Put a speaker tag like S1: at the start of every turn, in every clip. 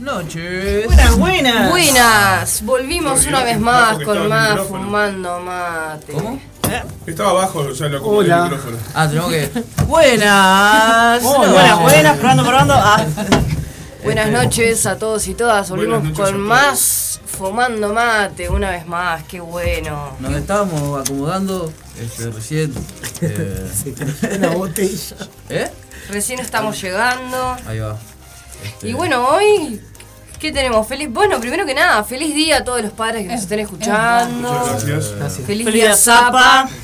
S1: noches.
S2: Buenas, buenas.
S3: Buenas, volvimos
S4: Volvió,
S3: una vez
S4: el
S3: más
S4: bajo que
S3: con
S4: estaba en el
S3: más
S4: micrófono.
S3: fumando mate.
S1: ¿Cómo?
S4: Estaba abajo, ya lo ocupé
S2: Hola.
S4: el micrófono.
S1: Ah, tenemos que. Buenas.
S2: Oh,
S1: noches.
S2: buenas, buenas, probando, probando. Ah,
S3: Buenas noches a todos y todas, volvimos
S4: Este, Buenas noches
S3: con
S4: a todos.
S3: más fumando mate una vez más, qué bueno.
S1: Nos estábamos acomodando este, recién. eh,
S2: una botella.
S1: ¿Eh?
S3: Recién estamos llegando.
S1: Ahí va. Este,
S3: Y bueno, hoy, ¿qué tenemos? Feliz, bueno, primero que nada, feliz día a todos los padres que nos estén
S4: Muchas
S3: escuchando.
S4: gracias.
S3: Feliz día Zapa.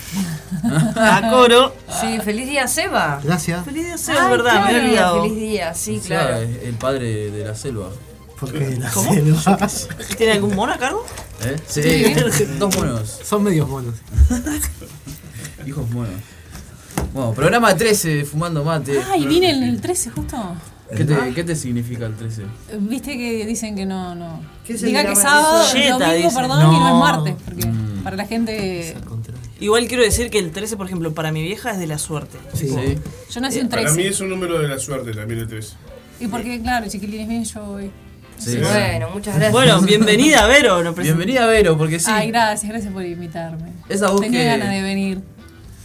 S2: A coro.
S3: Sí, feliz día Seba.
S5: Gracias,
S2: Feliz día, sí,
S3: Ay,
S2: es verdad, me
S3: claro,
S2: había olvidado.
S3: Feliz día, sí,
S1: o sea,
S3: claro.
S1: es eh, el padre de la selva.
S5: porque las
S2: ¿Cómo?
S5: selvas
S2: ¿Tiene algún mono a cargo?
S1: ¿Eh? Sí. Dos monos.
S5: son medios monos.
S1: Hijos monos. Bueno, programa 13, fumando mate.
S6: Ay, vine en Ah, el 13 justo.
S1: ¿Qué te, qué te significa el 13?
S6: Viste que dicen que no, no.
S2: ¿Qué es el
S6: Diga
S2: día
S6: que
S2: más-
S6: sábado,
S2: Yeta,
S6: domingo,
S2: dicen.
S6: perdón, y no
S5: No.
S6: es martes, porque
S1: Mm.
S6: para la gente
S5: Al contrario.
S7: Igual quiero decir que el 13, por ejemplo, para mi vieja es de la suerte.
S1: Sí.
S6: yo nací un
S4: Para mí
S6: 13
S4: es un número de la suerte también el 3.
S6: y porque claro, chiquilines bien yo voy.
S1: sí.
S3: Bueno, muchas gracias.
S7: Bueno, bienvenida, Vero. nos presenta-
S1: Bienvenida, Vero, porque sí.
S6: Ay, gracias, gracias por invitarme.
S1: Esa voz
S6: Tenía
S1: que-
S6: ganas de venir.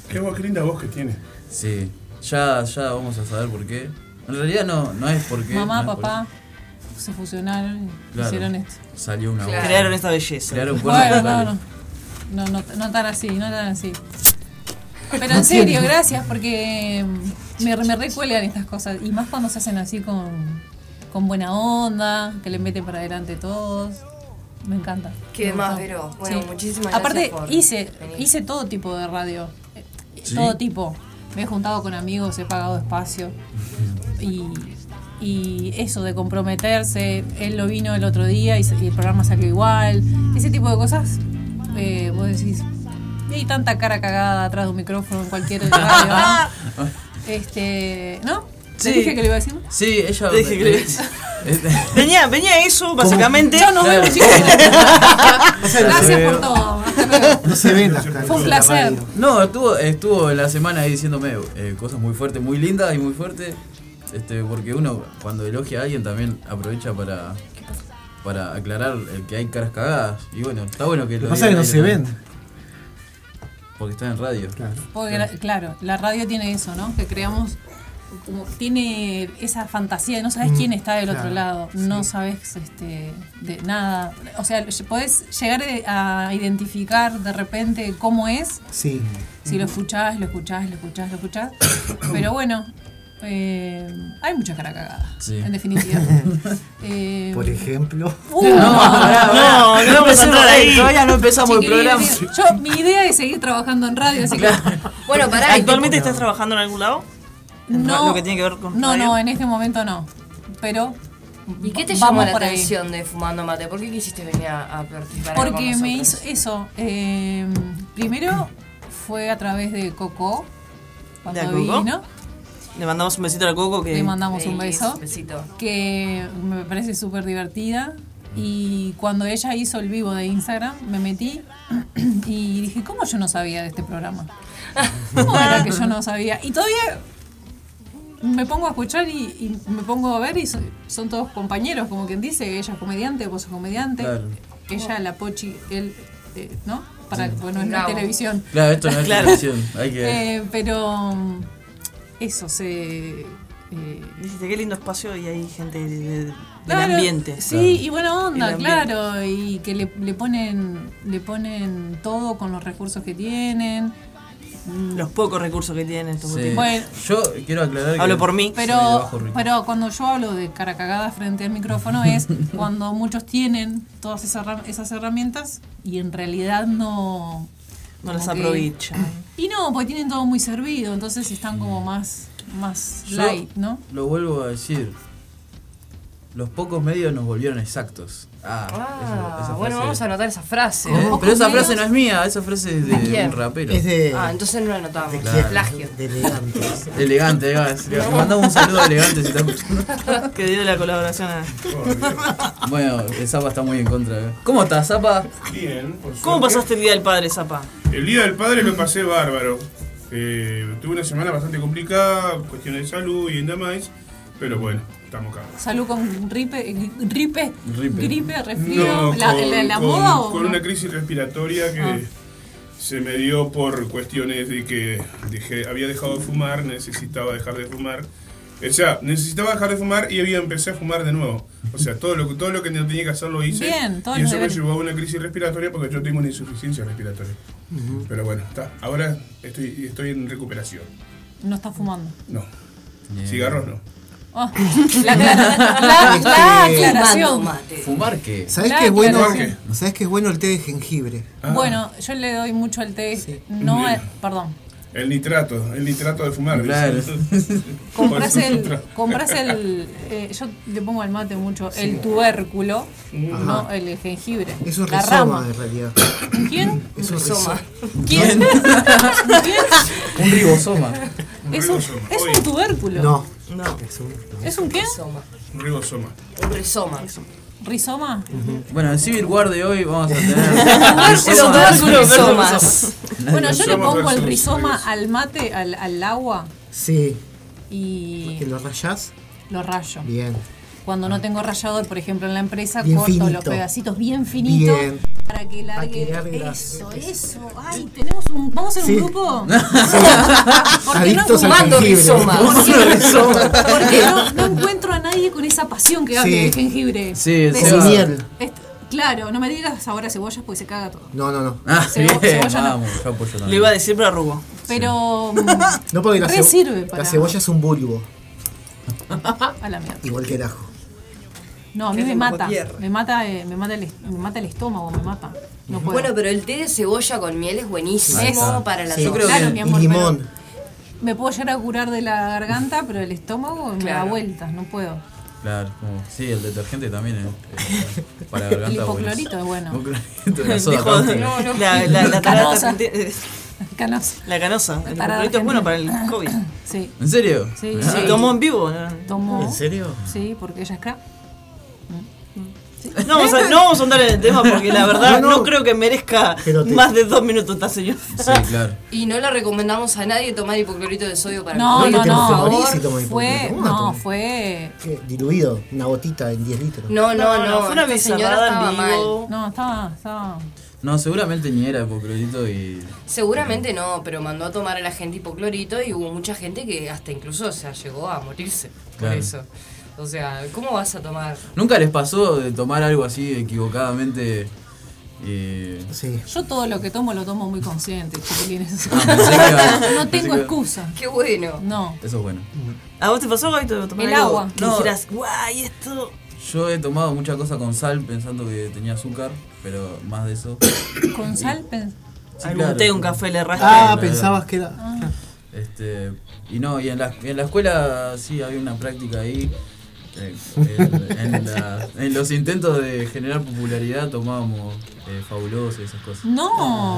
S4: Qué, bo- qué linda voz que tiene.
S1: Sí, ya, ya vamos a saber por qué. En realidad no, no es porque. no
S6: Mamá,
S1: es por
S6: papá se fusionaron y
S1: Claro.
S6: hicieron esto.
S1: qué. Salió una
S3: Claro.
S1: voz.
S7: Crearon esta belleza.
S1: Crearon cuernos
S6: Bueno, no,
S1: vocales.
S6: no. No, no, no tan así, no tan así. Pero en serio, gracias, porque mm, me, me recuelgan estas cosas. Y más cuando se hacen así con, con buena onda, que le meten para adelante todos. Me encanta.
S3: Qué
S6: Me
S3: más,
S6: gustó.
S3: Vero. Bueno, muchísimas
S6: Aparte,
S3: gracias por
S6: hice,
S3: venir.
S6: hice todo tipo de radio. eh,
S1: Sí.
S6: Todo tipo. Me he juntado con amigos, he pagado espacio. Y, y eso de comprometerse, él lo vino el otro día y, se- y el programa salió igual, ese tipo de cosas, eh, vos decís, "Y hay tanta cara cagada atrás de un micrófono en cualquier radio. ¿no?". este, ¿no?
S1: Sí.
S6: ¿Te dije que le iba a decir?
S1: Sí, ella.
S7: Te dije que-
S1: Este-
S7: Venía, venía eso, básicamente.
S6: Chao, nos
S1: Claro.
S6: vemos, chicos.
S5: No se,
S6: Gracias por todo. Hasta luego.
S5: no se ven las caras.
S6: Fue un
S5: de la
S6: placer.
S5: radio.
S1: No, estuvo, estuvo la semana ahí diciéndome eh, cosas muy fuertes, muy lindas y muy fuertes. Este, porque uno cuando elogia a alguien también aprovecha para, para aclarar eh, que hay caras cagadas. Y bueno, está bueno que
S5: Lo
S1: lo
S5: que pasa es que
S1: digan
S5: no
S1: al
S5: se
S1: aire
S5: ven.
S1: también, Porque están en radio.
S5: Claro.
S6: Porque, la- claro, la radio tiene eso, ¿no? Que creamos, como, tiene esa fantasía de no sabes quién está del otro
S5: claro,
S6: lado, no sabes este, de nada. O sea, podés llegar a identificar de repente cómo es,
S5: Sí.
S6: si lo escuchás, lo escuchás, lo escuchás, lo escuchás. Pero bueno, eh, hay mucha cara cagada,
S1: Sí.
S6: en definitiva. Eh,
S5: Por ejemplo.
S6: uh,
S1: pará, pará.
S7: No, no vamos a entrar
S1: eh,
S7: ahí.
S1: Todavía no empezamos el
S6: chiquilines,
S1: programa.
S6: Yo, mi idea es seguir trabajando en radio, así que
S3: Bueno, pará. y te-
S7: ¿Actualmente estás trabajando en algún lado? ¿En
S6: No.
S7: lo que tiene que ver con
S6: No,
S7: radio?
S6: no, en este momento no. Pero.
S3: ¿Y qué te llamó
S6: vamos
S3: la
S6: por ahí.
S3: atención de Fumando Mate? ¿Por qué quisiste venir a, a participar acá con
S6: Porque me
S3: nosotros?
S6: hizo eso. eh, primero fue a través de Coco. Cuando
S7: ¿De Coco?
S6: vino,
S7: Le mandamos un besito a la Coco que.
S6: le mandamos un
S3: Feliz,
S6: beso.
S3: Besito.
S6: Que me parece súper divertida. Y cuando ella hizo el vivo de Instagram, me metí y dije, ¿cómo yo no sabía de este programa? ¿Cómo era que yo no sabía? Y todavía me pongo a escuchar y, y me pongo a ver y so- son todos compañeros, como quien dice, ella es comediante, vos sos comediante,
S1: Claro.
S6: ella, la Pochi, él, eh, ¿no? Para, Bueno, es la
S3: Bravo.
S6: televisión.
S1: Claro, esto no es
S7: Claro.
S1: televisión. Hay que.
S6: Eh, pero mm, eso se... eh,
S7: Dijiste, qué lindo espacio y hay gente de- de- del
S6: Claro,
S7: ambiente.
S6: Sí, y buena onda,
S7: El ambiente.
S6: claro. Y que le, le ponen le ponen todo con los recursos que tienen. Mm,
S7: Los pocos recursos que tienen estos
S1: Sí.
S7: últimos.
S6: Bueno.
S1: Yo quiero aclarar que-
S7: Hablo por mí.
S1: Sí,
S6: Pero,
S1: bajo rico.
S6: pero cuando yo hablo de cara cagada frente al micrófono es cuando muchos tienen todas esas, herra- esas herramientas y en realidad no...
S7: No las
S6: como que-
S7: aprovechan.
S6: Y no, porque tienen todo muy servido, entonces están como más, más
S1: Yo-
S6: light, ¿no?
S1: Lo vuelvo a decir. Los pocos medios nos volvieron exactos. Ah,
S3: Ah,
S1: esa- esa
S3: bueno,
S1: frase-
S3: vamos a anotar esa frase.
S1: Eh,
S6: ¿Cómo?
S1: Pero esa
S6: ¿Pocos
S1: frase
S6: medios?
S1: no es mía, esa frase es de
S3: quién?
S1: un rapero.
S5: Es de.
S3: Ah, entonces no la anotamos.
S5: de
S1: Claro.
S3: Plagio.
S5: de elegantes.
S1: Elegante, ahí va, es- le mandamos un saludo a elegante si está escuchando.
S7: Que dio la colaboración a.
S1: Bueno, el Zapa está muy en contra. eh. ¿Cómo estás, Zapa?
S4: Bien, por suerte.
S7: ¿Cómo pasaste el día del padre, Zapa?
S4: El día del padre lo pasé bárbaro. Eh, tuve una semana bastante complicada, cuestiones de salud y demás. Pero bueno, estamos acá.
S6: Salud con ripe, eh, gripe,
S1: Ripe.
S6: gripe, resfrío,
S4: No,
S6: la, la- la
S4: con-
S6: moda o
S4: con
S6: no?
S4: una crisis respiratoria que
S6: Ah.
S4: se me dio por cuestiones de que dejé, había dejado de fumar, necesitaba dejar de fumar. O sea, necesitaba dejar de fumar y había empecé a fumar de nuevo. O sea, todo lo, que- todo lo que no tenía que hacer lo hice.
S6: Bien, todos
S4: y
S6: los
S4: eso me
S6: deberes.
S4: llevó a una crisis respiratoria porque yo tengo una insuficiencia respiratoria. Pero bueno, está. Ahora estoy, estoy en recuperación.
S6: No está fumando.
S4: No.
S1: Bien.
S4: Cigarros no.
S6: Ah, la, la- la- la
S5: Este,
S6: aclaración.
S1: ¿Fumar qué?
S5: ¿Sabes
S6: Claro,
S5: qué es bueno?
S6: claro,
S5: ¿Sabes qué es bueno el té de jengibre?
S4: Ah,
S6: Bueno, yo le doy mucho al té. No,
S4: Bien.
S6: es- perdón.
S4: El nitrato, el nitrato de fumar. dice.
S1: Claro.
S6: Compras
S4: Por eso
S6: el,
S4: otra.
S6: compras el eh, yo le pongo al mate mucho, el tubérculo, no el jengibre.
S5: Es un
S6: la
S5: rizoma
S6: rama.
S5: en realidad.
S6: ¿Quién?
S5: Es un rizoma.
S6: ¿Quién?
S1: Un ribosoma.
S6: Es un,
S4: Rizoma.
S6: es
S4: Oye.
S6: un tubérculo.
S5: No.
S7: No.
S5: Es un-
S6: ¿Es un qué?
S4: Un Ribosoma.
S3: Un rizoma.
S6: ¿Rizoma?
S1: Bueno, en Civil War de hoy vamos a tener.
S3: Tubérculos versus rizomas.
S6: Bueno, yo le
S4: Rizoma
S6: pongo el
S4: versus
S6: rizoma
S4: rizoma.
S6: al mate, al, al agua
S5: Sí. Que
S6: y
S5: lo rayás.
S6: lo rayo.
S5: Bien.
S6: Cuando no tengo rallador, por ejemplo, en la empresa,
S5: Bien
S6: corto los
S5: finito.
S6: pedacitos bien finitos
S5: Bien.
S6: para que largue.
S5: que largue la-
S6: eso, eso. Ay, tenemos un. ¿Vamos a hacer
S5: Sí.
S6: un grupo? Porque no
S5: Adictos al
S3: fumando
S5: jengibre.
S3: rizoma.
S6: Porque no, no encuentro a nadie con esa pasión que hable
S5: Sí.
S6: de jengibre.
S1: Sí, el
S6: De
S1: Seba.
S6: esa-
S5: miel.
S6: es- claro, no me digas ahora cebollas porque se caga todo.
S5: No, no, no.
S1: Ah,
S6: Cebo-
S1: bien,
S6: cebolla no.
S1: vamos, yo apoyo
S7: Le iba a
S1: también.
S7: decir, pero arrugó.
S6: Pero.
S5: No porque la,
S6: Re
S5: cebo-
S6: sirve para-
S5: la cebolla es un bulbo,
S6: mm, a la mierda.
S5: igual que el ajo.
S6: No, a
S7: Que
S6: mí me
S7: hacen como
S6: mata.
S7: tierra.
S6: Me mata, eh, me, mata el, est- me mata el estómago, me mata. No puedo.
S3: Bueno, pero el té de cebolla con miel es buenísimo
S1: Ahí está.
S3: para la
S5: Sí.
S3: tos.
S1: creo
S6: claro,
S1: que-
S6: mi
S5: Y
S6: amor.
S5: limón.
S6: pero Me puedo llegar a curar de la garganta, pero el estómago me da
S3: Claro.
S6: vueltas, no puedo.
S1: Claro, como- sí, el detergente también es. eh, Para garganta
S6: El hipoclorito es bueno.
S1: Hipoclorito, la soda
S7: Dijo,
S1: cáustica.
S7: no, no. La, la, la tarada
S6: Canosa.
S7: argentina-
S6: Canosa.
S7: La canosa. El
S6: Tarada
S7: conflicto es bueno para el
S6: argentina.
S7: COVID.
S6: Sí.
S1: ¿En serio?
S6: Sí,
S1: Ah,
S7: Se tomó en vivo. ¿no?
S6: Tomó.
S5: serio?
S6: Sí, porque ella es cra.
S7: No vamos, a, no vamos a andar en el tema porque la verdad
S5: No,
S7: no,
S5: no.
S7: creo que merezca
S5: Pero te-
S7: más de dos minutos esta señora.
S1: Sí, claro.
S3: Y no le recomendamos a nadie tomar hipoclorito de sodio para
S5: No,
S6: No, no,
S5: que te
S6: no.
S5: enfermarís si tomas
S6: Fue,
S5: hipoclorito.
S6: no,
S5: Toma,
S6: fue.
S5: ¿Qué? Diluido, una gotita en 10 litros.
S3: No, no, no.
S7: fue una
S3: esta señora
S7: bizarrada
S3: estaba
S7: en
S3: mal.
S7: vivo.
S6: No, estaba, estaba.
S1: No, seguramente ni era hipoclorito y.
S3: Seguramente no, pero mandó a tomar a la gente hipoclorito y hubo mucha gente que hasta incluso o sea, llegó a morirse por
S1: Claro.
S3: eso. O sea, ¿cómo vas a tomar?
S1: ¿Nunca les pasó de tomar algo así equivocadamente? Eh,
S5: Sí.
S6: Yo todo lo que tomo lo tomo muy consciente, chiquilines.
S1: Ah, pensé que iba- pensé
S6: No tengo
S1: que-
S6: excusa.
S3: Qué bueno.
S6: No.
S1: Eso es bueno.
S7: ¿A vos te pasó, Gaito? tomar
S6: El
S7: algo
S6: agua.
S7: Que
S1: No.
S7: dijeras, guay, esto.
S1: Yo he tomado mucha cosa con sal pensando que tenía azúcar, pero más de eso.
S6: Con sal pens-
S1: Sí,
S7: algún
S1: claro.
S7: té, un café le rasca.
S5: Ah,
S1: Claro.
S5: pensabas que era.
S1: Este, y no, y en la, en la escuela sí había una práctica ahí. eh, en, en la- en los intentos de generar popularidad tomábamos eh, fabuloso y esas cosas.
S6: No.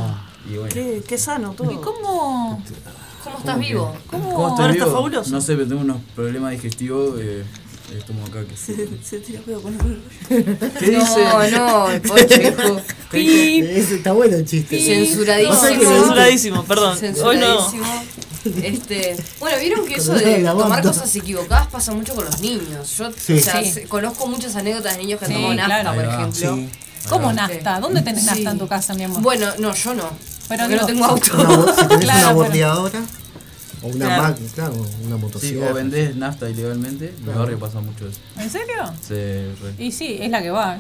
S1: Ah, Y bueno.
S7: Qué, qué sano todo.
S6: ¿Y cómo?
S3: ¿Cómo estás vivo?
S6: ¿Cómo?
S1: estoy
S7: Ahora está
S1: vivo?
S7: fabuloso.
S1: No sé, pero tengo unos problemas digestivos. Eh, tomo acá que.
S7: Se tira pedo con el
S1: ¿Qué dice?
S3: No, no, Pocho, hijo.
S6: Pi,
S5: Ese está bueno el chiste. Vos sabés que
S3: Censuradísimo.
S5: le-
S7: Censuradísimo, perdón. Hoy no.
S3: Censuradísimo. Este, bueno, vieron que eso
S5: Con
S3: de
S5: la
S3: tomar
S5: banda.
S3: cosas equivocadas pasa mucho con los niños. Yo
S5: Sí.
S3: o sea,
S6: Sí.
S3: se- conozco muchas anécdotas de niños que han
S6: Sí,
S3: tomado nafta,
S6: claro.
S3: por
S1: Ahí va.
S3: ejemplo. Este,
S5: Sí.
S6: ¿Cómo nafta? ¿Dónde tenés
S3: Sí.
S6: nafta en tu casa, mi amor?
S3: Bueno, no, yo no.
S6: Pero
S3: porque
S6: digo-
S3: no tengo auto.
S5: Una bo- si tenés
S6: Claro,
S5: una
S6: pero-
S5: bordeadora o una
S7: Claro.
S5: máquina, claro, una
S1: Sí,
S5: motocicleta.
S1: o vendés nafta ilegalmente. En mi barrio pasa mucho eso.
S6: ¿En serio?
S1: Se re-
S6: Y sí, es la que va. ¿eh?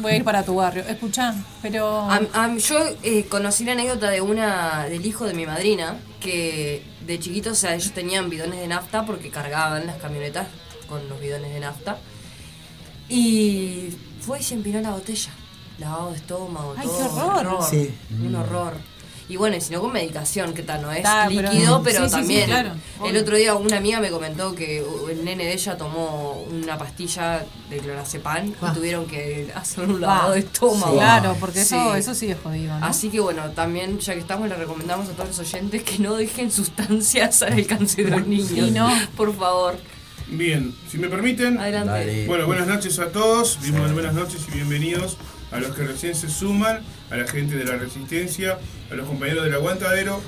S6: Voy a ir para tu barrio. Escuchá, pero.
S3: Am- am- yo eh, conocí la anécdota de una del hijo de mi madrina que de chiquitos, o sea, ellos tenían bidones de nafta porque cargaban las camionetas con los bidones de nafta. Y fue y se empinó la botella. Lavado de estómago,
S6: Ay,
S3: todo,
S6: qué horror.
S5: Sí.
S3: Un horror. Y bueno, y si no con medicación, que tal, no es
S6: Ta, pero-
S3: líquido,
S6: sí,
S3: pero,
S6: sí, sí,
S3: también.
S6: claro,
S3: el
S6: obvio.
S3: otro día una amiga me comentó que uh, el nene de ella tomó una pastilla de clorazepam y tuvieron que hacer un lavado de estómago.
S6: Ah. Claro, porque eso,
S3: Sí.
S6: eso sí es jodido, ¿no?
S3: Así que bueno, también ya que estamos le recomendamos a todos los oyentes que no dejen sustancias al alcance de los niños.
S6: Sí, no.
S3: Por favor,
S4: Bien, si me permiten.
S3: adelante.
S1: Dale.
S4: Bueno, buenas noches a todos, Bien, bueno, buenas noches y bienvenidos a los que recién se suman, a la gente de la Resistencia, a los compañeros del Aguantadero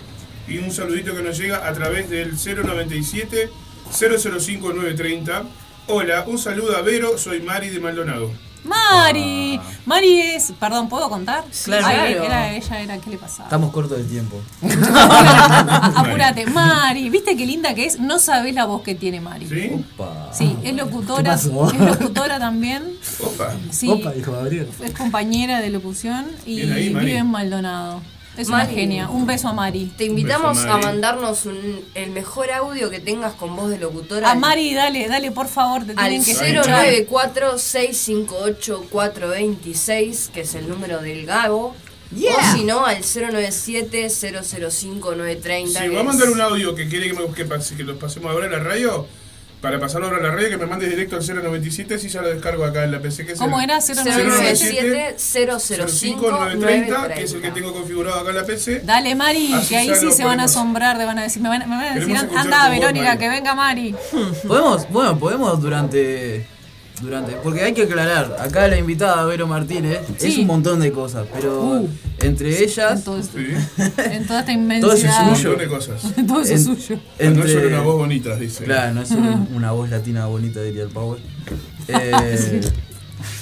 S4: y un saludito que nos llega a través del 097 005930. Hola, un saludo a Vero, soy Mari de Maldonado.
S5: Ah.
S6: Mari, Mari es, perdón, ¿puedo contar?
S4: Claro.
S6: Ay, era, ella era, ¿qué le pasaba?
S8: Estamos cortos del tiempo.
S6: A- Apúrate, Mari, ¿viste qué linda que es? No sabés la voz que tiene Mari. ¿Sí?
S8: Opa.
S6: es locutora,
S5: ¿Qué pasó?
S6: es locutora también,
S4: Opa.
S6: Sí.
S5: Opa, dijo Gabriel.
S6: es compañera de locución y
S5: Bien ahí, Mari.
S6: vive en Maldonado. Es una
S3: Mari.
S6: genia. Un beso a Mari.
S3: Te invitamos
S6: beso,
S3: a
S6: Mari.
S3: mandarnos un- el mejor audio que tengas con voz de locutora.
S6: A Mari, dale, dale, por favor, te
S3: Al
S6: tienen que escuchar.
S3: 094-658-426, que es el número del Gago.
S4: Yeah.
S3: O si no, al 097-005-930.
S4: Si va a mandar un audio que quiere que, me, que, pase- que lo pasemos ahora a la radio, para pasarlo ahora a la radio, que me mandes directo al 097, si ya lo descargo acá en la PC. Que es
S6: ¿Cómo
S4: el
S6: era? 097
S4: 05930, que es el que tengo configurado acá en la PC.
S6: Dale, Mari,
S4: Así
S6: que ahí
S4: ya
S6: sí
S4: lo
S6: se van a
S4: ponemos.
S6: asombrar, te van a decir, me van, me van a decir,
S4: Queremos
S6: "An-
S4: escuchar
S6: anda
S4: tu voz,
S6: Verónica,
S4: Mari".
S6: que venga Mari.
S1: Podemos, bueno, podemos durante. Durante, porque hay que aclarar, acá la invitada Vero Martínez es
S6: Sí.
S1: un montón de cosas, pero
S6: Uh.
S1: entre ellas
S6: En toda esta
S1: todo eso
S6: inmensidad.
S1: es suyo.
S4: montón de cosas.
S6: Todo eso es suyo.
S4: No es solo una voz bonita, dice.
S1: Claro, no es solo un- una voz latina bonita, diría el Power. Eh,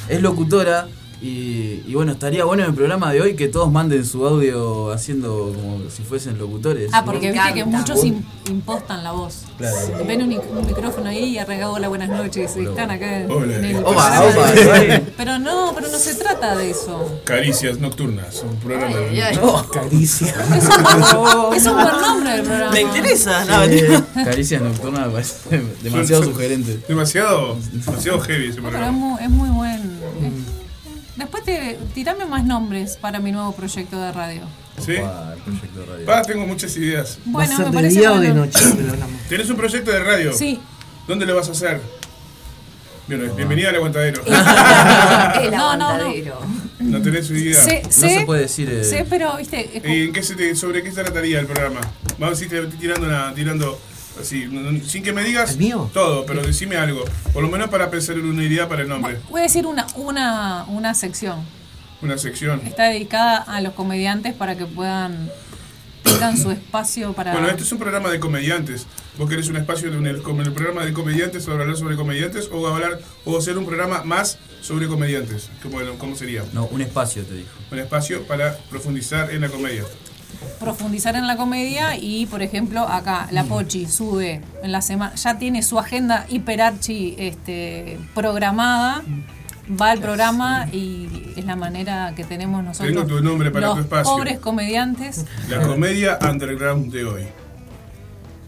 S1: Es locutora y, y bueno, estaría bueno en el programa de hoy que todos manden su audio haciendo como si fuesen locutores.
S6: Ah, porque
S1: Me
S6: viste que
S1: encanta.
S6: muchos im- impostan la voz.
S1: Claro.
S6: Ven un, mic- un micrófono ahí y arregla hola, buenas noches. y Están acá en,
S4: Hola.
S6: en el
S4: Opa,
S6: programa
S4: opa,
S6: de-
S4: opa.
S6: Pero no, pero no se trata de eso.
S4: Caricias nocturnas, un programa
S6: Ay,
S4: de.
S6: ay, ay.
S5: Caricias.
S6: Es un, es un buen nombre del programa.
S2: Me interesa, no,
S1: Eh,
S2: mentira.
S1: Caricias nocturnas me parece demasiado sugerente.
S4: Demasiado, demasiado heavy ese
S6: Pero es
S4: programa.
S6: muy, es muy buen. Después te tirame más nombres para mi nuevo proyecto de radio.
S4: ¿Sí?
S1: Opa, el proyecto de radio.
S4: Pa, tengo muchas ideas.
S6: Bueno,
S5: ¿Va a ser
S6: me
S5: de
S6: parece
S5: día o de
S6: bueno.
S5: noche? que lo hablamos?
S4: ¿Tenés un proyecto de radio?
S6: Sí.
S4: ¿Dónde lo vas a hacer? Bien, bienvenida al aguantadero.
S6: No, no, no.
S4: no tenés su idea. Eh,
S6: Sé- sé- Sé,
S4: ¿Y
S6: pero viste, es como-
S4: en qué se te- sobre qué se trataría el programa? Vamos a decir, te estoy tirando una, tirando así, no- no- sin que me digas todo, pero decime algo. Por lo menos para pensar en una idea para el nombre.
S6: voy a decir una, una, una sección.
S4: Una sección.
S6: Está dedicada a los comediantes para que puedan tengan su espacio para.
S4: Bueno, este es un programa de comediantes. ¿Vos querés un espacio en el, como en el programa de comediantes sobre hablar sobre comediantes o hablar o hacer un programa más sobre comediantes? ¿Cómo, cómo sería?
S1: No, un espacio te dijo.
S4: Un espacio para profundizar en la comedia.
S6: profundizar en la comedia y, por ejemplo, acá
S4: Mm.
S6: la Pochi sube en la semana, ya tiene su agenda hiperarchi este, programada,
S4: Mm.
S6: va al programa y es la manera que tenemos nosotros.
S4: Tengo tu nombre para
S6: los
S4: tu espacio.
S6: Pobres comediantes.
S4: La comedia underground de hoy.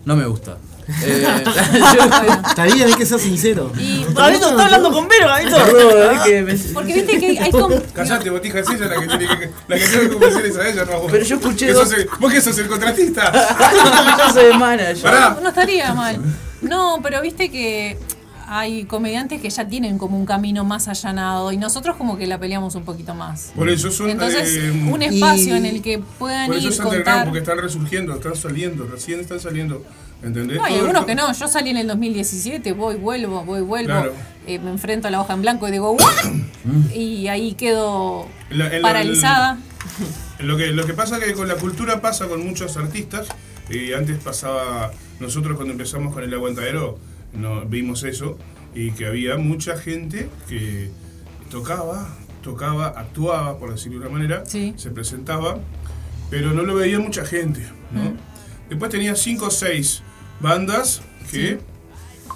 S1: No me gusta. Eh,
S5: Está bien, hay que ser sincero.
S2: Gabito, está hablando con Vero, Gabito.
S6: Ah, Porque viste que hay com-
S4: Callate, botija, es ella la que tiene que, la que, tiene que convencer es a ella, no a vos.
S1: Pero yo escuché
S4: Que
S1: dos-
S4: sos el- ¿Vos qué sos el contratista?
S1: Yo soy el manager.
S4: Pará.
S6: No estaría mal. No, pero viste que hay comediantes que ya tienen como un camino más allanado y nosotros como que la peleamos un poquito más.
S4: Por eso son,
S6: Entonces,
S4: eh,
S6: un espacio en el que puedan
S4: Por eso
S6: ir
S4: es underground,
S6: contar.
S4: porque están resurgiendo, están saliendo, recién están saliendo. ¿Entendés?
S6: No, hay
S4: Eh, Todo
S6: algunos
S4: esto-
S6: que no. Yo salí en el 2017, voy, vuelvo, voy, vuelvo.
S4: Claro.
S6: Eh, me enfrento a la hoja en blanco y digo, "What?" Y ahí quedo
S4: Mm. La- el-
S6: paralizada.
S4: Lo que, lo que pasa que con la cultura pasa con muchos artistas. Y antes pasaba, nosotros cuando empezamos con el aguantadero, no, vimos eso. Y que había mucha gente que tocaba, tocaba, actuaba, por decirlo de una manera, se presentaba, pero no lo veía mucha gente. ¿no? Después tenía cinco o seis bandas que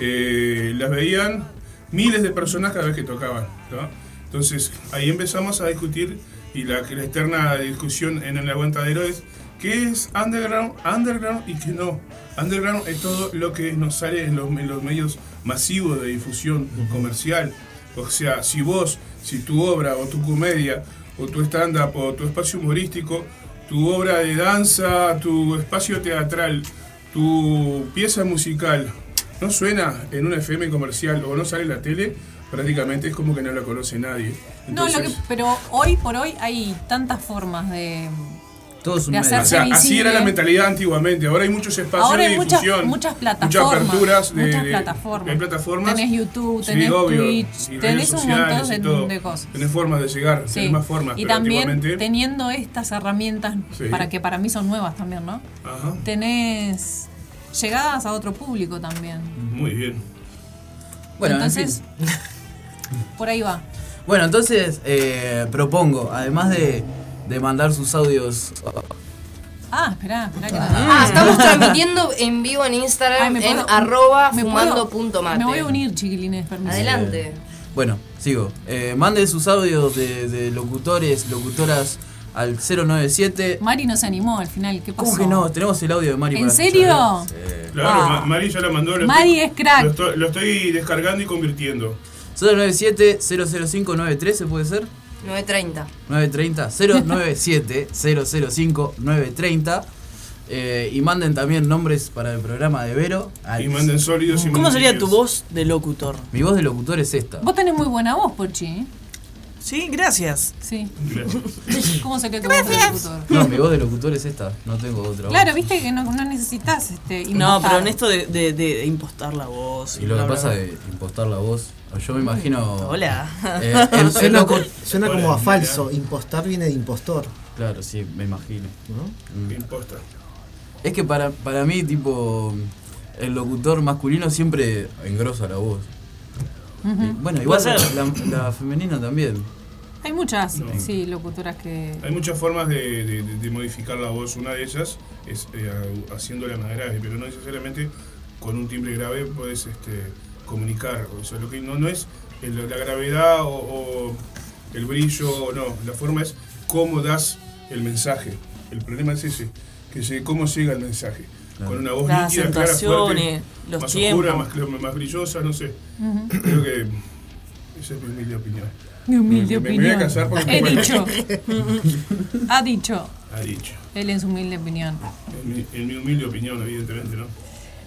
S4: eh, las veían miles de personas cada vez que tocaban. ¿no? Entonces ahí empezamos a discutir y la, la externa discusión en el aguantadero es qué es underground, underground y qué no. Underground es todo lo que nos sale en los, en los medios masivos de difusión comercial. O sea, si vos, si tu obra o tu comedia o tu stand-up o tu espacio humorístico, tu obra de danza, tu espacio teatral, tu pieza musical no suena en un FM comercial o no sale en la tele, prácticamente es como que no la conoce nadie.
S6: No, lo
S4: Entonces,
S6: que, pero hoy por hoy hay tantas formas de.
S1: Todos
S6: de
S4: o
S6: hacerse
S4: sea, así
S6: visible.
S4: era la mentalidad antiguamente. Ahora hay muchos espacios
S6: Ahora
S4: de
S6: hay muchas,
S4: difusión,
S6: muchas
S4: muchas
S6: plataformas.
S4: aperturas de,
S6: muchas
S4: de-
S6: plataformas.
S4: de plataformas.
S6: Tenés YouTube,
S4: Sí,
S6: tenés
S4: obvio,
S6: Twitch,
S4: y redes
S6: tenés un montón
S4: sociales y todo.
S6: de, de cosas.
S4: Tenés formas de llegar,
S6: Sí.
S4: tenés más formas.
S6: y
S4: pero
S6: también
S4: antiguamente-
S6: teniendo estas herramientas
S4: Sí.
S6: para que para mí son nuevas también, ¿no?
S4: Ajá.
S6: Tenés llegadas a otro público también.
S4: Muy bien.
S1: Bueno, en
S6: Entonces, por ahí va.
S1: Bueno, entonces eh, propongo, además de, de mandar sus audios.
S6: Ah, esperá, esperá que no.
S3: Ah, estamos transmitiendo en vivo en Instagram
S6: Ay, me
S3: en
S6: puedo-
S3: arroba
S6: me puedo-
S3: fumando.mate.
S6: Me voy a unir, chiquilines, permiso.
S3: Adelante.
S1: Bueno, sigo. Eh, mande sus audios de, de locutores, locutoras al 097.
S6: Mari no se animó al final, ¿qué pasó?
S1: ¿Cómo que no? Tenemos el audio de Mari.
S6: ¿En
S1: para
S6: serio?
S1: escuchar. Eh,
S4: Claro,
S6: Ah.
S4: Ma- Mari ya la mandó. lo
S6: Mari
S4: estoy-
S6: es crack.
S4: Lo estoy, lo estoy descargando y convirtiendo.
S1: 097-005-913 puede ser.
S3: 9.30.
S1: 930 097 005 930 eh, y manden también nombres para el programa de Vero. al-
S4: Y manden sólidos y
S2: ¿Cómo sería tu
S4: mantequillas.
S2: voz de locutor?
S1: Mi voz de locutor es esta.
S6: Vos tenés muy buena voz, Pochi. ¿eh?
S2: Sí, gracias.
S6: Sí.
S4: Gracias.
S6: ¿Cómo sería tu voz de locutor?
S1: No, mi voz de locutor es esta, no tengo otra. voz.
S6: Claro, viste que no, no necesitas este.
S2: No,
S6: inventar.
S2: pero en esto de, de- de impostar la voz.
S1: Y lo que
S2: bla, bla,
S1: pasa
S2: bla.
S1: de impostar la voz, yo me imagino.
S2: Hola.
S1: eh, el- el
S5: Suena,
S1: locu-
S5: co- suena como
S4: Hola,
S5: a falso. Impostar viene de impostor.
S1: Claro, sí, me imagino.
S5: ¿no?
S4: Bien posta.
S1: Es que para, para mí, tipo, el locutor masculino siempre engrosa la voz. Y, bueno, igual
S2: Puede
S1: la,
S2: ser.
S1: la femenina también.
S6: Hay muchas,
S4: No.
S6: sí, locutoras que.
S4: Hay muchas formas de, de- de- de modificar la voz. Una de ellas es eh, a- haciéndola más grave, pero no necesariamente con un timbre grave puedes este, comunicar. O sea, lo que no, no es el- la gravedad o, o el brillo, o no. La forma es cómo das el mensaje. El problema es ese, que llegue- cómo llega el mensaje.
S1: Claro.
S4: Con una voz
S2: Las
S4: nítida, clara, fuerte,
S2: acentuaciones, los
S4: más
S2: tiempos.
S4: oscura, más, cl- más brillosa, no sé. Creo que esa es mi humilde opinión.
S6: Mi
S4: Me-
S6: humilde
S4: me
S6: opinión.
S4: voy a casar porque-
S6: He dicho. ha dicho.
S4: Ha dicho.
S6: Él en su humilde opinión.
S4: En mi, en mi humilde opinión, evidentemente, ¿no?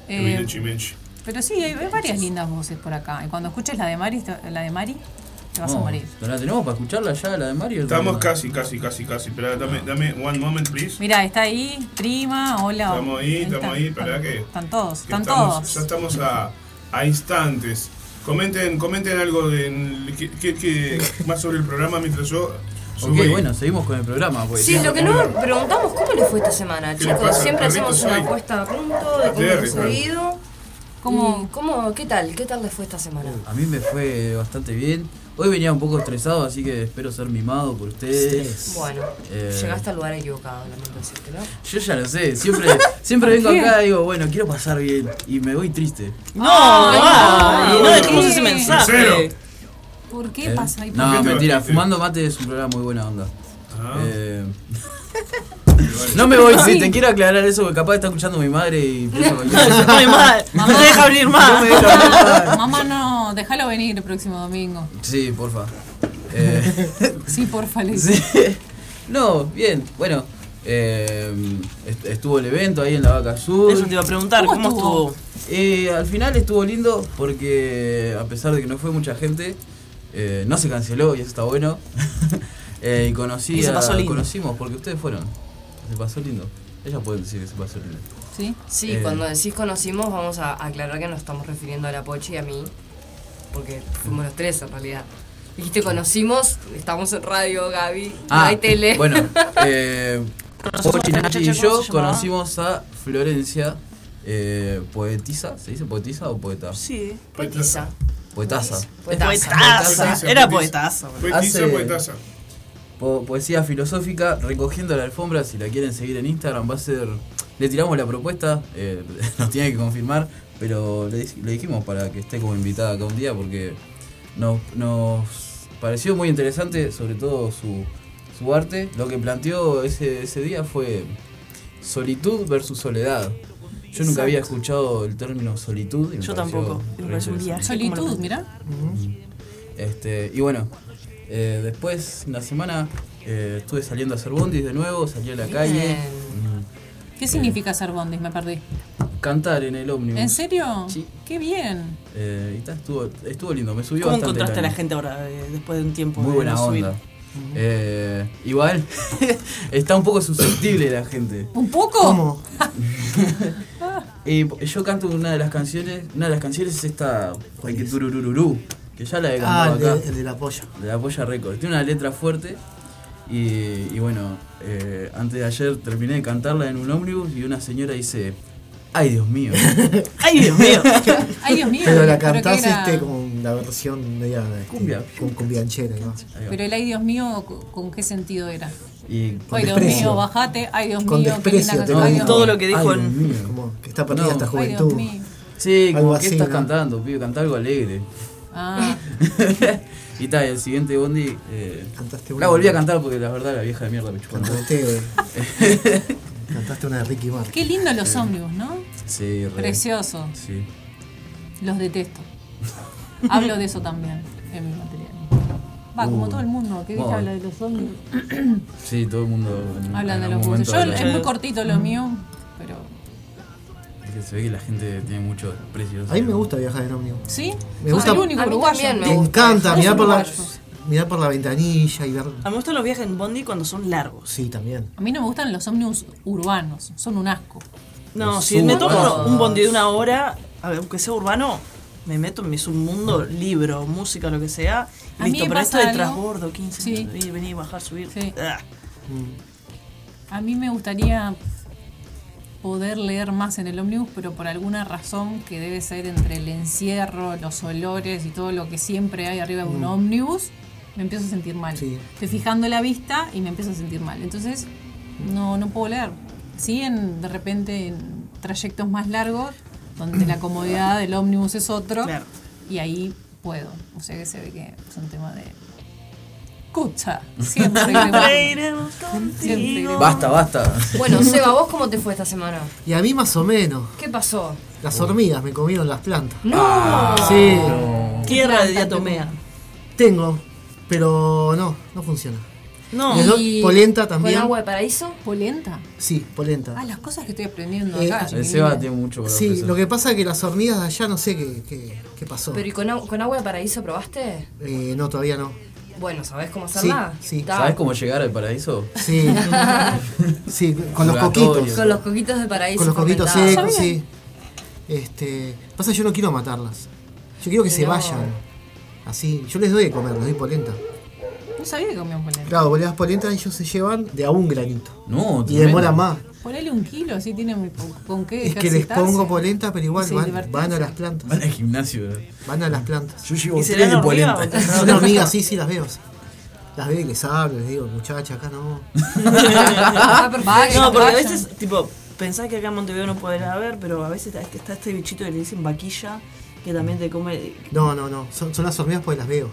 S6: Eh,
S4: Humilde chimenchi.
S6: pero sí, hay, hay varias lindas voces por acá. Y cuando escuches la de Mari, te- la de Mari, te
S5: Oh.
S6: vas a
S1: No,
S6: morir.
S1: ¿La tenemos para escucharla ya, la de Mario?
S4: Estamos casi, casi, casi, casi. Esperá, dame, dame one moment, please.
S6: Mira, está ahí, prima, hola.
S4: Estamos ahí,
S6: Están-
S4: estamos ahí, pará que-
S6: Están todos,
S4: Que
S6: están
S4: estamos-
S6: todos.
S4: Ya estamos a, a instantes. Comenten, comenten algo de, en- que- que- que- más sobre el programa mientras yo
S1: Ok,
S4: subo y-
S1: bueno, seguimos con el programa. Pues.
S3: Sí, lo que no preguntamos, ¿cómo le fue esta semana,
S4: ¿Qué le
S3: chicos?
S4: pasa?
S3: Siempre
S4: Perrito
S3: hacemos una
S4: soy.
S3: apuesta a punto de cómo
S4: Jerry,
S3: hemos
S4: claro.
S3: oído.
S6: ¿Cómo-
S3: ¿Y ¿Cómo, ¿Qué tal? ¿Qué tal les fue esta semana?
S1: A mí me fue bastante bien. Hoy venía un poco estresado, así que espero ser mimado por ustedes.
S3: Bueno,
S1: Eh.
S3: llegaste al lugar equivocado, lamento decirte, ¿no?
S1: Yo ya lo sé, siempre, siempre vengo acá y digo, bueno, quiero pasar bien. Y me voy triste.
S2: No, ay, no
S6: no.
S2: dejemos ese
S6: Sí.
S2: mensaje.
S4: Sincero.
S6: ¿Por qué
S1: ¿Eh?
S6: pasa ahí?
S1: No,
S4: qué te
S1: mentira,
S4: vas triste?
S1: Fumando Mate es un programa muy buena onda.
S4: Ah,
S1: Eh, no me voy
S6: Sí.
S1: triste, quiero aclarar eso, porque capaz está escuchando mi madre y piensa cualquier cosa.
S2: Se pone mal. No te deja abrir
S1: No
S2: más.
S1: me deja hablar.
S6: Mamá, no, déjalo venir el próximo domingo.
S1: Sí, porfa. Eh,
S6: Sí, porfa, le
S1: Sí. No, bien, bueno. eh, est- estuvo el evento ahí en la Vaca Sur.
S2: Eso te iba a preguntar,
S6: ¿Cómo
S2: ¿cómo
S6: estuvo?
S2: estuvo?
S1: Eh, al final estuvo lindo porque a pesar de que no fue mucha gente, eh, no se canceló y eso está bueno. Eh, y conocí
S2: Y se
S1: a-
S2: pasó lindo.
S1: conocimos porque ustedes fueron. Se pasó lindo. Ellas pueden decir que se pasó lindo.
S6: ¿Sí?
S3: Sí,
S1: Eh.
S3: cuando decís conocimos, vamos a aclarar que nos estamos refiriendo a la Pochi y a mí, porque fuimos los tres en realidad. Dijiste conocimos, estamos en radio, Gaby, no hay tele.
S1: Ah, Bueno, eh,
S2: Conocimos a
S1: Pochi,
S2: esta
S1: Nachi y
S2: muchacha, ¿cómo
S1: yo
S2: se llamaba?
S1: conocimos a Florencia, eh, poetisa, ¿se dice poetisa o poeta?
S2: Sí.
S3: Poetisa.
S1: Poetaza.
S3: Poetaza.
S2: Poetaza. Era poetaza.
S4: Poetisa,
S1: Hace-
S4: poetasa.
S1: Po- poesía filosófica, recogiendo la alfombra, si la quieren seguir en Instagram, va a ser... Le tiramos la propuesta, eh, nos tiene que confirmar, pero le, dij- le dijimos para que esté como invitada acá un día porque nos, nos pareció muy interesante, sobre todo su, su arte. Lo que planteó ese, ese día fue solitud versus soledad. Yo nunca había escuchado el término solitud. Y me pareció
S2: Yo tampoco. Me
S1: re
S2: pareció un
S1: interesante.
S2: viaje.
S6: Solitud, mira.
S1: Este, y bueno, eh, después en la semana eh, estuve saliendo a hacer bondis de nuevo, salí a la
S3: Bien.
S1: calle.
S6: ¿Qué significa ser bondis? Me perdí.
S1: mm, Cantar en el ómnibus.
S6: ¿En serio?
S1: Sí.
S6: Qué bien.
S1: Eh, y ta, estuvo, estuvo lindo, me subió
S2: ¿Cómo
S1: bastante.
S2: encontraste a la
S1: ánimo.
S2: gente ahora eh, después de un tiempo?
S1: Muy
S2: de
S1: buena
S2: no subir?
S1: onda. Eh, igual está un poco susceptible la gente.
S6: ¿Un poco?
S5: ¿Cómo?
S1: Y yo canto una de las canciones, una de las canciones es esta Ay, que tururururú, que ya la he
S5: Ah,
S1: cantado
S5: el,
S1: acá.
S5: de- el de la polla.
S1: de la Polla Record. Tiene una letra fuerte y, y bueno, eh, antes de ayer terminé de cantarla en un ómnibus y una señora dice, Ay, Dios mío.
S2: Ay, Dios mío.
S6: Ay, Dios mío.
S5: Pero la
S6: pero que
S5: cantás
S6: era-
S5: este con la versión de ella, este,
S1: Cumbia.
S5: Con cumbianchera, ¿no?
S6: Pero el ay Dios mío, ¿con- ¿con qué sentido era?
S1: Y
S5: Con
S6: Ay Dios
S5: desprecio.
S6: mío, bajate. Ay Dios
S5: Con
S6: mío, qué
S5: desprecio
S6: linda
S5: te
S6: canción.
S5: lo
S6: Ay,
S5: digo.
S6: Dios-
S7: Todo lo que dijo
S1: Ay, Dios
S7: en.
S1: mío.
S5: Como que está perdida
S1: No.
S5: esta
S6: Ay, Dios
S5: juventud.
S6: mío.
S1: Sí,
S5: Algo
S1: como que
S5: así,
S1: estás
S5: ¿no?
S1: cantando, pibe, canta algo alegre.
S6: Ah,
S1: y tal, el siguiente Bondi. eh,
S5: Cantaste
S1: la volví a cantar porque la verdad la vieja de mierda me chupó. un huevo.
S5: Cantaste, eh, cantaste una de Ricky Martin.
S6: qué lindo los ómnibus, ¿no?
S1: Sí, re.
S6: Precioso.
S1: Sí.
S6: Los detesto. Hablo de eso también en mi material. Va, como todo el mundo, que viste
S1: Uh. Bueno.
S6: habla de los ómnibus.
S1: Sí, todo el mundo. en-
S6: Hablan
S1: en
S6: de
S1: algún
S6: los buses.
S1: momento
S6: Yo
S1: habla-
S6: es muy cortito lo mío, pero.
S1: Es que se ve que la gente tiene mucho desprecio.
S5: A mí me gusta viajar en ómnibus.
S6: ¿Sí?
S5: Me
S6: Sos
S5: gusta-
S6: el único
S3: A mí
S6: uruguayo.
S3: también me
S5: Me
S3: gusta
S5: encanta
S6: viajar.
S5: mirar por, la,
S6: Uruguayos.
S5: mirar por la ventanilla y ver.
S7: A mí me gustan los viajes en Bondi cuando son largos.
S5: Sí, también.
S6: A mí no me gustan los ómnibus urbanos, son un asco.
S7: No,
S5: Los
S7: si me tomo
S5: suburbanos.
S7: un bondi de una hora, a ver, aunque sea urbano, me meto en mi submundo, libro, música, lo que sea.
S6: A
S7: y
S6: mí
S7: listo,
S6: me
S7: pero esto
S6: pasa
S7: de
S6: algo.
S7: transbordo, 15
S6: Sí.
S7: minutos, ir, venir, bajar, subir.
S6: Sí.
S7: ah,
S6: A mí me gustaría poder leer más en el ómnibus, pero por alguna razón que debe ser entre el encierro, los olores y todo lo que siempre hay arriba de un ómnibus, me empiezo a sentir mal.
S5: Sí.
S6: Estoy fijando la vista y me empiezo a sentir mal. Entonces, no, no puedo leer. Sí, en, de repente en trayectos más largos, donde la comodidad del ómnibus es otro,
S7: Claro.
S6: y ahí puedo. O sea que se ve que es un tema de... Escucha, siempre.
S7: Siempre iremos contigo.
S1: Basta, basta.
S3: Bueno, Seba, ¿vos cómo te fue esta semana?
S5: Y a mí más o menos.
S3: ¿Qué pasó?
S5: Las hormigas me comieron las plantas. Ah,
S3: ¡No!
S5: Sí,
S7: Tierra de diatomea.
S5: tengo, pero no, no funciona.
S7: No,
S5: Y eso,
S3: Y-
S5: polenta también.
S3: ¿Con agua de paraíso?
S6: ¿Polenta?
S5: Sí, polenta.
S6: Ah, las cosas que estoy aprendiendo
S5: Eh,
S6: acá.
S1: El
S6: chiquilines.
S1: Seba tiene mucho para
S5: Sí,
S1: ofrecer.
S5: lo que pasa es que las hormigas de allá no sé qué, qué, qué pasó.
S3: ¿Pero y con, agu- con agua de paraíso probaste?
S5: Eh, no, todavía no.
S3: Bueno, ¿sabés cómo hacerla?
S5: Sí, sí.
S3: Ta.
S1: ¿Sabes cómo llegar al paraíso?
S5: Sí, sí con los
S1: Purgatorio.
S5: coquitos.
S3: Con los coquitos de paraíso.
S5: Con los coquitos
S3: fermentados.
S5: secos, sí. Este, pasa que yo no quiero matarlas. Yo quiero que se
S3: Pero-
S5: vayan. Así, yo les doy de comer, les doy polenta.
S6: No sabía que comían polenta.
S5: Claro, vos le das polenta y ellos se llevan de a un granito.
S1: No,
S5: Y
S1: tremendo.
S5: demora más.
S6: Ponele un kilo, así tiene muy po- con qué
S5: Es que les
S6: ejercitarse.
S5: pongo polenta, pero igual
S6: Sí,
S5: van,
S6: divertirse.
S5: van a las plantas.
S1: Van al gimnasio. eh.
S5: Van a las plantas.
S1: Yo llevo
S7: ¿Y será
S1: tres de
S7: la hormiga
S1: polenta.
S7: o
S5: Son hormigas, sí, sí, las veo. Las veo y les hablo, les digo, muchacha, acá no.
S3: Ah, perfecto.
S7: no, porque a
S6: vayan.
S7: veces, tipo, pensás que acá en Montevideo no podés haber, pero a veces está, está este bichito que le dicen vaquilla, que también te come.
S5: No, no, no. Son, son las hormigas porque las veo.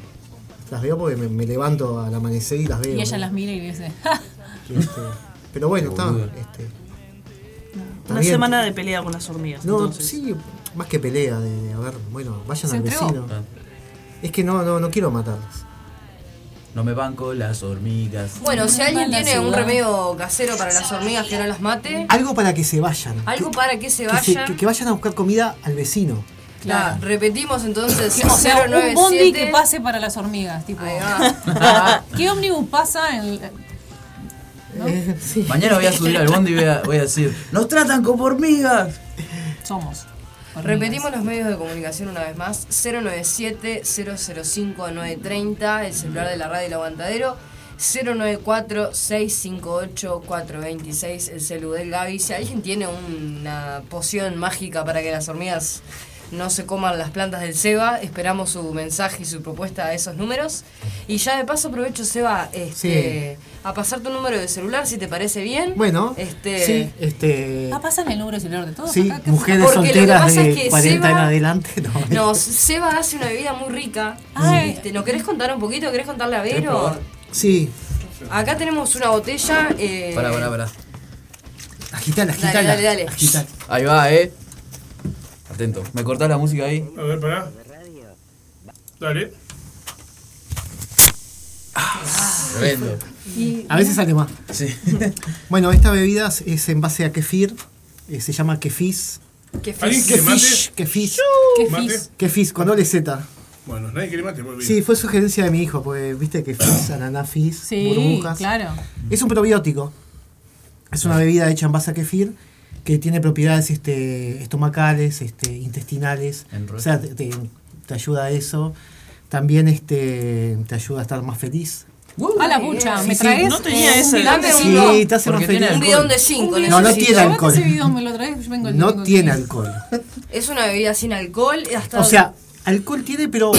S5: Las veo porque me, me levanto al amanecer y las veo.
S6: Y ella
S5: ¿no?
S6: las mira y dice, ¡Ja!
S5: Este, pero bueno, está.
S1: Boluda.
S5: Este, está
S7: Una
S5: bien.
S7: semana de pelea con las hormigas.
S5: No,
S7: entonces.
S5: sí, más que pelea, de, de, a ver, bueno, vayan
S6: Se
S5: al
S6: entregó.
S5: vecino.
S1: Ah.
S5: Es que no, no, no quiero matarlas.
S1: No me banco las hormigas.
S3: Bueno, si alguien
S6: Mala
S3: tiene un
S6: ciudad.
S3: remedio casero para las hormigas que no las mate,
S5: Algo para que se vayan.
S3: algo
S5: que,
S3: para que se
S5: que se-
S3: vayan.
S5: que- que vayan a buscar comida al vecino.
S3: Ta, repetimos entonces
S6: O sea, un bondi
S3: 097.
S6: que pase para las hormigas. Tipo,
S3: Ahí va.
S6: ¿qué ómnibus pasa en.?
S5: Eh, sí.
S1: Mañana voy a subir al bondi y voy a, voy a decir, ¡nos tratan como hormigas!
S6: Somos. hormigas.
S3: Repetimos los medios de comunicación una vez más. 097-005-930, el celular de la radio El Aguantadero. 094-658-426, el celu del Gaby. Si alguien tiene una poción mágica para que las hormigas no se coman las plantas del Seba, esperamos su mensaje y su propuesta a esos números. Y ya de paso aprovecho, Seba, este, a pasar tu número de celular, si te parece bien.
S5: Bueno,
S3: este,
S5: sí, este.
S6: Ah, pasan el número de celular de todos.
S5: Sí,
S6: acá? ¿Qué
S5: mujeres
S3: Porque lo que
S5: solteras
S3: pasa es
S5: de
S3: que
S5: 40 en
S3: Seba-
S5: adelante, no.
S3: No, Seba hace una bebida muy rica.
S6: Ay.
S3: Este, ¿No querés contar un poquito? ¿Querés contarle a Vero?
S5: Sí,
S3: Acá tenemos una botella. Eh,
S1: Pará, pará, pará.
S5: agitala,
S3: Dale,
S5: agitala.
S3: dale, dale.
S5: agitala.
S1: Ahí va, eh. Atento. ¿Me cortás la música ahí?
S4: A ver, pará. Dale.
S1: Tremendo.
S5: A veces sale más.
S1: Sí.
S5: Bueno, esta bebida es en base a kefir, eh, se llama kefis.
S3: Que
S4: ¿Alguien quiere mate?
S5: Kefish, kefis.
S6: fis?
S4: ¿Mate?
S5: Kefis, con doble Z.
S4: Bueno, nadie quiere mate, volví.
S5: Sí, fue sugerencia de mi hijo, pues viste que fizz, ananá fizz,
S6: Sí,
S5: burbujas.
S6: claro.
S5: Es un probiótico. Es una bebida hecha en base a kefir que tiene propiedades este, estomacales, este, intestinales.
S1: En
S5: O sea, te, te- te ayuda a eso. También este, te ayuda a estar más feliz.
S6: A la pucha, me
S7: sí,
S6: traes.
S7: no tenía ese-
S3: Dame
S5: Sí,
S3: uno.
S5: te hace más
S1: Porque tiene
S5: feliz.
S3: Un bidón de 5
S5: No, no
S3: necesito.
S5: tiene alcohol.
S6: Ese bidón me lo traes, yo vengo el
S5: No
S6: domingo.
S5: tiene alcohol.
S3: Es una bebida sin alcohol. y Hasta
S5: O sea, alcohol tiene, pero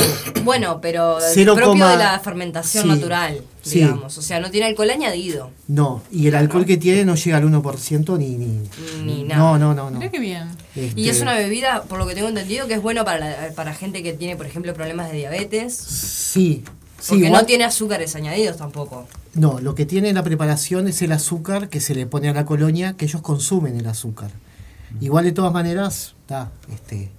S3: Bueno, pero eh,
S5: Cero
S3: propio
S5: coma-
S3: de la fermentación
S5: sí,
S3: natural,
S5: sí.
S3: digamos. O sea, no tiene alcohol añadido.
S5: no. Y el alcohol que tiene no llega al 1% ni, ni,
S3: Ni nada.
S5: No, no, no. no.
S6: Mirá qué bien.
S3: Y
S5: Este,
S3: es una bebida, por lo que tengo entendido, que es bueno para, la- para gente que tiene, por ejemplo, problemas de diabetes.
S5: Sí. Sí,
S3: Porque
S5: igual-
S3: no tiene azúcares añadidos tampoco.
S5: No, lo que tiene la preparación es el azúcar que se le pone a la colonia, que ellos consumen el azúcar. Igual de todas maneras, está, este,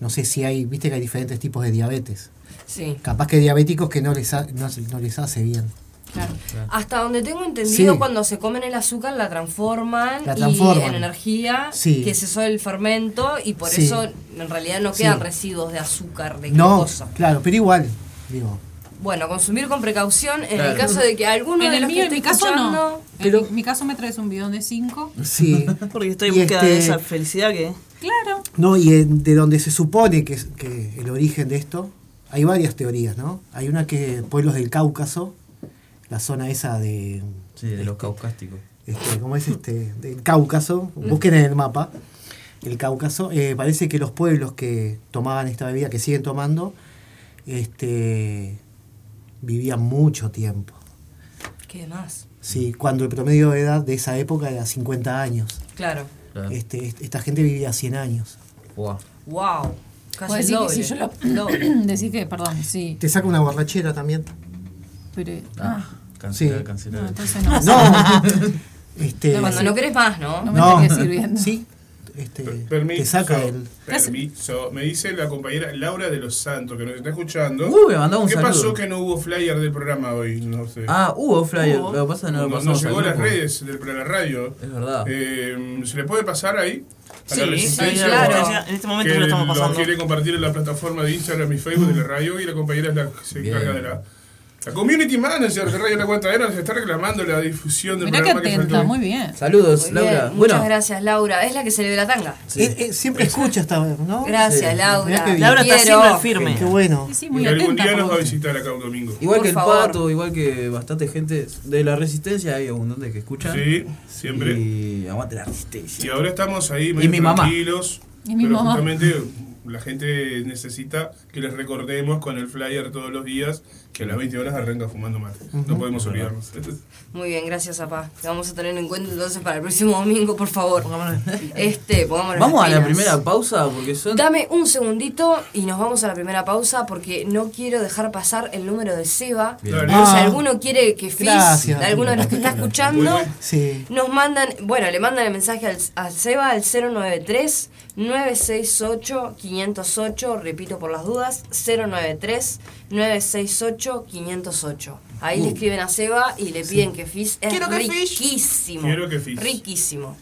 S5: no sé si hay, viste que hay diferentes tipos de diabetes.
S3: Sí.
S5: Capaz que hay diabéticos que no les, ha- no, no les hace bien.
S6: Claro.
S3: Hasta donde tengo entendido,
S5: Sí.
S3: cuando se comen el azúcar, la transforman,
S5: La transforman.
S3: Y en energía,
S5: Sí.
S3: que cesó el fermento, y por
S5: Sí.
S3: eso en realidad no quedan
S5: Sí.
S3: residuos de azúcar, de
S5: No,
S3: glucosa.
S5: claro, pero igual, digo.
S3: Bueno, consumir con precaución en el
S1: Claro.
S3: caso de que alguno
S6: En
S3: de
S6: el
S3: los
S6: mío,
S3: que
S6: en mi
S3: esté
S6: caso no.
S3: escuchando-
S6: En mi- mi caso me traes un bidón de 5.
S5: Sí.
S7: Porque estoy en
S5: Y
S7: búsqueda de
S5: este-
S7: esa felicidad que.
S6: Claro.
S5: No, y en- de donde se supone que, es- que el origen de esto, hay varias teorías, ¿no? Hay una que pueblos del Cáucaso, la zona esa de,
S1: Sí, de los caucásticos.
S5: este, ¿cómo es este? Del Cáucaso, busquen en el mapa el Cáucaso, eh, parece que los pueblos que tomaban esta bebida, que siguen tomando, este, vivían mucho tiempo.
S3: ¿Qué más?
S5: Sí,
S1: Mm.
S5: cuando el promedio de edad de esa época era 50 años.
S3: Claro.
S1: Claro.
S5: Este, est- esta gente vivía 100 años.
S1: Buah.
S3: Wow. Casi
S6: Vos
S3: el
S6: decís que
S3: doble.
S6: si yo lo.
S3: Doble.
S6: decís que, perdón, sí.
S5: Te saca una borrachera también.
S6: Pero.
S1: Ah,
S6: Ah,
S5: Sí.
S1: cancelar,
S6: no,
S1: cancelar.
S6: entonces no.
S5: No. este,
S3: Cuando no querés más,
S6: No
S3: ¿no?
S6: me
S5: no.
S6: tenés que ir viendo.
S5: Sí. Este,
S4: Per-
S5: te saca el.
S4: permiso. Me dice la compañera Laura de los Santos que nos está escuchando.
S1: Uh, me mandó un
S4: ¿Qué
S1: saludo.
S4: pasó que no hubo flyer del programa hoy? No sé.
S1: Ah, hubo flyer.
S7: Hubo.
S1: Lo que pasa es que no
S4: no,
S1: lo
S4: no
S1: pasamos
S4: llegó a
S1: al
S4: las
S1: grupo.
S4: redes del, de la radio.
S1: Es verdad.
S4: Eh, ¿Se le puede pasar ahí? A la
S7: Sí,
S4: resistencia.
S3: sí, claro.
S4: Que
S7: En este momento no lo estamos pasando.
S4: quiere compartir en la plataforma de Instagram y Facebook de la radio y la compañera es la que se
S1: Bien.
S4: encarga de la. La community manager de Radio La Guantadera nos está reclamando la difusión del
S6: Mirá que
S4: programa. que
S6: atenta,
S4: faltó.
S6: muy bien.
S1: Saludos,
S3: Muy
S1: Laura.
S3: bien,
S1: bueno,
S3: Muchas gracias, Laura. Es la que se le ve la tanga.
S5: Eh, eh, siempre escucha esta vez, ¿no?
S3: Gracias,
S1: Sí.
S5: Mirá
S3: Laura.
S5: qué
S3: Te
S5: bien.
S7: Laura está
S3: quiero.
S7: siempre
S5: Qué
S7: firme.
S5: bueno.
S6: Sí, sí,
S4: Y
S6: muy
S4: algún
S6: atenta.
S4: día nos va a
S6: por-
S4: visitar acá un domingo.
S1: igual
S3: Por
S1: que el
S3: favor.
S1: pato, igual que bastante gente de la resistencia, hay abundante que escuchan.
S4: Sí, siempre.
S1: Y aguante la resistencia.
S4: Y ahora estamos ahí
S1: Y
S4: medio
S1: mi mamá.
S4: tranquilos.
S6: Y mi
S4: pero
S6: mamá.
S4: justamente la gente necesita que les recordemos con el flyer todos los días que a las 20 horas arranca fumando mate. No podemos olvidarnos.
S3: Muy bien, gracias, papá. Te vamos a tener en cuenta entonces para el próximo domingo, por favor. Este, pongámonos
S1: Vamos
S3: las
S1: a la
S3: pilas.
S1: primera pausa porque son.
S3: Dame un segundito y nos vamos a la primera pausa porque no quiero dejar pasar el número de Seba.
S1: Bien.
S4: Dale.
S3: Por si
S5: Ah.
S3: alguno quiere que Fizz,
S5: Gracias.
S3: alguno de los que está escuchando,
S5: Sí.
S3: Nos mandan, bueno, le mandan el mensaje al, a Seba al 093 968 508, repito por las dudas, 093 968 508. Ahí le escriben a Seba y le piden que Fizz es
S7: Quiero que Fizz.
S3: riquísimo.
S4: Quiero que Fizz.
S3: Riquísimo.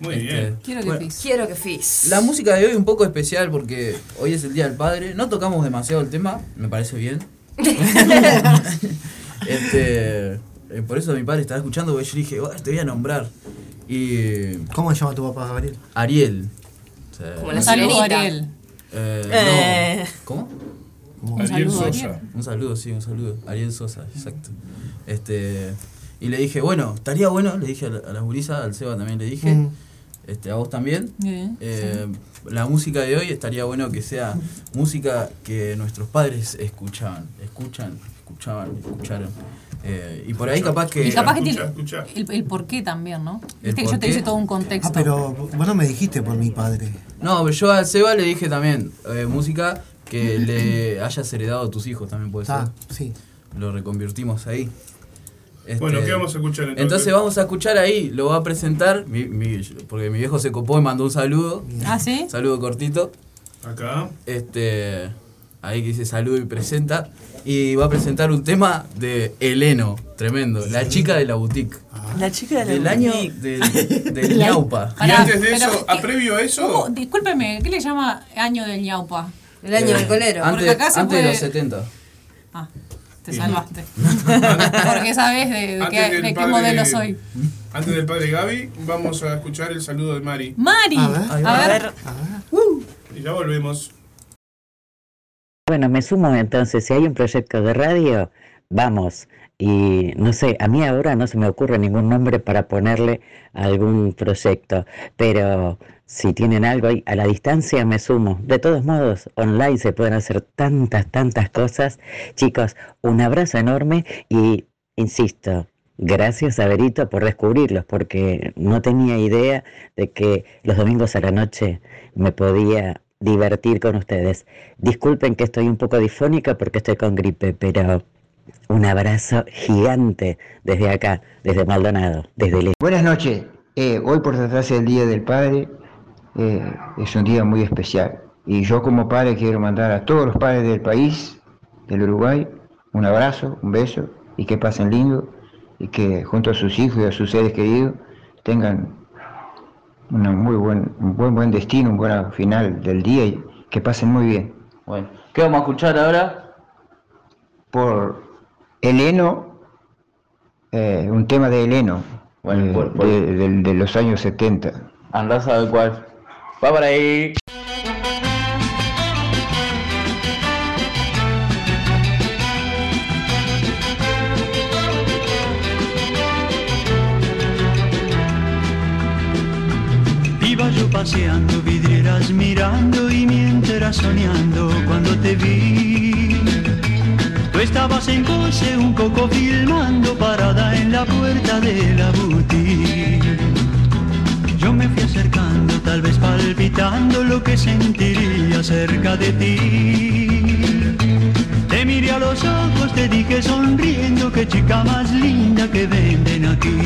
S4: Muy
S1: Este,
S4: bien.
S6: Quiero que
S1: bueno,
S6: pise.
S3: Quiero que Fizz.
S1: La música de hoy un poco especial porque hoy es el Día del Padre. No tocamos demasiado el tema, me parece bien. este, eh, por eso mi padre estaba escuchando porque yo dije, "Buah, te voy a nombrar. Y
S5: ¿Cómo se llama tu papá, Gabriel?
S1: Ariel. O sea,
S3: Como
S1: no
S3: la
S6: Un
S1: sé,
S6: saludo,
S3: sirenita.
S6: Ariel.
S1: eh, no.
S7: Eh.
S1: ¿Cómo?
S6: Un
S4: Ariel
S6: saludo,
S4: Sosa.
S6: Ariel.
S1: Un saludo, sí, un saludo. Ariel Sosa, exacto. Este, y le dije, bueno, estaría bueno, le dije a la, a la gurisa, al Seba también le dije,
S5: Mm.
S1: este, a vos también,
S6: Bien,
S1: Eh, La música de hoy estaría bueno que sea música que nuestros padres escuchaban, escuchan, escuchaban, escucharon. Eh, y por ahí capaz que...
S6: Y capaz que tiene-
S4: Escucha, escucha.
S6: El, el por qué también, ¿no?
S1: El
S6: Viste que
S1: por
S6: yo te
S1: qué.
S6: hice todo un contexto.
S5: Ah, pero vos no me dijiste por mi padre.
S1: No, pero yo a Seba le dije también eh, música que le hayas heredado a tus hijos, también puede ser.
S5: Ah, sí.
S1: Lo reconvertimos ahí. Este,
S4: Bueno, ¿qué vamos a escuchar entonces?
S1: Entonces vamos a escuchar ahí, lo va a presentar, mi- mi- porque mi viejo se copó y mandó un saludo,
S6: Ah, sí.
S1: saludo cortito.
S4: Acá.
S1: este ahí que dice saludo y presenta y va a presentar un tema de Eleno, tremendo, la chica de la boutique
S7: La chica de la
S1: del año
S7: boutique.
S1: del, del ñaupa.
S4: y
S6: Pará,
S4: antes de
S6: pero-
S4: eso, a previo a este- eso,
S6: ¿Cómo? Oh, Discúlpeme, ¿qué le llama año del ñaupa?
S3: El año del colero.
S1: Eh, Antes,
S6: acá se
S1: antes de
S6: puede-
S1: los 70.
S6: Ah, te salvaste. Porque sabes de, de
S4: antes
S6: qué,
S4: del
S6: de qué
S4: padre-
S6: modelo soy.
S4: Eh, Antes del padre Gaby, vamos a escuchar el saludo de Mari.
S6: Mari,
S5: A ver.
S6: a ver,
S7: A ver,
S4: Y ya volvemos.
S8: Bueno, me sumo entonces, si hay un proyecto de radio, Vamos, y no sé, a mí ahora no se me ocurre ningún nombre para ponerle a algún proyecto, pero si tienen algo ahí, a la distancia me sumo. De todos modos, online se pueden hacer tantas, tantas cosas. Chicos, un abrazo enorme y, insisto, gracias a Berito por descubrirlos, porque no tenía idea de que los domingos a la noche me podía divertir con ustedes. Disculpen que estoy un poco difónica porque estoy con gripe, pero... Un abrazo gigante desde acá, desde Maldonado, desde el
S9: Buenas noches. Eh, hoy por tratarse del Día del Padre eh, es un día muy especial. Y yo como padre quiero mandar a todos los padres del país, del Uruguay, un abrazo, un beso y que pasen lindo y que junto a sus hijos y a sus seres queridos tengan una muy buen, un buen, buen destino, un buen final del día y que pasen muy bien.
S10: Bueno, ¿qué vamos a escuchar ahora?
S9: Por Heleno, eh, un tema de Heleno, eh,
S10: por- por-
S9: de- del- de los años 70.
S10: Andás a ver cuál. Va para ahí.
S11: Iba yo paseando vidrieras mirando y mientras soñando cuando te vi. Tú estabas en coche un poco filmando parada en la puerta de la boutique. Yo me fui acercando, tal vez palpitando lo que sentiría cerca de ti. Te miré a los ojos, te dije sonriendo que chica más linda que venden aquí.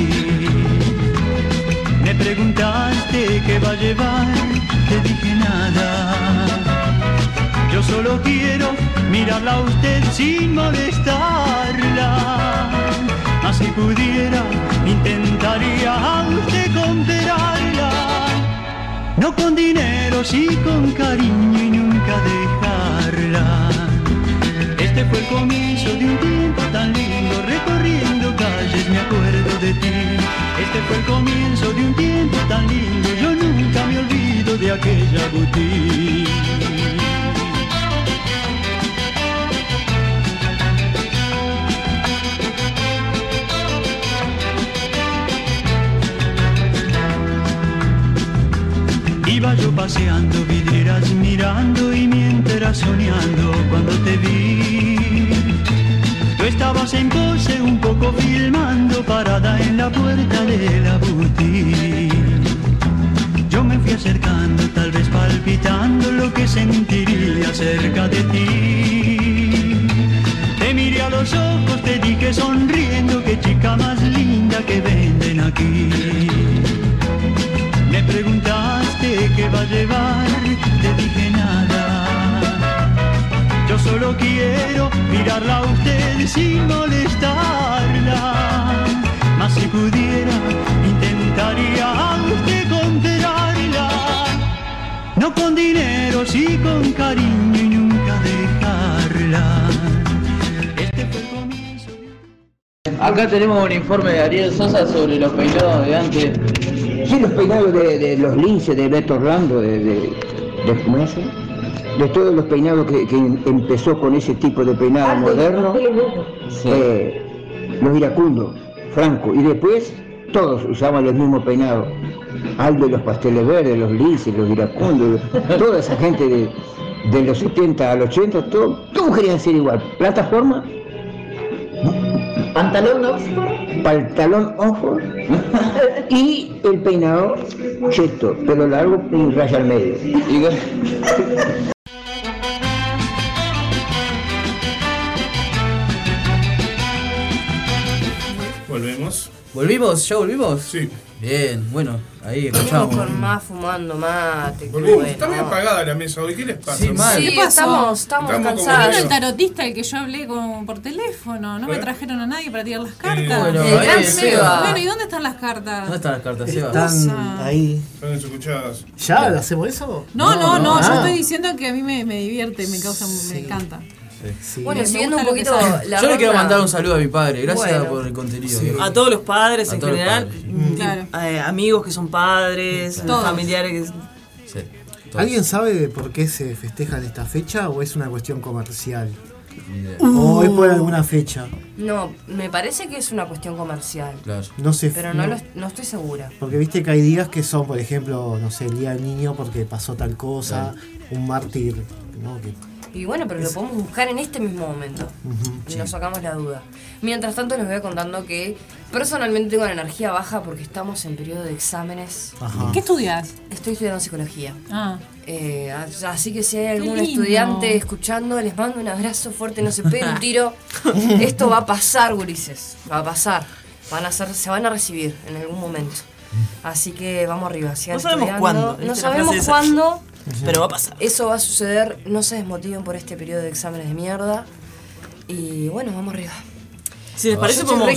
S11: Me preguntaste qué va a llevar, te dije nada. Yo solo quiero mirarla a usted sin molestarla. Así pudiera, intentaría a usted comprarla. No con dinero, sí con cariño y nunca dejarla. Este fue el comienzo de un tiempo tan lindo, recorriendo calles me acuerdo de ti. Este fue el comienzo de un tiempo tan lindo, yo nunca me olvido de aquella boutique. Iba yo paseando vidrieras mirando y mientras soñando cuando te vi. Tú estabas en pose un poco filmando parada en la puerta de la boutique. Yo me fui acercando tal vez palpitando lo que sentiría cerca de ti. Te miré a los ojos, te dije sonriendo que chica más linda que venden aquí. Me preguntaste qué va a llevar, te dije nada. Yo solo quiero mirarla a usted sin molestarla. Mas si pudiera, intentaría a usted comprarla. No con dinero, sí con cariño y nunca dejarla. Este fue el comienzo.
S10: Acá tenemos un informe de Ariel Sosa sobre los peinados de antes.
S9: Sí, los peinados de, de los linces de Beto Orlando, de, de, de- ¿cómo es? De todos los peinados que, que empezó con ese tipo de peinado moderno, eh, los iracundos, Franco, y después todos usaban los mismos peinados. Aldo de los pasteles verdes, los linces, los iracundos, los- toda esa gente de, de los 70 al 80, todo- todos querían ser igual. Plataforma, pantalón Oxford, pantalón Oxford y el peinado cheto, pelo largo y raya al medio.
S4: Volvemos.
S1: ¿Volvimos? ¿Ya volvimos?
S4: Sí.
S1: Bien, bueno, ahí
S3: Venimos
S1: escuchamos.
S3: con más fumando mate. qué
S4: Volvemos.
S3: bueno.
S4: Está bien apagada la mesa hoy. ¿Qué les pasa?
S1: Sí, mal.
S3: Sí,
S6: ¿Qué pasó?
S3: estamos,
S4: Estamos
S3: estamos,
S4: como
S6: Vino
S3: cansados.
S4: Claro.
S6: el tarotista el que yo hablé con, por teléfono. No me
S4: ¿Eh?
S6: trajeron a nadie para tirar las
S1: Eh, bueno,
S6: cartas.
S1: El ahí, gran
S6: Bueno,
S1: Seba.
S6: ¿y dónde están las cartas?
S1: ¿Dónde están las cartas, Seba?
S5: Están
S6: cosa.
S5: ahí.
S4: Están desocuchadas.
S5: ¿Ya hacemos eso?
S6: No, no, no, yo
S5: Ah.
S6: estoy diciendo que a mí me, me divierte, me causa, me encanta.
S5: Sí.
S3: Bueno,
S6: Me
S3: siguiendo un
S6: gusta lo que
S3: poquito
S6: sabe.
S3: la
S1: Yo le quiero
S3: ronda.
S1: mandar un saludo a mi padre, gracias
S3: Bueno.
S1: por el contenido.
S2: A
S6: Ah,
S1: viejo.
S2: todos los padres
S1: A
S2: en
S1: todos los
S2: general,
S1: padres.
S2: mm,
S6: Claro.
S7: Eh, amigos que son padres,
S6: Todos.
S7: familiares que
S1: Sí, todos.
S5: ¿Alguien sabe de por qué se festejan esta fecha o es una cuestión comercial?
S1: Ni idea.
S5: O es por alguna fecha.
S3: No, me parece que es una cuestión comercial.
S1: Claro.
S5: No sé.
S3: Pero no,
S5: no-
S3: lo- no estoy segura.
S5: Porque viste que hay días que son, por ejemplo, no sé, el día del niño porque pasó tal cosa, un mártir, ¿no? Que-
S3: Y bueno, pero lo podemos buscar en este mismo momento.
S5: Ujú,
S3: Y nos sacamos la duda. Mientras tanto, les voy contando que personalmente tengo la energía baja porque estamos en periodo de exámenes.
S5: Ajá.
S6: ¿Qué estudias?
S3: Estoy estudiando psicología.
S6: Ah.
S3: Eh, as- así que si hay
S6: Qué
S3: algún
S6: lindo.
S3: estudiante escuchando, les mando un abrazo fuerte, no se peguen un tiro. Esto va a pasar, gurises. Va a pasar. Van a ser, se van a recibir en algún momento. Así que vamos arriba. sigan
S7: No sabemos
S3: estudiando.
S7: cuándo, ¿viste?
S3: No
S7: La
S3: sabemos
S7: frase esa.
S3: cuándo.
S7: Pero va a pasar.
S3: Eso va a suceder. No se desmotiven por este periodo de exámenes de mierda. Y bueno, vamos arriba.
S7: Si
S1: Ah.
S7: les
S3: Yo
S7: parece,
S3: estoy
S7: podemos
S3: re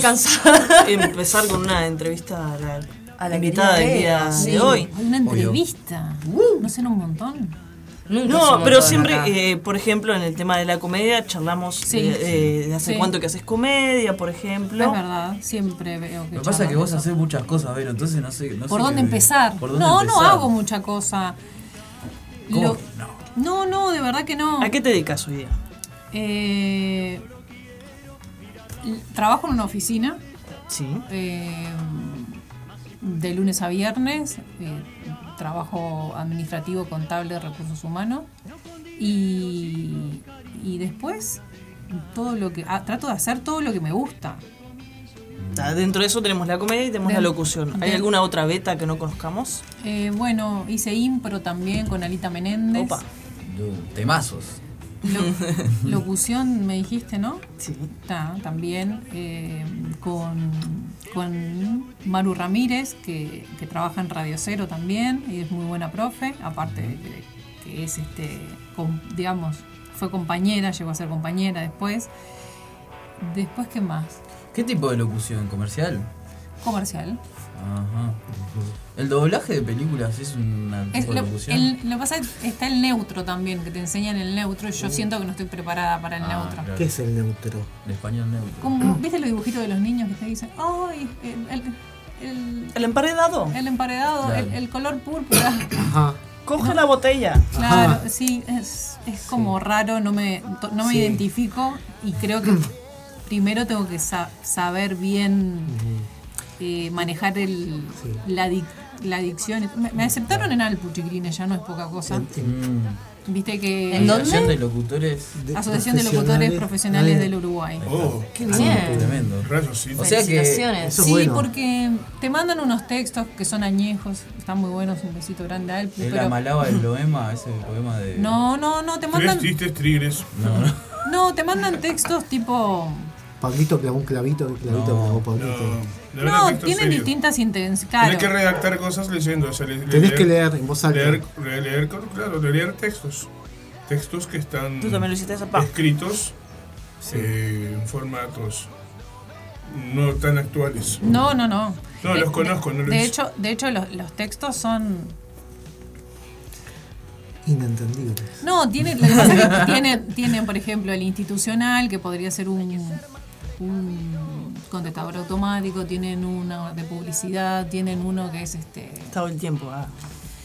S3: cansada.
S7: empezar con una entrevista a la,
S3: A la
S7: invitada del
S3: querida
S7: día
S3: Bea, sí.
S7: de hoy.
S6: Una
S7: Obvio.
S6: entrevista.
S1: Uh.
S6: ¿No será un montón?
S7: No, pero siempre, eh, por ejemplo, en el tema de la comedia, charlamos
S6: Sí.
S7: de, eh, de hace
S6: Sí.
S7: cuánto que haces comedia, por ejemplo.
S6: Es verdad, siempre veo que.
S1: Lo que pasa es que vos
S6: charlan
S1: haces muchas cosas, pero entonces no sé. No
S6: ¿Por
S1: sé
S6: dónde
S1: qué-
S6: empezar?
S1: ¿Por dónde
S6: no, no
S1: empezar?
S6: hago mucha cosa.
S1: ¿Cómo?
S6: Lo- No, no, de verdad que no.
S7: ¿A qué te dedicas hoy día?
S6: Eh, l- trabajo en una oficina.
S7: Sí.
S6: eh, de lunes a viernes. eh, trabajo administrativo, contable, recursos humanos. Y, y después, todo lo que. ah, trato de hacer todo lo que me gusta.
S7: O sea, Ah, dentro de eso tenemos la comedia y tenemos
S6: Bien.
S7: la locución. ¿Hay
S6: Bien.
S7: alguna otra beta que no conozcamos?
S6: Eh, bueno, hice impro también con Alita Menéndez.
S7: Opa.
S1: Temazos.
S6: Lo- locución me dijiste, ¿no?
S7: Sí.
S6: Ta, también eh, con, con Maru Ramírez, que, que trabaja en Radio Cero también, y es muy buena profe, aparte de que, que es, este, com- digamos, fue compañera, llegó a ser compañera después. Después, ¿qué más?
S1: ¿Qué tipo de locución? ¿Comercial?
S6: Comercial.
S1: Ajá. El doblaje de películas es una
S6: Es
S1: tipo de
S6: lo,
S1: locución.
S6: el- lo que pasa es que está el neutro también, que te enseñan el neutro, y yo siento que no estoy preparada para el
S1: Ah,
S6: neutro.
S1: claro.
S5: ¿Qué es el neutro?
S1: El español neutro.
S6: Como, ¿Viste los dibujitos de los niños que te dicen, ¡ay! El, el- el-
S7: ¿El emparedado?
S6: el emparedado,
S1: Claro.
S6: el, el color púrpura.
S5: Ajá.
S7: Coge la botella.
S6: Claro, sí, es, es como raro, no me, to- no me
S5: Sí.
S6: identifico y creo que primero tengo que sa- saber bien eh, manejar el, la, adic- la adicción. Me, me aceptaron en Alpu, chiquilines, ya no es poca cosa.
S1: Mm.
S6: Viste que...
S1: Asociación de locutores.
S6: Asociación de Locutores Profesionales del Uruguay.
S1: Oh,
S6: Qué
S1: ah,
S6: bien.
S1: Tremendo. O sea que.
S6: sí, porque te mandan unos textos que son añejos, están muy buenos, un besito grande a Alpu.
S1: Es
S6: pero-
S1: la malaba del poema, ese poema de.
S4: Eh,
S6: No, no, no, te
S4: Tres
S6: mandan,
S4: tristes tigres.
S1: No, no.
S6: no, te mandan textos tipo...
S5: Pablito clavó un clavito, el clavito
S1: No,
S5: clavó Pablito.
S4: De verdad que
S6: No,
S4: esto es
S6: tienen
S4: serio.
S6: distintas
S4: Tenés
S6: intensidades.
S4: que redactar cosas leyendo. o sea, le-
S5: Tenés que leer en voz alta.
S4: Leer, re- leer, con- claro, leer textos. Textos que están
S7: Tú también lo hiciste esa pa.
S4: escritos eh, en formatos no tan actuales.
S6: No, no, no.
S4: No,
S6: De-
S4: los conozco, no los
S6: De
S4: hice.
S6: hecho, de hecho los, los textos son...
S5: Inentendible.
S6: No, tienen, lo que pasa es que tienen, tienen, por ejemplo, el institucional, que podría ser un, un contestador automático, tienen uno de publicidad, tienen uno que es este...
S7: Todo el tiempo. Ah.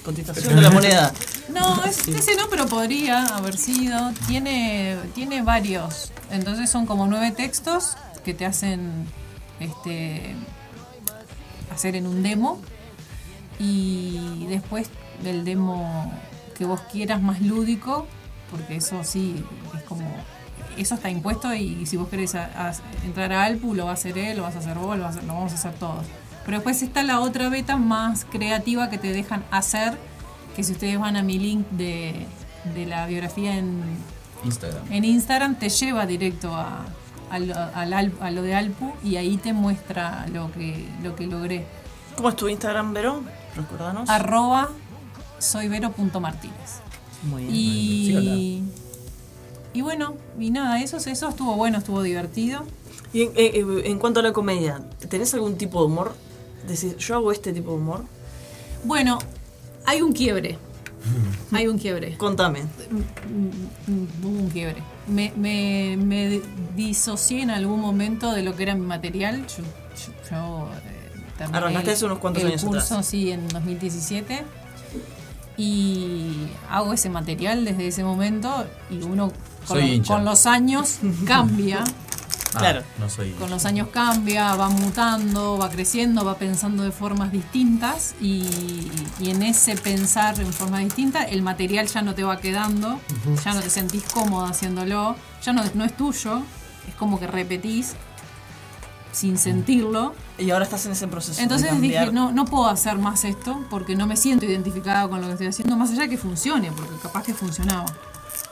S7: Contestación de la moneda.
S6: No, es- ese no, pero podría haber sido. Tiene, tiene varios. Entonces son como nueve textos que te hacen este, hacer en un demo. Y después del demo que vos quieras más lúdico, porque eso sí, es como... Eso está impuesto y si vos querés a- a- entrar a Alpu, lo va a hacer él, lo vas a hacer vos, lo, va a hacer- lo vamos a hacer todos. Pero después está la otra beta más creativa que te dejan hacer que si ustedes van a mi link de, de la biografía en,
S1: Instagram.
S6: en Instagram, te lleva directo a, a lo, al Al- a lo de Alpu y ahí te muestra lo que, lo que logré.
S7: ¿Cómo es tu Instagram, Vero? Recordanos.
S6: Arroba soyvero.martínez.
S7: Muy bien.
S6: Y, y bueno, y nada, eso, eso estuvo bueno, estuvo divertido.
S7: Y en, eh, eh, en cuanto a la comedia, ¿tenés algún tipo de humor? Decís, yo hago este tipo de humor.
S6: Bueno, hay un quiebre. Hay un quiebre.
S7: Eh, Contame.
S6: Mm, mm, hubo un quiebre. Me, me, me disocié en algún momento de lo que era mi material. Yo, yo- yo, eh, terminé
S7: Arrancaste
S6: el-
S7: hace unos cuantos
S6: el
S7: años
S6: curso,
S7: atrás.
S6: sí, en 2017. y hago ese material desde ese momento y uno con,
S1: Soy hincha.
S6: con los años cambia.
S1: Ah, No soy.
S6: Con los años cambia, va mutando, va creciendo, va pensando de formas distintas y, y en ese pensar en formas distintas el material ya no te va quedando,
S12: Ujú.
S6: ya no te sentís cómodo haciéndolo, ya no, no es tuyo, es como que repetís sin sentirlo.
S7: Y ahora estás en ese proceso. de
S6: Entonces
S7: cambiar.
S6: dije, no, no puedo hacer más esto porque no me siento identificada con lo que estoy haciendo, más allá de que funcione, porque capaz que funcionaba.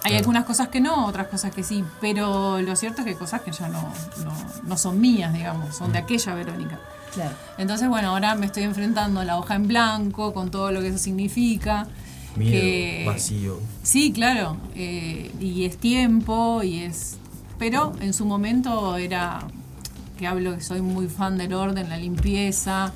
S6: Hay
S12: Claro.
S6: algunas cosas que no, otras cosas que sí, pero lo cierto es que hay cosas que ya no, no, no son mías, digamos, son de aquella Verónica.
S7: Claro.
S6: Entonces, bueno, ahora me estoy enfrentando a la hoja en blanco, con todo lo que eso significa.
S1: Miedo,
S6: que-
S1: vacío.
S6: Sí, claro. eh, y es tiempo, y es. Pero en su momento era que hablo que soy muy fan del orden, la limpieza,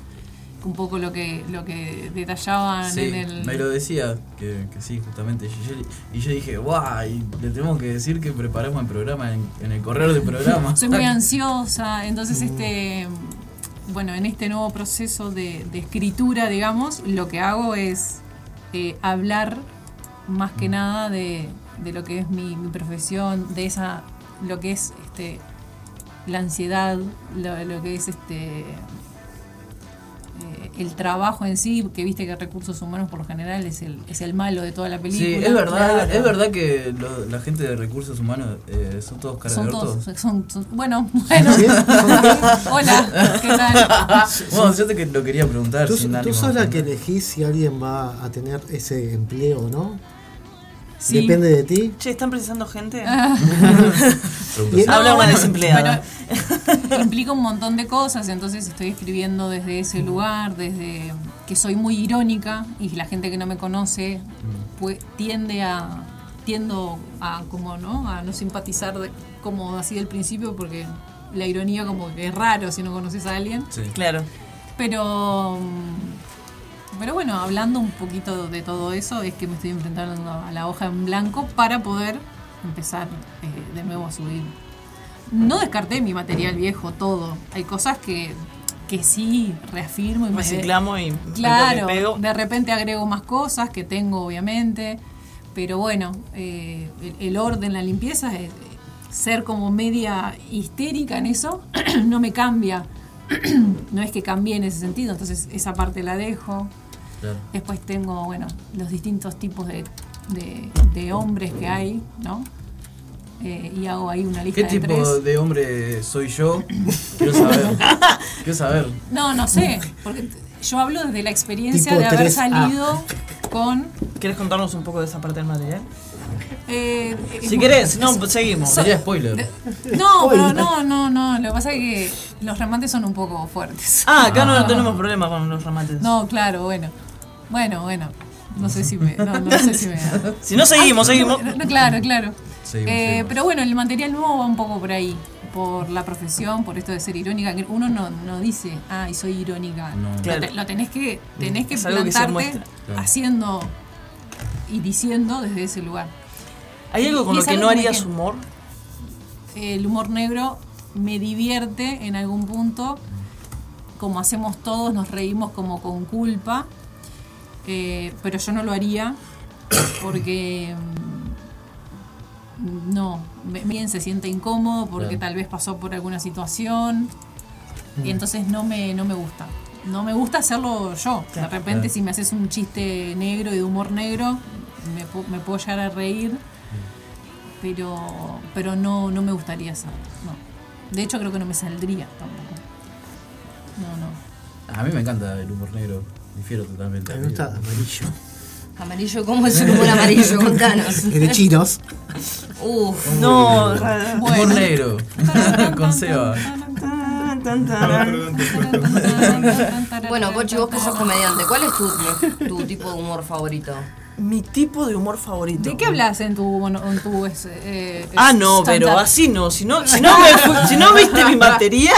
S6: un poco lo que, lo que detallaban
S1: Sí,
S6: en el.
S1: me lo decía que, que sí, justamente. Y yo, y yo dije, guau, y le tenemos que decir que preparamos el programa en, en el correo del programa.
S6: Soy muy ansiosa, entonces este bueno, en este nuevo proceso de, de escritura, digamos, lo que hago es eh, hablar más
S1: Mm.
S6: que nada de, de lo que es mi, mi profesión, de esa lo que es este la ansiedad, lo, lo que es este eh, el trabajo en sí, que viste que recursos humanos por lo general es el, es el malo de toda la
S1: Sí,
S6: película.
S1: es verdad,
S6: Claro.
S1: es verdad que lo- la gente de recursos humanos eh, son todos caras
S6: Son
S1: de orto.
S6: todos, son, son- bueno, bueno. Hola, ¿qué tal?
S1: bueno, yo te que- lo quería preguntar.
S5: ¿Tú,
S1: sin
S5: tú
S1: ánimo.
S5: sos la que elegís si alguien va a tener ese empleo o no?
S7: Sí.
S5: ¿Depende de ti?
S7: Che, ¿están precisando gente?
S5: Y-
S7: Habla una
S6: bueno,
S7: desempleada.
S6: bueno, Ah, implica un montón de cosas, entonces estoy escribiendo desde ese lugar, desde que soy muy irónica y la gente que no me conoce pues, tiende a tiendo a como no a no simpatizar de- como así del principio porque la ironía como que es raro si no conoces a alguien.
S7: Claro.
S6: Pero. mm, Pero bueno, hablando un poquito de todo eso, es que me estoy enfrentando a la hoja en blanco para poder empezar eh, de nuevo a subir. No descarté mi material viejo, todo. Hay cosas que, que sí reafirmo y me-
S7: Reciclamos y
S6: Claro,
S7: le pego.
S6: de repente agrego más cosas que tengo, obviamente. Pero bueno, eh, el, el orden, la limpieza, es- eh, ser como media histérica en eso, no me cambia. no es que cambie en ese sentido, entonces esa parte la dejo.
S1: Claro.
S6: Después tengo, bueno, los distintos tipos de, de- de hombres que hay, ¿no? Eh, y hago ahí una
S1: ¿Qué
S6: lista de
S1: tipo
S6: tres.
S1: de hombre soy yo? Quiero saber. Quiero saber.
S6: No, no sé, porque t- yo hablo desde la experiencia
S1: Tipo
S6: de haber
S1: 3A.
S6: salido con
S7: ¿Quieres contarnos un poco de esa parte del material?
S6: Eh,
S7: Si
S6: eh,
S7: querés, no, pues seguimos.
S6: So- Sería
S1: spoiler.
S6: No, pero no, no, no. Lo que pasa es que los remates son un poco fuertes.
S7: Ah, acá no, no tenemos problema con los remates.
S6: No, claro, bueno. Bueno, bueno. No sé si me. No, no sé si me.
S7: Si no, seguimos,
S6: Ay,
S7: seguimos.
S6: no, claro, claro.
S7: Seguimos,
S6: Eh,
S7: seguimos.
S6: Pero bueno, el material nuevo va un poco por ahí. Por la profesión, por esto de ser irónica. que Uno no, no dice, ay, soy irónica.
S7: No.
S6: Lo
S7: Claro.
S6: te- Lo tenés que, tenés que
S7: Es algo que se
S6: plantarte
S7: muestra. Claro.
S6: haciendo y diciendo desde ese lugar.
S7: ¿Hay algo con
S6: Y
S7: lo
S6: es
S7: que
S6: algo
S7: no
S6: me
S7: harías
S6: queda.
S7: humor?
S6: el humor negro me divierte en algún punto, como hacemos todos, nos reímos como con culpa, eh, pero yo no lo haría porque mm, no, me- bien se siente incómodo porque
S12: Claro.
S6: tal vez pasó por alguna situación y
S12: Mm.
S6: entonces no me, no me gusta. No me gusta hacerlo yo. De
S12: Claro.
S6: repente
S12: Claro.
S6: si me haces un chiste negro y de humor negro, me, pu- me puedo llegar a reír
S7: Mm.
S6: pero pero no, no me gustaría hacerlo. No. De hecho creo que no me saldría tampoco. No, no.
S1: A mí me encanta el humor negro. Difiero totalmente.
S5: Me gusta amarillo.
S3: Amarillo, ¿cómo es un humor amarillo? Contanos.
S5: El de chinos.
S3: Uf,
S7: No,
S1: Humor negro. Con Seba.
S3: Bueno, Pochi, vos que sos comediante, ¿cuál es tu, tu tipo de humor favorito?
S7: Mi tipo de humor favorito.
S6: ¿De qué hablas en tu, bueno, en tu eh,
S7: Ah, no,
S6: stand-up?
S7: pero así no. Si no, si no, me fu- si no viste mi material,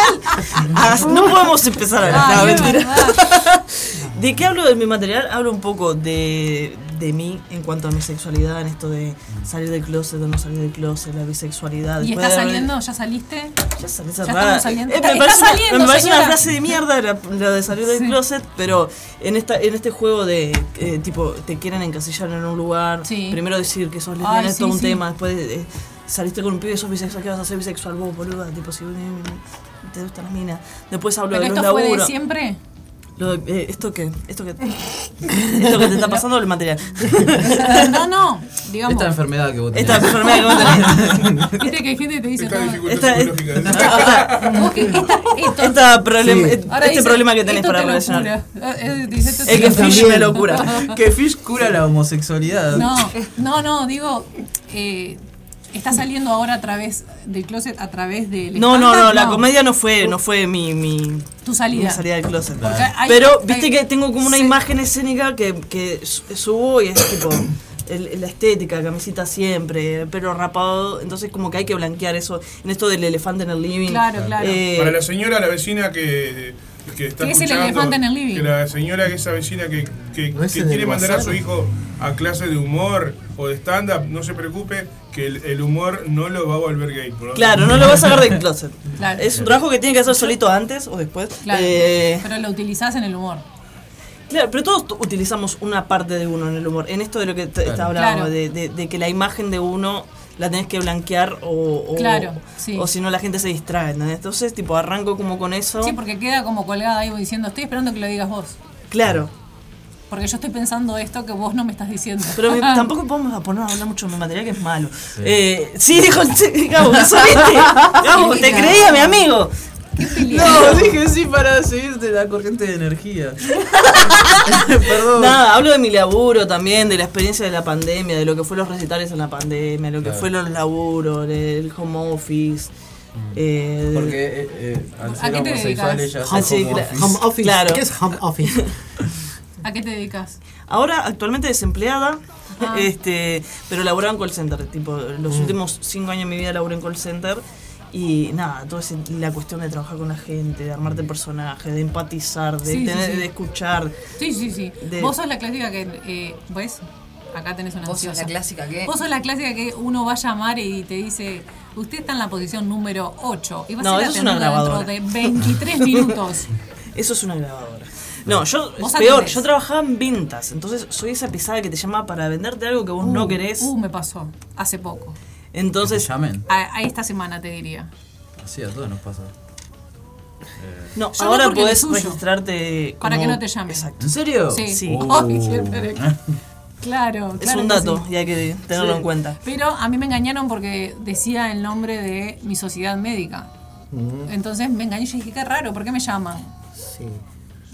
S7: as- ah, no podemos empezar a
S6: Ay,
S7: hablar.
S6: es
S7: No, mentira.
S6: verdad.
S7: ¿De qué hablo de mi material? Hablo un poco de, de mí en cuanto a mi sexualidad, en esto de salir del closet o no salir del closet, la bisexualidad.
S6: ¿Y
S7: Después
S6: está
S7: de haber-
S6: saliendo? ¿Ya saliste?
S7: Ya salí,
S6: Ya
S7: rara.
S6: estamos saliendo.
S7: Eh,
S6: Está-
S7: me
S6: está
S7: parece, una-
S6: saliendo,
S7: me parece una
S6: señora.
S7: frase de mierda la, la de salir del closet, pero en esta en este juego de eh, tipo te quieren encasillar en un lugar, primero decir que sos lesbiana
S6: Ay,
S7: es
S6: sí,
S7: todo un
S6: sí.
S7: tema, después eh, saliste con un pibe y sos bisexual, ¿qué vas a ser bisexual vos, boluda? Tipo si eh, te gustan las minas. Después hablo
S6: ¿Pero
S7: de los
S6: esto fue de
S7: laburos.
S6: siempre?
S7: Lo de- eh, esto que esto que esto que te está pasando el material.
S6: No, no, digamos.
S1: Esta enfermedad que vos tenés.
S7: Esta enfermedad que vos
S6: Viste que hay gente que te dice no,
S7: Esta, esta- esta problema-
S6: Sí.
S7: eh,
S6: Ahora
S7: este
S6: dice,
S7: problema que tenés
S6: esto
S7: para
S6: te lo
S7: relacionar.
S6: cura. Eh, eh, te dice, esto te
S7: El que
S6: lo
S7: Fish
S6: cura.
S7: me lo cura.
S1: Que Fish cura la homosexualidad.
S6: No, no, no, digo, eh, está saliendo ahora a través del closet, a través del...
S7: No, no,
S6: estándar,
S7: no, la comedia no fue, no fue mi, mi,
S6: Tu salida.
S7: mi salida del closet.
S6: Porque hay-
S7: Pero
S6: hay-
S7: viste que tengo como una
S6: Sí.
S7: imagen escénica que, que su- subo y es tipo el- la estética, camisita siempre, pelo rapado. Entonces, como que hay que blanquear eso en esto del elefante en el living.
S6: Claro, claro.
S7: Eh,
S4: Para la señora, la vecina que, que está
S6: Que es el
S4: escuchando,
S6: elefante en el living.
S4: Que la señora, que esa vecina que, que-
S5: ¿No es
S4: que
S5: el del
S4: quiere mandar a
S5: WhatsApp?
S4: su hijo a clase de humor o de stand-up, no se preocupe que el, el humor no lo va a volver gay. por-
S7: Claro, no lo vas a sacar del closet.
S6: Claro.
S7: Es un trabajo que tiene que hacer solito antes o después.
S6: Claro,
S7: Eh,
S6: pero lo utilizás en el humor.
S7: Claro, pero todos tu- utilizamos una parte de uno en el humor. En esto de lo que te,
S6: Claro.
S7: te hablaba,
S6: Claro.
S7: de, de- de que la imagen de uno la tenés que blanquear o, o-
S6: Claro, sí.
S7: o si no la gente se distrae. ¿entendés? Entonces, tipo, arranco como con eso.
S6: Sí, porque queda como colgada ahí diciendo, estoy esperando que lo digas vos.
S7: Claro.
S6: Porque yo estoy pensando esto que vos no me estás diciendo.
S7: Pero mi- tampoco podemos a poner a hablar mucho de mi material que es malo. Eh, Sí, dijo sí, Gabo, ¿lo supiste? Gabo, te creía, mi amigo.
S1: No, dije sí para seguirte la corriente de energía. Perdón.
S7: Nada, hablo de mi laburo también, de la experiencia de la pandemia, de lo que fue los recitales en la pandemia, lo que
S1: Claro.
S7: fue los laburos, el home office. eh,
S1: Mm. Porque eh, eh, al ser homosexuales ya
S7: Ah, sí,
S1: hacen home
S7: cla-
S1: office.
S7: home office. Claro.
S5: ¿Qué es home office?
S6: ¿A qué te dedicas?
S7: Ahora actualmente desempleada,
S6: Ah.
S7: este, pero laburaba en call center. Tipo, los
S5: Mm.
S7: últimos cinco años de mi vida laburé en call center. Y nada, toda ese- la cuestión de trabajar con la gente, de
S1: Mm.
S7: armarte personajes, de empatizar, de,
S6: Sí, sí,
S7: tener,
S6: sí.
S7: de escuchar.
S6: Sí, sí, sí.
S7: De-
S6: Vos sos la clásica que, eh, ¿ves? Acá tenés una
S3: Vos sos
S6: ansiosa.
S3: la clásica que-
S6: Vos sos la clásica que uno va a llamar y te dice, usted está en la posición número 8 y va
S7: No,
S6: a ser
S7: eso es una
S6: atendida dentro
S7: grabadora.
S6: de 23 minutos.
S7: Eso es una grabadora. No, yo,
S6: Vos
S7: peor,
S6: atendés.
S7: yo trabajaba en ventas, entonces soy esa pisada que te llama para venderte algo que vos no
S6: Uh,
S7: querés.
S6: Uh, me pasó, hace poco.
S7: Entonces,
S1: Llamen.
S6: A, a esta semana te diría.
S1: Sí, a todos nos pasa.
S7: no,
S6: Yo no
S7: ahora
S6: porque
S7: podés
S6: le suyo.
S7: registrarte.
S6: Para
S7: como-
S6: que no te llamen.
S7: Exacto.
S1: ¿En serio? Oh.
S6: Sí.
S7: Sí. Oh.
S6: Ay, siempre. Claro, claro.
S7: Es un
S6: que
S7: dato
S6: sí.
S7: y hay que tenerlo
S6: Sí.
S7: en cuenta.
S6: Pero a mí me engañaron porque decía el nombre de mi sociedad médica.
S7: Mm.
S6: Entonces me engañé y yo dije, qué raro, ¿por qué me llaman?
S5: Sí.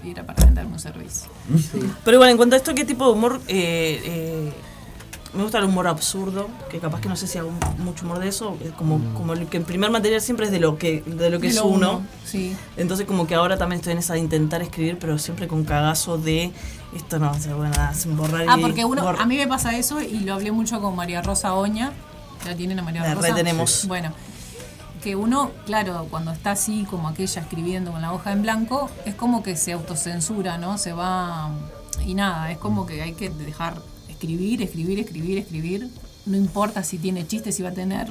S6: Y era para venderme un servicio.
S7: Pero bueno, en cuanto a esto, ¿qué tipo de humor? Eh, eh, me gusta el humor absurdo, que capaz que no sé si hago mucho humor de eso, eh, como, como el que el primer material siempre es de lo que, de lo que
S6: Mm. De
S7: es
S6: lo
S7: uno.
S6: Sí.
S7: Entonces como que ahora también estoy en esa de intentar escribir, pero siempre con cagazo de esto no, se bueno, nada, sin borrar
S6: Ah,
S7: y
S6: porque uno,
S7: bor-
S6: a mí me pasa eso y lo hablé mucho con María Rosa Oña. ¿La tienen a María
S7: La
S6: Rosa?
S7: retenemos.
S6: Bueno, que uno, claro, cuando está así como aquella escribiendo con la hoja en blanco, es como que se autocensura, ¿no? Se va... Y nada, es como que hay que dejar escribir, escribir, escribir, escribir. No importa si tiene chistes, si va a tener...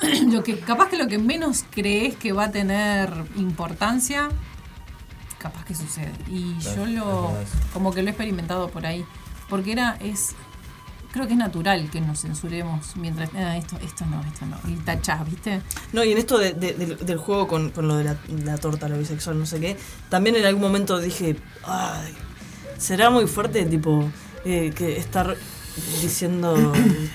S6: lo que Capaz que lo que menos crees que va a tener importancia, capaz que sucede. Y yo lo, como que lo he experimentado por ahí. Porque era, es, creo que es natural que nos censuremos mientras, "Ah, esto, esto no, esto no. Y tachás, ¿viste?
S7: No, y en esto de- de- del, del juego con, con lo de la, la torta, lo bisexual, no sé qué, también en algún momento dije, ay, será muy fuerte, tipo, eh, que estar diciendo,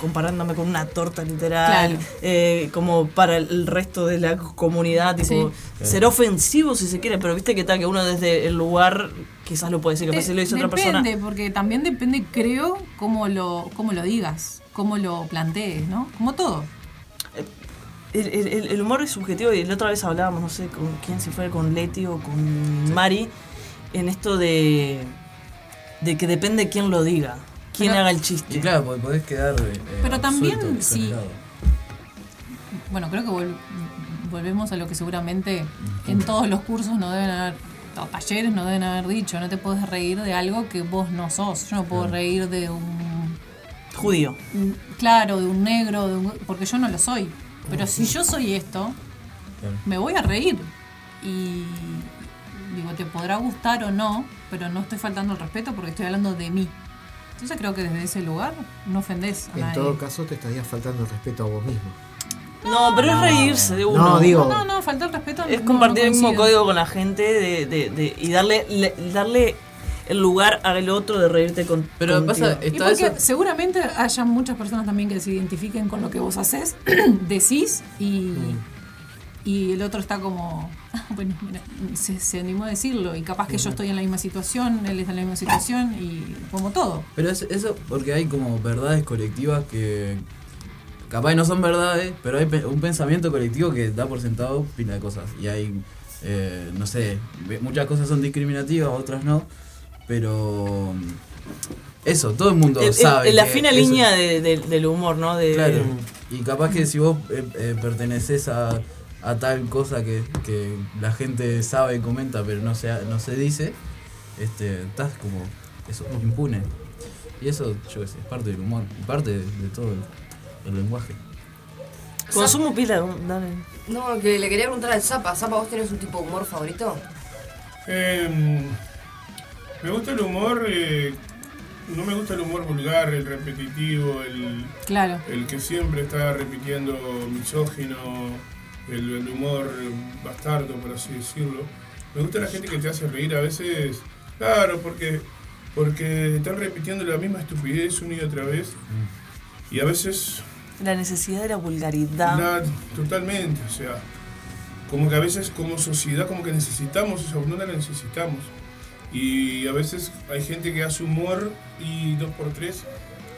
S7: comparándome con una torta literal,
S6: Claro.
S7: eh, como para el resto de la comunidad, tipo,
S6: Sí.
S7: será ofensivo si se quiere, pero viste que tal, que uno desde el lugar quizás lo puede decir, capaz si lo dice otra persona.
S6: depende, porque también depende, creo, cómo lo, cómo lo digas, cómo lo plantees, ¿no? Como todo.
S7: El, el- el- el humor es subjetivo y la otra vez hablábamos, no sé con quién, si fue con Leti o con Mari, en esto de, de que depende quién lo diga, quién
S6: Pero-
S7: haga el chiste.
S1: Y claro, porque podés quedar. eh,
S6: Pero también,
S1: absuelto,
S6: sí.
S1: exonerado.
S6: Bueno, creo que vol- volvemos a lo que seguramente en todos los cursos no deben haber o talleres nos deben haber dicho, no te puedes reír de algo que vos no sos. Yo no puedo reír de un
S2: Judío.
S6: un- claro, de un negro, de un- porque yo no lo soy. Pero si yo soy esto, me voy a reír. Y digo, te podrá gustar o no, pero no estoy faltando el respeto porque estoy hablando de mí. Entonces creo que desde ese lugar no ofendés a
S5: En
S6: nadie.
S5: todo caso, te estarías faltando el respeto a vos mismo.
S7: No, pero es reírse de uno.
S5: No, digo-
S6: No, no, faltar el respeto.
S7: Es
S6: no-
S7: compartir
S6: no
S7: el mismo
S6: coincido.
S7: código con la gente de, de- de- y darle, le- darle el lugar al otro de reírte con.
S1: Pero pasa,
S7: contigo.
S6: Y
S1: está
S6: porque
S1: eso.
S6: seguramente hayan muchas personas también que se identifiquen con lo que vos haces, decís y, y el otro está como, "Ah, bueno, mira, se, se animó a decirlo y capaz que yo estoy en la misma situación, él está en la misma situación y como todo.
S1: Pero es- eso porque hay como verdades colectivas que capaz no son verdades, pero hay pe- un pensamiento colectivo que da por sentado pila de cosas. Y hay, eh, no sé, ve- muchas cosas son discriminativas, otras no, pero mm, eso, todo el mundo
S7: El- el-
S1: sabe.
S7: el- la
S1: que
S7: fina
S1: eso-
S7: línea de- de- del humor, ¿no? De,
S1: Claro. Y capaz que si vos eh, eh, perteneces a, a tal cosa que, que la gente sabe y comenta, pero no se, ha- no se dice, este, estás como eso, impune. Y eso, yo qué sé, es parte del humor, y parte de, de todo el, el lenguaje.
S7: Consumo pila, dale.
S3: No, que le quería preguntar al Zapa. Zapa, ¿vos tenés un tipo de humor favorito?
S4: Em, me gusta el humor, eh, no me gusta el humor vulgar, el repetitivo, el,
S6: Claro.
S4: el que siempre está repitiendo misógino, el, el humor bastardo, por así decirlo. Me gusta la gente que te hace reír a veces, claro, porque, porque están repitiendo la misma estupidez una y otra vez. Y a veces
S7: La necesidad de la vulgaridad.
S4: la- totalmente, o sea, como que a veces como sociedad como que necesitamos esa no la necesitamos. Y a veces hay gente que hace humor y dos por tres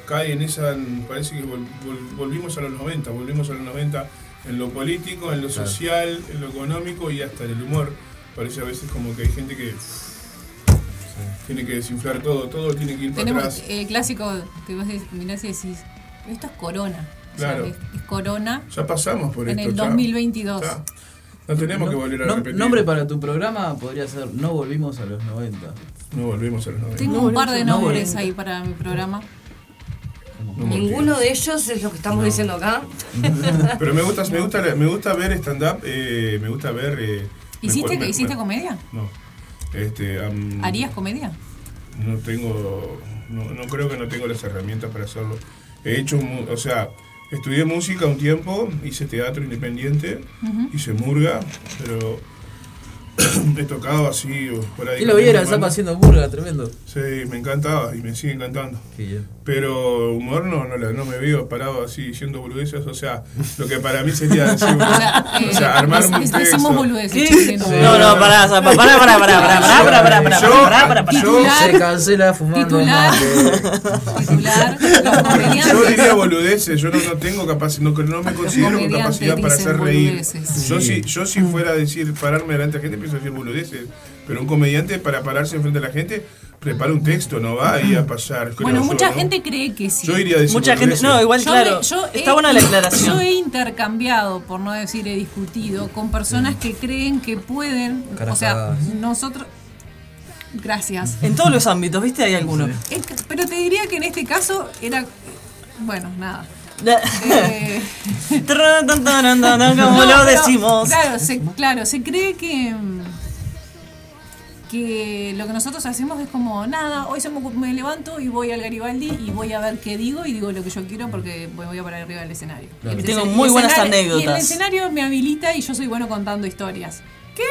S4: cae en esa, en- parece que vol- vol- volvimos a los 90, volvimos a los 90 en lo político, en lo
S1: Claro.
S4: social, en lo económico y hasta en el humor. Parece a veces como que hay gente que tiene que desinflar todo, todo tiene que ir para
S6: Tenemos
S4: atrás.
S6: el clásico que vos dec- mirás y decís, esto es corona. O sea,
S4: Claro.
S6: es, es corona
S4: Ya pasamos por
S6: en
S4: esto.
S6: el
S4: ya.
S6: 2022.
S4: Ya. No tenemos que volver a
S1: Nom-
S4: repetir.
S1: nombre para tu programa podría ser No volvimos a los 90.
S4: No volvimos a los 90.
S6: Tengo un par de
S1: No,
S6: nombres
S1: bueno.
S6: ahí para mi programa.
S3: Ninguno de ellos es lo que estamos diciendo acá.
S4: Pero me gusta, me gusta, la- me gusta ver stand-up, eh, me gusta ver... eh, me
S6: ¿Hiciste,
S4: acuer- me-
S6: ¿hiciste
S4: me-
S6: comedia?
S4: No. Este, am-
S6: ¿Harías comedia?
S4: No tengo... No, no creo que no tengo las herramientas para hacerlo. He hecho... mu- O sea, estudié música un tiempo, hice teatro independiente,
S6: Ujú.
S4: hice murga, pero... he tocado así, o por ahí.
S1: Y lo viera, el
S4: Bueno,
S1: Zapa haciendo burga, tremendo.
S4: Sí, me encantaba y me sigue encantando.
S1: Qué bien.
S4: Pero humor no, no, la- no me veo parado así diciendo boludeces. O sea, lo que para mí sería decir,
S6: O sea,
S4: o sea,
S6: eh,
S4: armarme
S6: es-
S4: un
S6: es-
S4: texto.
S6: Decimos boludeces,
S7: ¿Qué?
S6: che, no.
S7: No, no, pará, Zapa, pará, pará, pará, pará, pará, pará, pará, pará,
S4: Yo-
S7: pará, pará, pará.
S4: yo-
S1: Se cancela fumando un
S6: Titular.
S1: mate.
S6: titular, los comediantes.
S4: Yo diría boludeces, yo no, no tengo capacidad, no, no me considero con
S6: comediantes
S4: capacidad para
S6: dicen
S4: hacer reír.
S6: boludeces. Mm.
S4: Yo si, yo si fuera a decir, pararme delante de la gente, pienso decir boludeces. Pero un comediante para pararse enfrente a la gente, prepara un texto, no va a ir a pasar. creo
S6: bueno,
S4: yo,
S6: mucha
S4: ¿no?
S6: gente cree que sí.
S4: Yo iría a decir
S7: Mucha gente.
S4: boludeces.
S7: No, igual,
S6: Yo
S7: claro.
S6: me- yo
S7: está
S6: he-
S7: buena la aclaración.
S6: Yo he intercambiado, por no decir he discutido, con
S4: Mm.
S6: personas que creen que pueden. O sea,
S1: Carajadas.
S6: nosotros. Gracias.
S7: En todos los ámbitos, ¿viste? Hay algunos.
S6: Es que- Pero te diría que en este caso era. Bueno, nada.
S7: La-
S6: Eh,
S7: Tarán, tan, tan, tan, tan, Como lo
S6: No, pero,
S7: decimos.
S6: Claro se, claro, se cree que. mm, Que lo que nosotros hacemos es como, nada, hoy se me, ocu- me levanto y voy al Garibaldi y voy a ver qué digo y digo lo que yo quiero porque voy voy a parar arriba del escenario.
S1: Claro.
S6: Y el
S7: Tengo
S6: escen-
S7: muy
S6: el
S7: buenas
S6: escenario- Y el
S7: anécdotas.
S6: escenario me habilita y yo soy bueno contando historias. ¿Qué?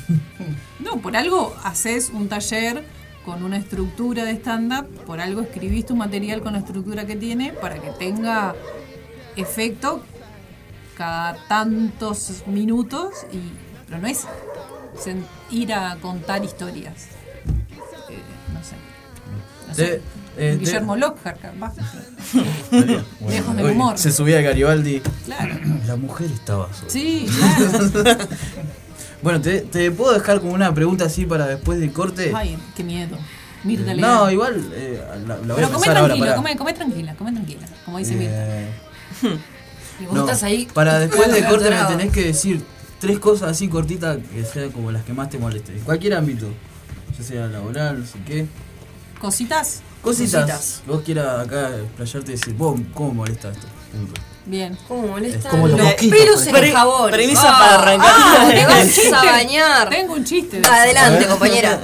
S6: No, por algo haces un taller con una estructura de stand-up, por algo escribís tu material con la estructura que tiene para que tenga efecto cada tantos minutos, y, pero no es sen- ir a contar historias. Eh, no sé. No sé.
S1: Te- eh, te-
S6: Guillermo Lockhart, capaz. Lejos del
S1: Uy,
S6: humor.
S1: Se subía a Garibaldi.
S6: Claro.
S1: La mujer estaba sola.
S6: Sí, claro.
S1: Bueno, te, te puedo dejar como una pregunta así para después del corte.
S6: Ay, qué miedo. Mirta Legrand.
S1: No, igual eh, la, la voy a
S6: Pero come
S1: pensar ahora.
S6: tranquilo,
S1: pará.
S6: come, come tranquila, come tranquila. Como dice Mirta.
S1: Eh,
S3: Y vos
S1: no,
S3: estás ahí.
S1: Para después del corte me
S3: Atorado.
S1: tenés que decir tres cosas así cortitas que sean como las que más te molesten. En cualquier ámbito, ya sea laboral, no sé qué.
S6: Cositas.
S1: Cositas. que Vos quieras acá explayarte y decir, vos, ¿cómo me molesta esto?
S6: Bien.
S3: ¿Cómo molesta?
S1: como pues. los mosquitos,
S3: Virus
S1: por
S3: en el
S1: ejemplo.
S3: jabón.
S1: Premisa
S3: Ah,
S1: para arrancar.
S3: ah, te vas
S6: Chiste.
S3: a bañar.
S6: Tengo un chiste.
S3: Adelante, compañera.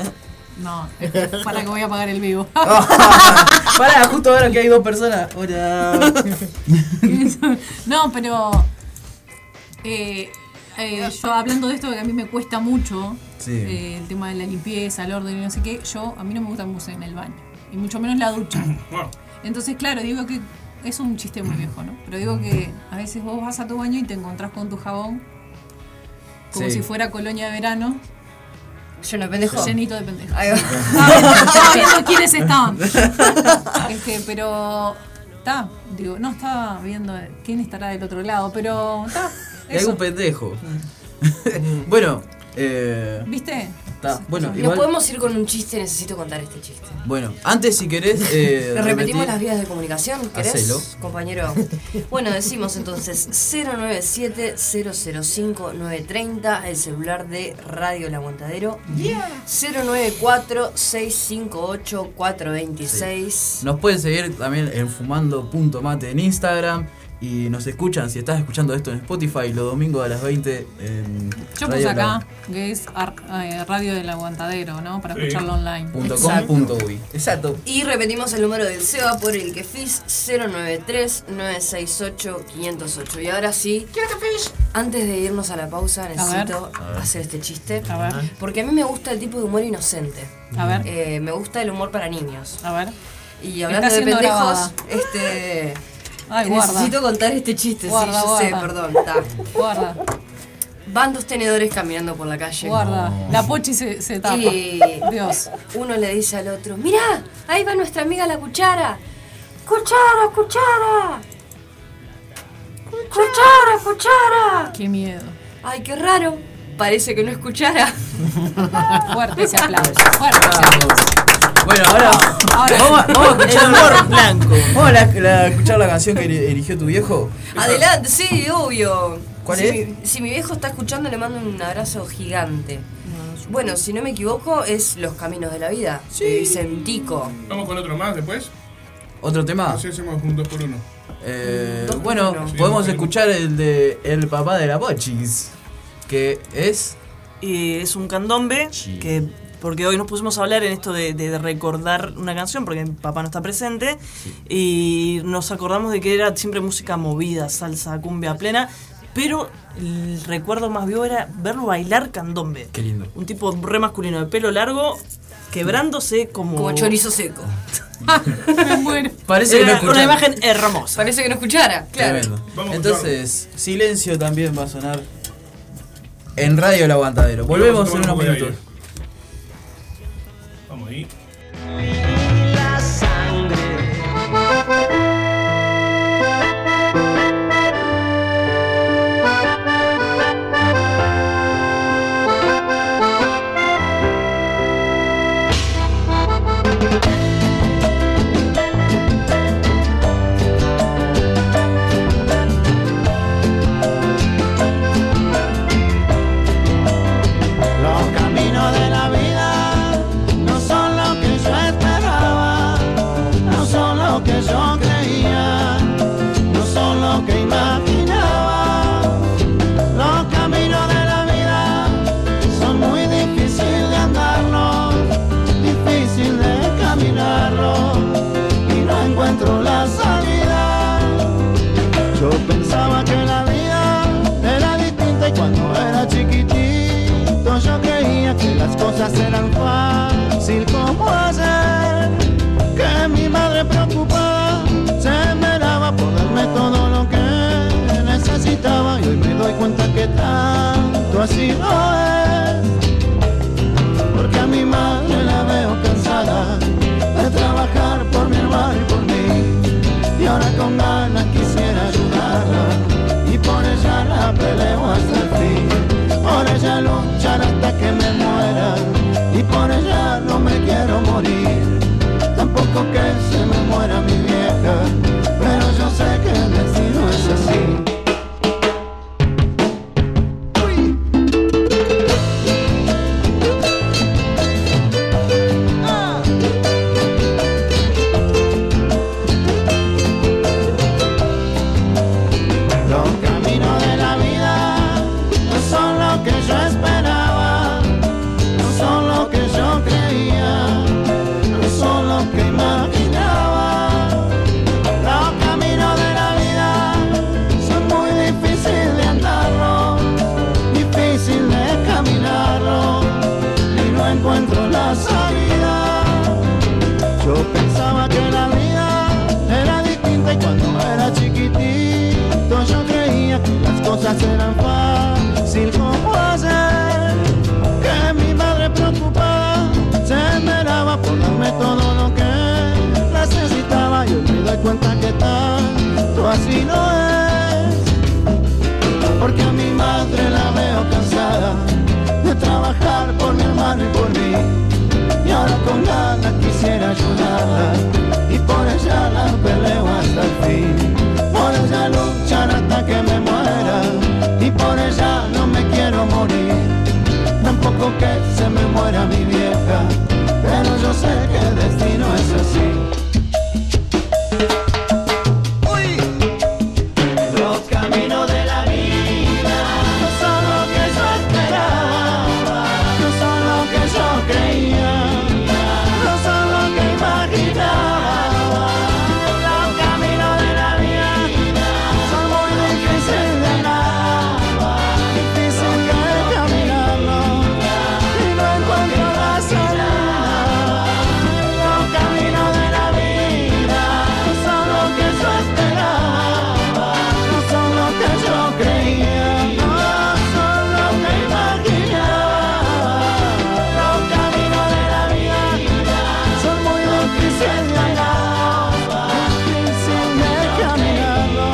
S6: No, para que voy a pagar el vivo.
S1: Pará, justo ahora que hay dos personas. Hola.
S6: No, pero eh, eh, yo hablando de esto que a mí me cuesta mucho
S1: Sí.
S6: eh, el tema de la limpieza, el orden y no sé qué, yo a mí no me gusta mucho en el baño y mucho menos la ducha. Entonces, claro, digo que es un chiste muy viejo, ¿no? Pero digo que a veces vos vas a tu baño y te encontrás con tu jabón como
S3: Sí.
S6: si fuera colonia de verano.
S3: Lleno de pendejos.
S6: Llenito de pendejos.
S3: Ahí va.
S6: Estaba viendo quiénes estaban. Este, pero. Está, digo, no estaba viendo quién estará del otro lado, pero. Está.
S1: Y algún pendejo. bueno, eh.
S6: Mm. ¿Viste?
S1: Está. Bueno,
S3: Nos
S1: igual-
S3: podemos ir con un chiste, necesito contar este chiste.
S1: Bueno, antes si querés. Eh,
S3: ¿Le repetimos
S1: repetir-
S3: las vías de comunicación? ¿Querés,
S1: Hacelo.
S3: compañero? Bueno, decimos entonces 097-005-930, el celular de Radio El Aguantadero. 094-658-426.
S1: Nos pueden seguir también en fumando.mate en Instagram. Y nos escuchan, si estás escuchando esto en Spotify, los domingos a las 20 en
S6: Yo puse acá que es ar- eh, Radio del Aguantadero, ¿no? Para
S1: Sí.
S6: escucharlo online.
S1: .com.uy Exacto.
S3: Y repetimos el número del SEBA por el que FIS 093-968-508. Y ahora sí, antes de irnos a la pausa, necesito
S1: A ver.
S3: hacer este chiste.
S1: A ver.
S3: Porque a mí me gusta el tipo de humor inocente.
S1: A ver.
S3: Eh, me gusta el humor para niños.
S6: A ver.
S3: Y hablando
S6: Está
S3: de
S6: siendo
S3: pendejos,
S6: grabada.
S3: este.
S6: Ay, guarda.
S3: necesito contar este chiste,
S6: Guarda,
S3: sí, yo sé,
S6: guarda.
S3: perdón. ta.
S6: Guarda,
S3: Van dos tenedores caminando por la calle.
S6: guarda. La pochi se, se tapa.
S3: Y
S6: Dios.
S3: uno le dice al otro, mirá, ahí va nuestra amiga la cuchara. Cuchara, cuchara. Cuchara, cuchara.
S6: Qué miedo.
S3: Ay, qué raro. Parece que no es cuchara.
S6: Fuerte ese aplauso. Fuerte ese aplauso.
S1: Bueno, ahora,
S6: Ahora
S1: vamos, a-
S6: sí.
S1: vamos a escuchar
S6: El humor
S1: blanco. Vamos a la- la- escuchar la canción que eri- eligió tu viejo.
S3: Adelante, sí, obvio.
S1: ¿Cuál
S3: si
S1: es?
S3: Mi, si mi viejo está escuchando, le mando un abrazo gigante. Bueno, si no me equivoco, es Los Caminos de la Vida. Sí. Vicentico.
S4: Vamos con otro más después.
S1: ¿Otro tema?
S4: No sé, hacemos un 2 por 1
S1: Eh,
S4: Dos por
S1: bueno,
S4: uno. Sí,
S1: podemos
S4: dos por uno.
S1: escuchar el de El papá de la Pochis. Que es.
S7: Y es un candombe que porque hoy nos pusimos a hablar en esto de, de recordar una canción porque mi papá no está presente y nos acordamos de que era siempre música movida, salsa, cumbia plena, pero el recuerdo más vivo era verlo bailar candombe.
S1: Qué lindo.
S7: Un tipo re masculino de pelo largo quebrándose como
S3: Como chorizo seco.
S6: Me muero.
S1: Parece
S7: Era
S1: que no
S7: una
S1: escuchamos.
S7: imagen hermosa.
S3: Parece que no escuchara, claro.
S1: Tremendo. Entonces, silencio también va a sonar en Radio El Aguantadero. Volvemos en unos minutos.
S4: Vamos ahí.
S13: La sangre. Los caminos de la vida no son lo que yo esperaba, no son lo que yo creía, no son lo que imaginaba. Los caminos de la vida son muy difícil de andarlos, difícil de caminarlos y no encuentro la salida. Yo pensaba que la vida era distinta y cuando era chiquitito yo creía que las cosas eran fácil como hacer que mi madre preocupada se meraba por darme todo lo que necesitaba y hoy me doy cuenta que tanto así no es porque a mi madre la veo cansada de trabajar por mi hermano y por mí y ahora con ganas quisiera ayudarla y por ella la peleo hasta el fin por ella luchar hasta que me muera y por ella no me quiero morir tampoco que se me muera mi vieja pero yo sé que el destino es así Uy.
S12: difícil cómo hacer que mi madre preocupada se enteraba por darme todo lo que necesitaba y hoy me doy cuenta que tanto así no es porque a mi madre la veo cansada de trabajar por mi hermano y por mí y ahora con ganas quisiera ayudarla y por ella la peleo hasta el fin por ella luchar hasta que me muera y por ella no me quiero morir tampoco que se me muera mi vieja pero yo sé que el destino es así Los caminos de la vida no son lo que yo esperaba, no son lo que yo creía, no son lo que imaginaba. Los caminos de la vida son muy difíciles de nada, difícil que caminarlo y no encuentro la salida. Los caminos de la vida no son lo que yo esperaba, no son lo que yo creía, no son lo que imaginaba. Los caminos de la vida son muy difíciles de andar, difícil de caminarlo.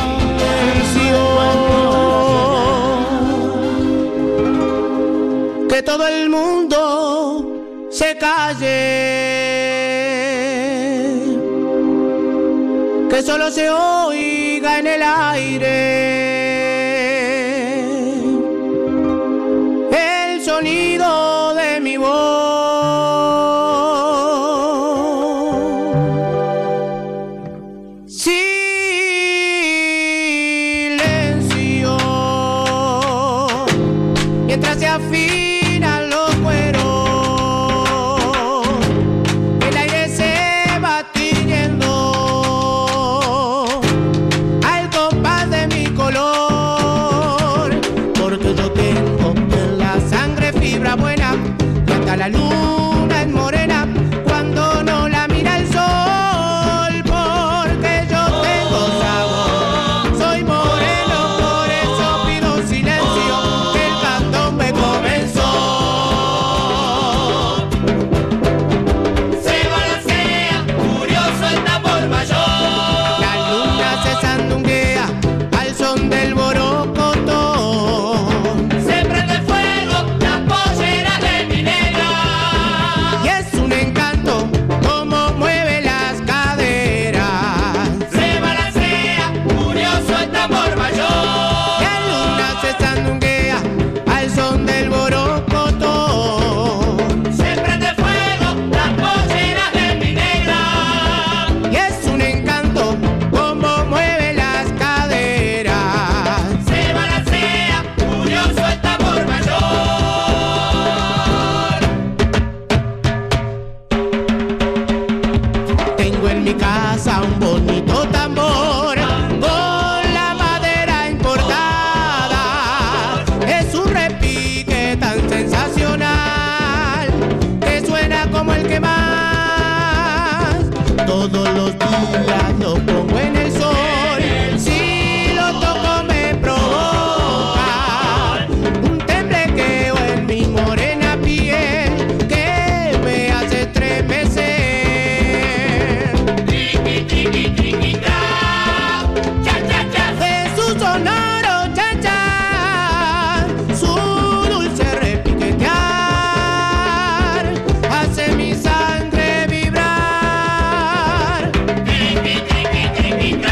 S14: Que todo el mundo se calle. Que solo se oiga en el aire. El sonido de mi voz. Silencio. Mientras se afinan los cueros, el aire se va tiñendo al compás de mi color. Porque yo tengo en la sangre fibra buena, y hasta la luna es morena cuando no la mira el sol. Porque yo tengo sabor, soy moreno, por eso pido silencio. que El cantón me comenzó.
S12: Se balancea, curioso el tambor mayor.
S14: La luna se sandunguea al son del borocotón.
S12: Se prende fuego la pollera de mi negra.
S14: Y es un encanto cómo mueve las caderas.
S12: Se balancea, curioso el tambor mayor.
S14: La luna se sandunguea al son del borocotón.
S12: Se prende fuego la pollera de mi negra.
S14: Y es un encanto cómo mueve las caderas.
S12: Se balancea, curioso el tambor mayor.
S14: Tengo en mi casa un bonito tambor con la madera importada. Es un repique tan sensacional que suena como el que más. Todos los días lo pongo en el sol. Si lo toco me provoca un temblequeo en mi morena piel que me hace estremecer.
S12: Triqui, triqui, triqui, tra. Cha, cha, cha.
S14: de su sonoro cha-cha, su dulce repiquetear, hace mi sangre vibrar.
S12: Triqui, triqui, triqui,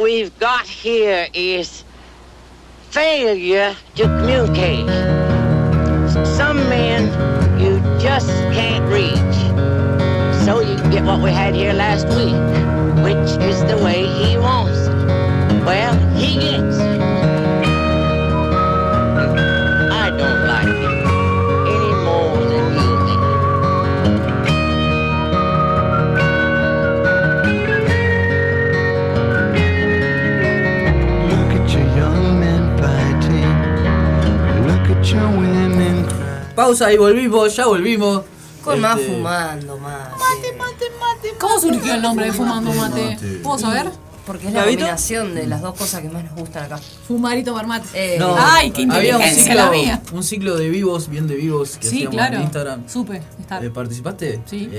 S15: we've got here is failure to communicate. Some men you just can't reach. So you can get what we had here last week, which is the way he wants it. Well, he gets it. I don't like it any more than you do.
S12: Look at your young men fighting. Look at your women
S1: Pausa y volvimos, ya volvimos.
S3: Con más
S1: Este,
S3: fumando, más.
S6: ¿Cómo surgió el nombre de Fumando Mate?
S1: Mate. Eh,
S6: ¿Puedo saber?
S3: Porque es la
S6: ¿Gabito?
S3: combinación de las dos cosas que más nos gustan acá.
S6: Fumar y tomar mate.
S3: Eh,
S1: No,
S6: Ay, qué
S1: había un
S6: inteligencia
S1: ciclo-
S6: la mía.
S1: Un ciclo de vivos, bien de vivos, que
S6: Sí,
S1: hacíamos
S6: claro.
S1: en Instagram.
S6: Supe estar.
S1: Eh, ¿Participaste? Sí.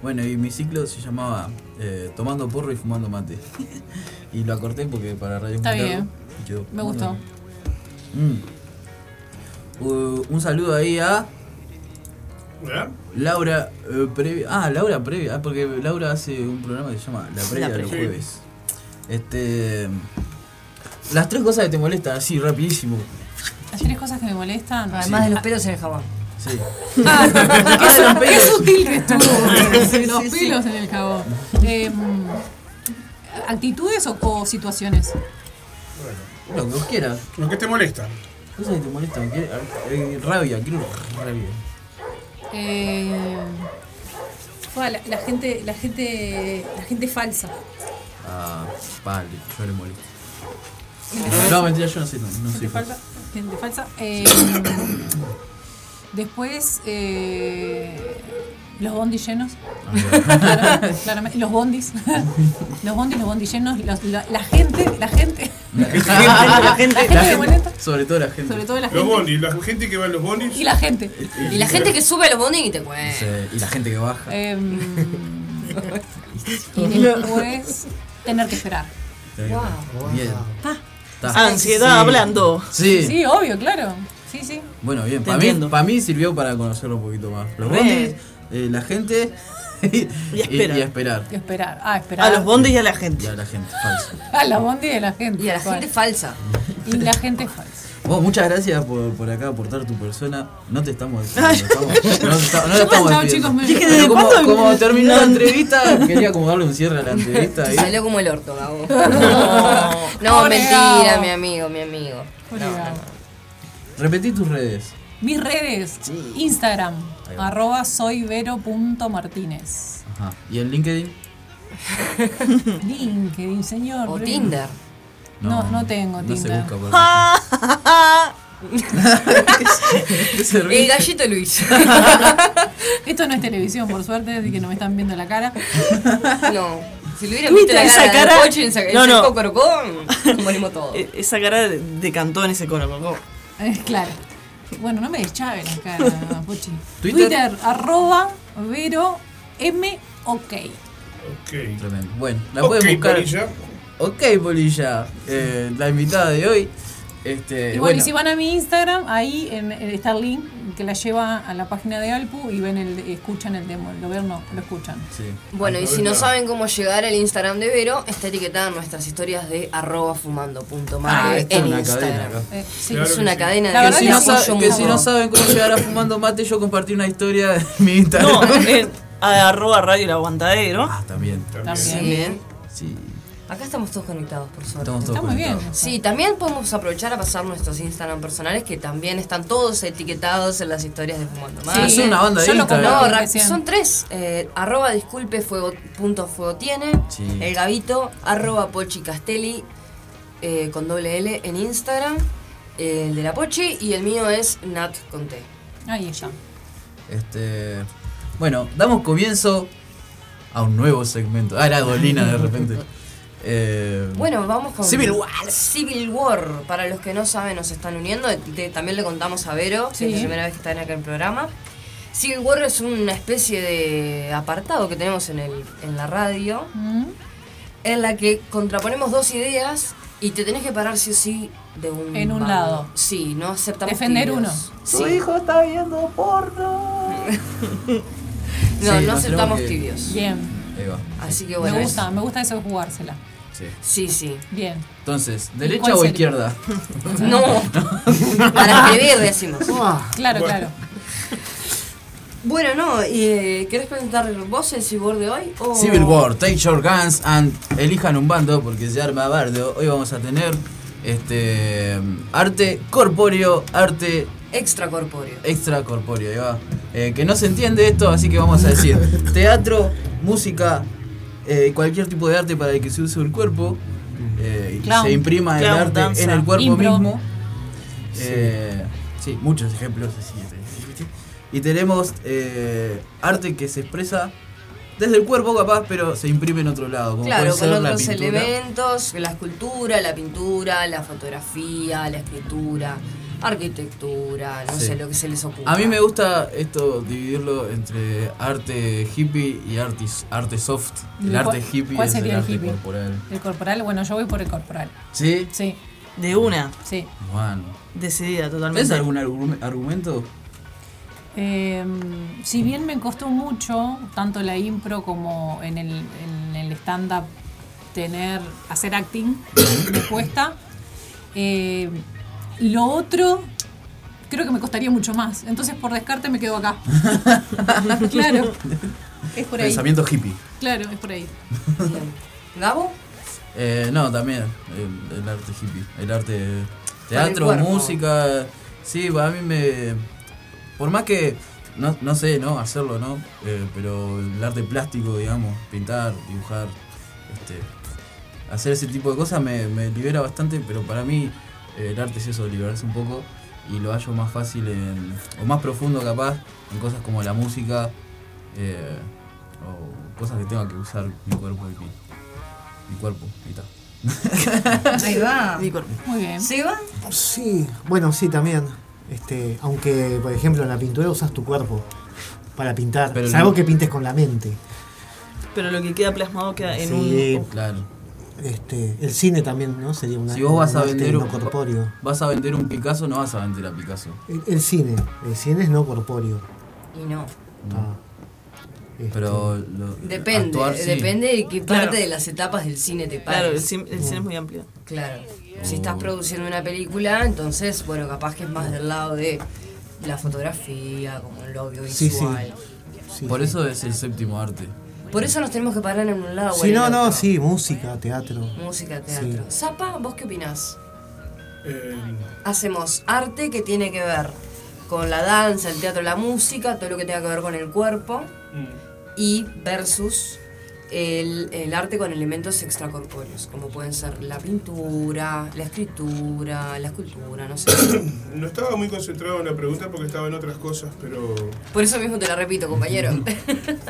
S1: Bueno, y mi ciclo se llamaba eh, Tomando porro y fumando mate. y lo acorté porque para Radio
S6: Está
S1: Mundial
S6: bien.
S1: quedó
S6: Me
S1: fumando
S6: gustó.
S1: Mm. Uh, un saludo ahí a Laura eh, Previa. Ah, Laura Previa, ah, porque Laura hace un programa que se llama La Previa
S12: La
S1: de los
S12: Previa.
S1: jueves. Este. Las tres cosas que te molestan, así, rapidísimo.
S6: Las tres cosas que me molestan.
S1: Además Sí. de los
S3: pelos en el jabón.
S1: Sí.
S6: Ah, qué,
S1: Ah,
S6: su-
S1: los
S6: qué
S1: pelos.
S6: sutil que estuvo.
S1: Sí,
S6: los
S1: sí, sí.
S6: pelos en el cabo. Em, ¿Actitudes o, o situaciones?
S1: Lo que vos quieras.
S4: Lo que te molesta.
S1: Cosas que te molestan. que- eh, rabia, quiero rabia.
S16: Eh, joda, la, la gente, la gente, la gente falsa.
S1: Ah, vale, yo le molesto. No, mentira, Pues yo no sé, no, no
S6: Gente
S1: soy
S6: falsa. Gente falsa. Em, después, eh, los bondis llenos.
S1: Ah,
S6: Claro, claramente, Los bondis. Los bondis, los bondis llenos. los- la, la gente, la gente.
S1: La
S6: gente,
S1: gente,
S6: la gente molesta.
S1: Sobre todo la gente.
S6: Sobre todo la
S4: Los
S6: gente.
S4: bonis, la gente que va a los bonis.
S6: Y la gente.
S3: Y la gente que sube a los bonding y te cuenta.
S1: Eh, y la gente que baja.
S6: Em, y después, tener que esperar.
S1: Bien.
S6: Ah.
S1: Está.
S7: Ansiedad hablando.
S1: Sí.
S6: Sí, obvio, claro. Sí, sí.
S1: Bueno, bien.
S7: Te
S1: Para mí,
S7: entiendo.
S1: pa' mí sirvió para conocerlo un poquito más. Los
S7: Re.
S1: bondis, eh, la gente y,
S7: esperar.
S1: y esperar.
S6: Y esperar. Ah, esperar.
S7: A los bondis y a la gente.
S1: Y a la gente, falso.
S6: A los bondis y a la gente.
S3: Y a la
S6: Vale.
S3: gente falsa.
S6: Y la gente falsa.
S1: Bueno, muchas gracias por, por acá aportar tu persona. No te estamos despidiendo. estamos- no, te esta- no te
S6: Yo
S1: estamos
S6: pensaba,
S1: despidiendo.
S6: chicos, me-
S1: Pero
S6: Dije, ¿desde
S1: como,
S6: cuándo
S1: como
S6: me-
S1: terminó la
S6: no?
S1: entrevista, quería como darle un cierre a la entrevista.
S3: Te
S1: ahí.
S3: salió como el orto, Gabo. No,
S6: Pobre
S3: mentira,
S6: Gabo.
S3: mi amigo, mi amigo.
S6: Pobre Gabo.
S1: Repetí tus redes.
S6: Mis redes, Instagram,
S1: Ahí va.
S6: arroba soyvero.martínez.
S1: Ajá. ¿Y en LinkedIn?
S6: LinkedIn, señor.
S3: O
S6: pero-
S3: Tinder.
S6: No, no tengo
S1: No se
S6: Tinder.
S1: busca por
S3: El gallito Luis.
S6: Esto no es televisión, por suerte, así que no me están viendo la cara.
S3: No. Si lo hubieran visto
S7: ¿Tuviste
S3: la
S7: esa
S3: cara,
S7: cara?
S3: del coche en esa,
S7: No,
S3: ese
S7: no.
S3: cocorocón, morimos todos.
S7: E- Esa cara de, de cantón, ese coro. coro.
S6: Es claro. Bueno, no me deschaven la cara, Pochi.
S7: Twitter.
S6: Twitter, arroba vero m ok.
S1: Tremendo. Bueno, la
S4: Ok,
S1: pueden buscar.
S4: Polilla.
S1: Ok, Polilla. Eh, la invitada de hoy. Este,
S6: Y bueno,
S1: bueno,
S6: y si van a mi Instagram, ahí en, en está el link que la lleva a la página de Alpu y ven el, escuchan el demo, lo ven, no, lo escuchan.
S1: Sí.
S3: Bueno, y si no saben cómo llegar al Instagram de Vero, está etiquetada en nuestras historias de arroba
S1: Ah,
S3: fumando.mate
S1: esto es
S3: eh, en
S1: una cadena
S3: Instagram.
S1: acá.
S6: Eh, sí.
S3: Claro Es que una sí. cadena de-
S1: Que
S3: La
S1: si,
S3: verdad
S1: no
S3: que
S1: sa-
S3: apoyo
S1: que
S3: mucho.
S1: si no saben cómo llegar a fumando mate, yo compartí una historia de mi
S7: No,
S1: Instagram.
S7: eh, a- arroba radio el aguantadero. Ah,
S1: también.
S3: Sí.
S7: También.
S1: Sí.
S3: Acá estamos todos conectados, por suerte.
S1: Estamos todos Está muy conectados. bien.
S3: Sí, también podemos aprovechar a pasar nuestros Instagram personales que también están todos etiquetados en las historias de Fumando Más.
S1: Sí, son una banda de yo lo Instagram.
S3: No,
S1: compartí
S3: ra-
S1: recién.
S3: son tres. eh, arroba disculpe fuego, punto fuego tiene.
S1: Sí.
S3: El Gavito. Arroba Pochi Castelli eh, con doble L en Instagram. eh, el de la Pochi. Y el mío es Nat con T.
S6: Ahí está.
S1: Este, bueno, damos comienzo a un nuevo segmento. Ah, era Dolina de repente. Eh,
S3: Bueno, vamos con
S1: Civil War.
S3: Civil War. Para los que no saben, nos están uniendo. Te- también le contamos a Vero, que es
S6: Sí.
S3: la primera vez que está en aquel programa. Civil War es una especie de apartado que tenemos en, el, en la radio, en la que contraponemos dos ideas y te tenés que parar sí o sí de un
S6: En un
S3: bando.
S6: lado.
S3: Sí, no aceptamos
S6: Defender
S3: tiros.
S6: uno.
S3: Sí.
S6: está viendo porno.
S3: No,
S1: Sí,
S3: no
S1: nos
S3: aceptamos
S1: tenemos que-
S3: tibios.
S6: Bien.
S1: Ahí va.
S3: Así que
S6: me
S3: bueno.
S6: gusta, me gusta eso de jugársela.
S1: Sí.
S3: Sí, sí.
S6: Bien.
S1: Entonces,
S3: ¿Y
S1: ¿derecha
S3: cuál
S1: o
S3: sería?
S1: izquierda?
S3: No. Para escribir, decimos.
S6: Claro,
S1: Ah. Bueno.
S6: claro.
S3: Bueno, no, y, eh, ¿querés presentar vos el cyborg de hoy? O...
S12: Oh.
S1: Civil War, take your guns and elijan un bando porque se arma bardo. Hoy vamos a tener este arte corpóreo, arte
S3: Extracorpóreo.
S1: extracorpóreo. ahí va. Eh, que no se entiende esto, así que vamos a decir teatro, música, eh, cualquier tipo de arte para el que se use el cuerpo eh, y
S12: Clown.
S1: se imprima el
S12: Clown,
S1: arte
S12: danza,
S1: en el cuerpo
S12: impro.
S1: mismo.
S12: Sí.
S1: Eh, sí, muchos ejemplos así. Y tenemos eh, arte que se expresa desde el cuerpo capaz, pero se imprime en otro lado. Como
S3: Claro,
S1: puede ser
S3: con
S1: la
S3: otros
S1: pintura.
S3: elementos, la escultura, la pintura, la fotografía, la escritura, arquitectura, no
S1: Sí.
S3: sé lo que se les ocurra.
S1: A mí me gusta esto dividirlo entre arte hippie y arte, arte soft. El
S6: ¿Cuál-
S1: arte hippie
S6: cuál
S1: es el,
S6: sería el
S1: arte
S6: hippie?
S1: corporal.
S6: El corporal, bueno, yo voy por el corporal.
S1: ¿Sí?
S6: Sí.
S7: De una.
S6: Sí.
S1: Bueno.
S7: Decidida totalmente.
S1: ¿Tenés algún argu- argumento?
S6: Eh, si bien me costó mucho, tanto la impro como en el, en el stand-up, tener, hacer acting, me cuesta. Eh, lo otro, creo que me costaría mucho más. Entonces, por descarte, me quedo acá. Ah, claro. Es por ahí.
S1: Pensamiento hippie.
S6: Claro, es por ahí.
S3: ¿Gabo?
S1: Eh, no, también. El, el arte hippie. El arte. Teatro,
S3: Con el cuerpo.
S1: música. Sí, a mí me. Por más que. No, no sé, ¿no? Hacerlo, ¿no? Eh, pero el arte plástico, digamos. Pintar, dibujar. Este, hacer ese tipo de cosas me, me libera bastante, pero para mí eh, el arte es eso, liberarse un poco. Y lo hallo más fácil en- o más profundo, capaz, en cosas como la música. eh, o cosas que tenga que usar mi cuerpo y mi, mi cuerpo. Y tal.
S3: Ahí va.
S6: Muy bien.
S3: ¿Se va?
S5: Sí, bueno, sí, también. Este, aunque, por ejemplo, en la pintura usas tu cuerpo para pintar.
S7: Pero
S5: salvo
S7: no-
S5: que pintes con la mente.
S7: Pero lo que queda plasmado queda en
S5: Sí.
S7: un.
S1: Claro.
S5: Este, el cine también, ¿no? Sería una,
S1: Si vos vas
S5: un
S1: a
S5: arte
S1: vender
S5: no
S1: un
S5: corpóreo.
S1: vas a vender un Picasso, no vas a vender a Picasso.
S5: El, el cine. El cine es no corpóreo.
S3: Y no.
S5: Ah. Este,
S1: Pero lo-
S3: Depende,
S1: actuar, sí.
S3: depende de qué
S7: Claro.
S3: parte de las etapas del cine te pares.
S7: Claro, el cin- el cine es muy amplio.
S3: Claro. Si estás produciendo una película, entonces, bueno, capaz que es más del lado de la fotografía, como el
S1: Sí, sí.
S3: audiovisual.
S1: Por eso es el séptimo arte.
S3: Por eso nos tenemos que parar en un lado. o
S5: Sí,
S3: en
S5: no,
S3: el
S5: no,
S3: otro.
S5: sí, música, teatro.
S3: Música,
S5: Sí.
S3: teatro. Zapa, ¿vos qué opinás?
S4: Eh,
S3: Hacemos arte que tiene que ver con la danza, el teatro, la música, todo lo que tenga que ver con el cuerpo y versus el, el arte con elementos extracorpóreos, como pueden ser la pintura, la escritura, la escultura, no sé.
S4: No estaba muy concentrado en la pregunta porque estaba en otras cosas, pero
S3: Por eso mismo te la repito, compañero.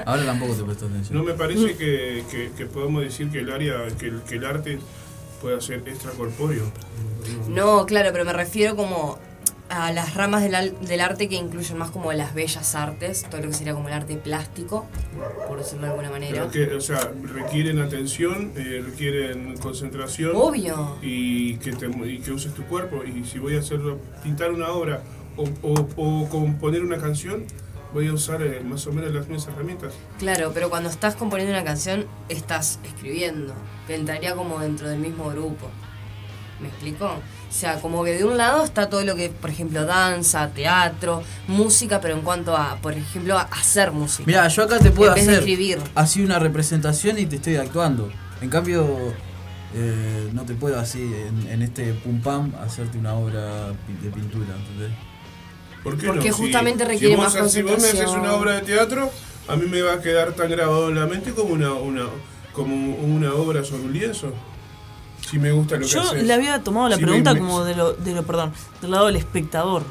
S1: Ahora tampoco te presto atención.
S4: no me
S3: Mm.
S4: parece que, que- que podamos decir que el área, que el, que el arte pueda ser extracorpóreo.
S3: No, claro, pero me refiero como a las ramas del, al- del arte que incluyen más como las bellas artes, todo lo que sería como el arte plástico, por decirlo de alguna manera.
S4: Pero que, o sea, requieren atención, eh, requieren concentración.
S3: Obvio.
S4: Y que, te, y que uses tu cuerpo. Y si voy a hacerlo, pintar una obra o, o- o componer una canción, voy a usar eh, más o menos las mismas herramientas.
S3: Claro, pero cuando estás componiendo una canción, estás escribiendo, que entraría como dentro del mismo grupo. ¿Me explico? O sea, como que de un lado está todo lo que, por ejemplo, danza, teatro, música, pero en cuanto a, por ejemplo, a hacer música.
S1: Mira, yo acá te puedo
S3: en vez
S1: hacer
S3: De escribir.
S1: así una representación y te estoy actuando. En cambio, eh, no te puedo así en, en este pum pam hacerte una obra pi- de pintura, ¿entendés?
S4: ¿Por qué
S3: Porque
S4: no? Si-
S3: justamente
S4: si
S3: requiere
S4: vos
S3: más
S4: haces- Si vos me haces una
S3: concentración.
S4: obra de teatro, a mí me va a quedar tan grabado en la mente como una, una, como una obra sobre un lienzo. Si me gusta lo que
S7: Yo
S4: haces.
S7: le había tomado la
S4: Si me-
S7: pregunta
S4: me-
S7: como de lo, de lo, perdón, del lado del espectador.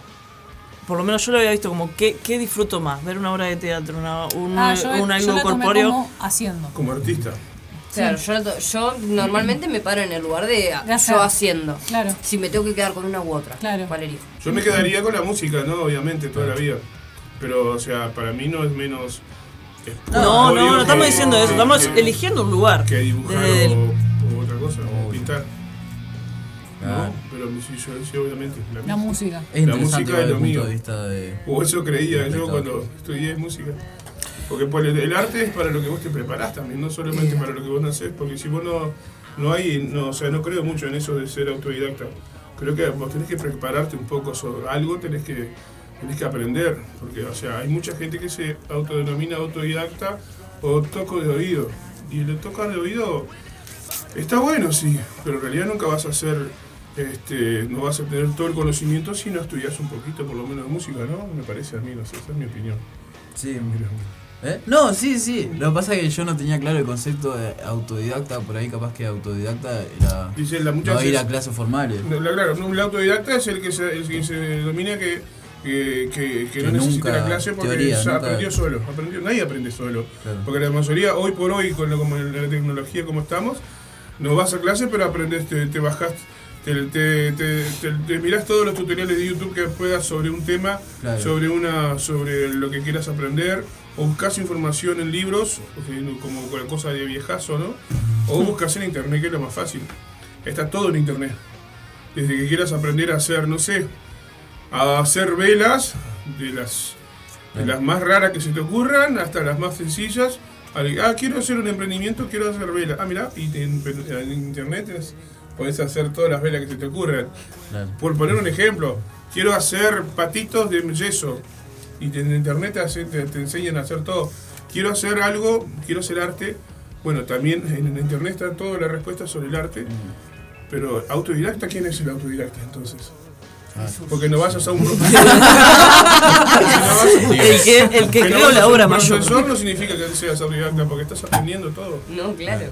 S7: Por lo menos yo lo había visto como, ¿qué, qué disfruto más? ¿Ver una obra de teatro, una, un,
S6: Ah, yo,
S7: un
S6: yo
S7: algo
S6: la tomé
S7: corpóreo?
S6: como haciendo.
S4: Como artista.
S3: Claro,
S6: Sí.
S3: yo, no to- yo normalmente me paro en el lugar de a-
S6: Gracias.
S3: yo haciendo.
S6: Claro.
S3: Si me tengo que quedar con una u otra. Claro.
S4: Yo me quedaría con la música, ¿no? Obviamente, toda la vida. Pero, o sea, para mí no es menos.
S7: No, no, no, estamos diciendo eso, estamos
S4: eligiendo
S7: un lugar.
S4: Que dibujar
S7: Desde el-
S4: o, o otra cosa, o pintar.
S1: Claro.
S4: No, pero sí, yo sí, obviamente. La,
S6: La música.
S1: Es
S4: la
S1: interesante
S4: música
S1: desde
S4: es
S1: el
S4: lo
S1: punto
S4: mío.
S1: de vista de.
S4: O eso creía
S1: del
S4: yo
S1: espectador.
S4: cuando estudié música. pues, Porque por el, el arte es para lo que vos te preparás también, no solamente para lo que vos nacés. Porque si vos no, No hay, no, o sea, no creo mucho en eso de ser autodidacta. Creo que vos tenés que prepararte un poco sobre algo, tenés que, tenés que aprender. Porque, o sea, hay mucha gente que se autodenomina autodidacta o toco de oído. Y el tocar de oído está bueno, sí, pero en realidad nunca vas a ser, este, no vas a tener todo el conocimiento si no estudias un poquito, por lo menos, de música, ¿no? Me parece a mí, no sé, esa es mi opinión.
S1: Sí, ¿Eh? No, sí, sí. Lo que pasa es que yo no tenía claro el concepto de autodidacta. Por ahí, capaz que autodidacta era.
S4: Dice la muchacha.
S1: no ir a clases formales.
S4: No, la- claro, no, el autodidacta es el que se, el que se domina que, que, que- que no
S1: Que
S4: necesita
S1: nunca
S4: la clase porque
S1: teoría,
S4: ya
S1: nunca-
S4: aprendió solo. aprendió- nadie aprende solo.
S1: Claro.
S4: Porque la mayoría, hoy por hoy, con la, con la tecnología como estamos, no vas a clase, pero aprendes, te, te bajas, te, te, te- te- te mirás todos los tutoriales de YouTube que puedas sobre un tema,
S1: Claro.
S4: sobre una sobre lo que quieras aprender, o buscas información en libros, o sea, como con la cosa de viejazo, ¿no? O buscas en internet, que es lo más fácil. Está todo en internet. Desde que quieras aprender a hacer, no sé, a hacer velas de las, de las más raras que se te ocurran hasta las más sencillas. Al- Ah, quiero hacer un emprendimiento, quiero hacer velas. Ah, mirá, y te- en, en internet tenés- podés hacer todas las velas que se te ocurran. Por poner un ejemplo, quiero hacer patitos de yeso. Y te- en internet te, hace- te- te enseñan a hacer todo. Quiero hacer algo, quiero hacer arte. Bueno, también en, en internet está toda la respuesta sobre el arte. Pero autodidacta, ¿quién es el autodidacta entonces? Porque no vayas a un profesor.
S7: El que- el que creó la obra mayor.
S4: profesor no significa que seas autodidacta porque estás aprendiendo todo.
S3: No, claro.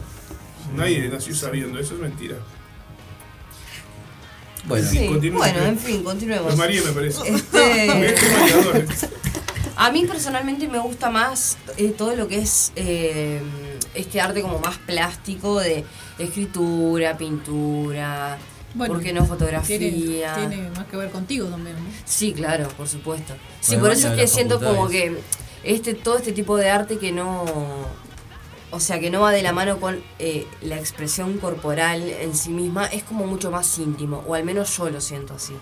S4: Nadie nació sabiendo, eso es mentira.
S1: Bueno.
S3: Sí,
S4: continúa.
S3: bueno, en fin, continuemos.
S4: La María me parece.
S3: Este-
S4: Este mareador, ¿eh?
S3: A mí personalmente me gusta más eh, todo lo que es eh, este arte como más plástico de escritura, pintura, ¿por qué no fotografía?
S6: Tiene, tiene más que ver contigo también, ¿no?
S3: Sí, claro, por supuesto. Sí,
S6: el
S3: por
S6: baño
S3: eso es
S6: de
S3: que
S6: las
S3: siento como que
S6: facultades.
S3: este todo este tipo de arte que no o sea, que no va de la mano con eh, la expresión corporal en sí misma, es como mucho más íntimo, o al menos yo lo siento así.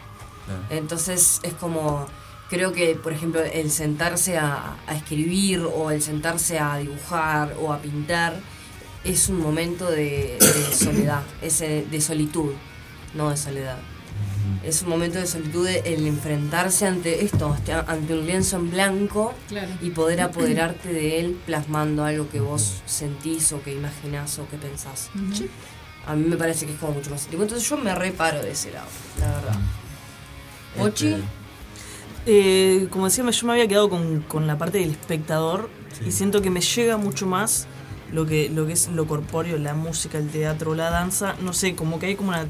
S1: Claro.
S3: Entonces es como, creo que, por ejemplo, el sentarse a, a escribir o el sentarse a dibujar o a pintar es un momento de, de soledad, es eh, de solitud, no de soledad. Es un momento de solitud el enfrentarse ante esto, ante- ante un lienzo en blanco y poder apoderarte de él plasmando algo que vos sentís o que imaginás o que pensás.
S6: Ujú. Sí.
S3: A mí me parece que es como mucho más íntimo. Entonces yo me reparo de ese lado, la verdad.
S4: Este,
S7: Ochi. eh, como decía, yo me había quedado con, con la parte del espectador y siento que me llega mucho más lo que, lo que es lo corpóreo, la música, el teatro, la danza. No sé, como que hay como una,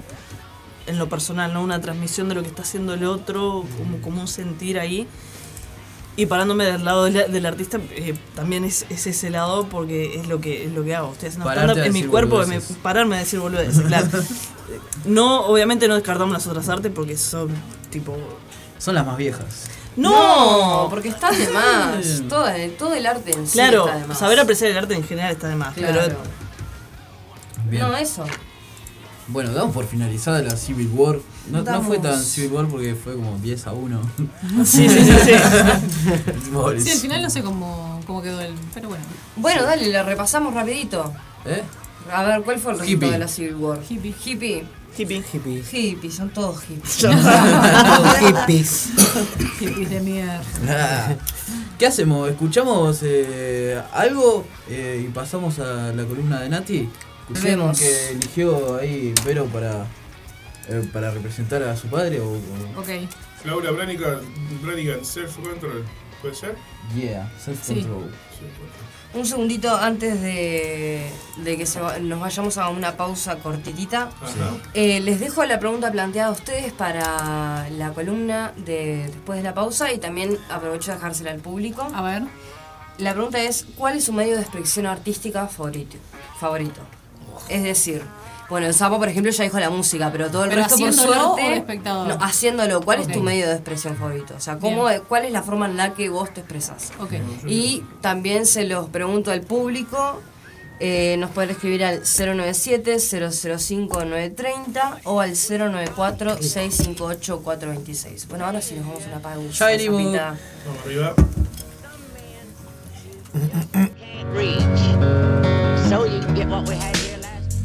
S7: en lo personal, ¿no? Una transmisión de lo que está haciendo el otro,
S2: Mm.
S7: como, como un sentir ahí. Y parándome del lado de la- del, artista, eh, también es, es ese lado porque es lo que, es lo que hago. Estoy haciendo
S2: Pararte
S7: stand-up
S2: a
S7: en mi
S2: decir
S7: cuerpo, en mi-
S2: boludeces.
S7: pararme a decir boludeces, claro. No, obviamente no descartamos las otras artes porque son tipo
S1: Son las más viejas.
S7: ¡No!
S3: porque está de más. Todo, eh, todo el arte en sí
S7: Claro,
S3: está de más.
S7: saber apreciar el arte en general está de más.
S3: Claro.
S7: Pero
S1: Bien.
S3: No, eso.
S1: Bueno, damos por finalizada la Civil War. No, no fue
S3: Damos.
S1: tan Civil War porque fue como 10 a 1.
S6: Sí, sí, sí,
S1: sí. Pobres.
S6: Sí, al final no sé cómo, cómo quedó el. Pero bueno.
S3: Bueno, dale, lo repasamos rapidito.
S1: ¿Eh?
S3: A ver, ¿cuál fue el
S1: Hippie.
S3: resultado de la Civil War? Hippie. Hippie.
S7: Hippie.
S5: Hippie.
S3: Hippie, son todos hippies.
S5: Son todos hippies.
S6: Hippies de mierda.
S1: Ah. ¿Qué hacemos? ¿Escuchamos eh, algo eh, y pasamos a la columna de Nati? Escuchemos
S3: Vemos.
S1: que eligió ahí Vero para, eh, para representar a su padre o... o-
S6: Ok.
S4: Laura Branigan, Branigan Self Control, ¿puede ser?
S1: Yeah, self-control.
S3: Un segundito antes de, de que se va- nos vayamos a una pausa cortitita.
S4: Ajá.
S3: Eh, les dejo la pregunta planteada a ustedes para la columna de después de la pausa y también aprovecho de dejársela al público. A
S6: ver.
S3: La pregunta es, ¿cuál es su medio de expresión artística favorito? favorito? Es decir, bueno, el sapo, por ejemplo, ya dijo la música, pero todo el
S6: Pero
S3: resto, por
S6: haciéndolo
S3: suerte...
S6: o de espectador.
S3: No, haciéndolo. ¿Cuál
S6: Ok.
S3: es tu medio de expresión favorito? O sea, ¿cómo, ¿cuál es la forma en la que vos te expresás?
S6: Ok.
S3: Y también se los pregunto al público. eh, nos pueden escribir al 097-005-930 o al 094-658-426. Bueno, ahora sí nos vamos a una pausa.
S1: Ya venimos.
S3: Zapita.
S4: Vamos arriba.
S15: So you can get what we had here last.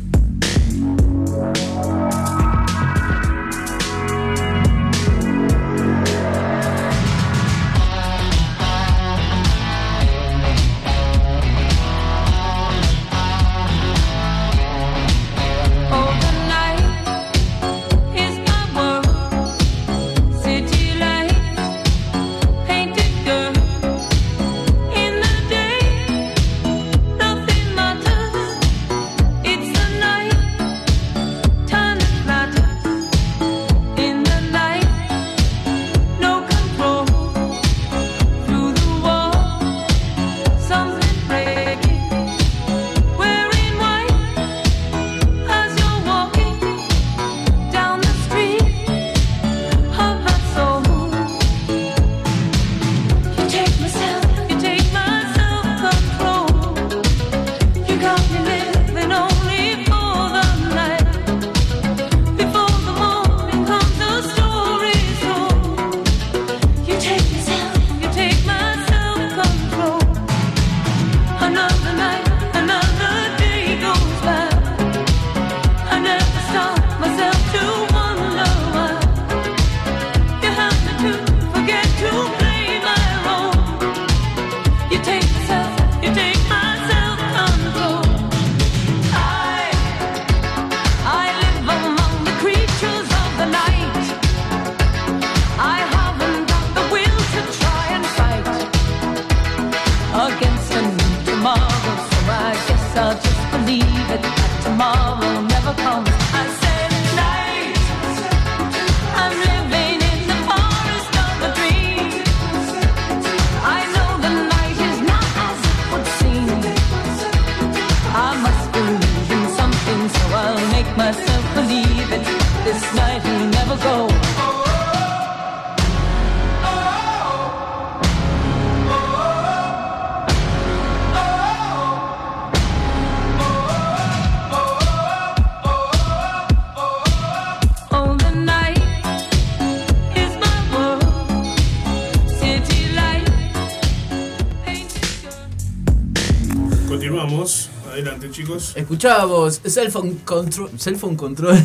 S4: Continuamos. Adelante, chicos.
S1: Escuchábamos Cell Phone Control. Cell Phone Control.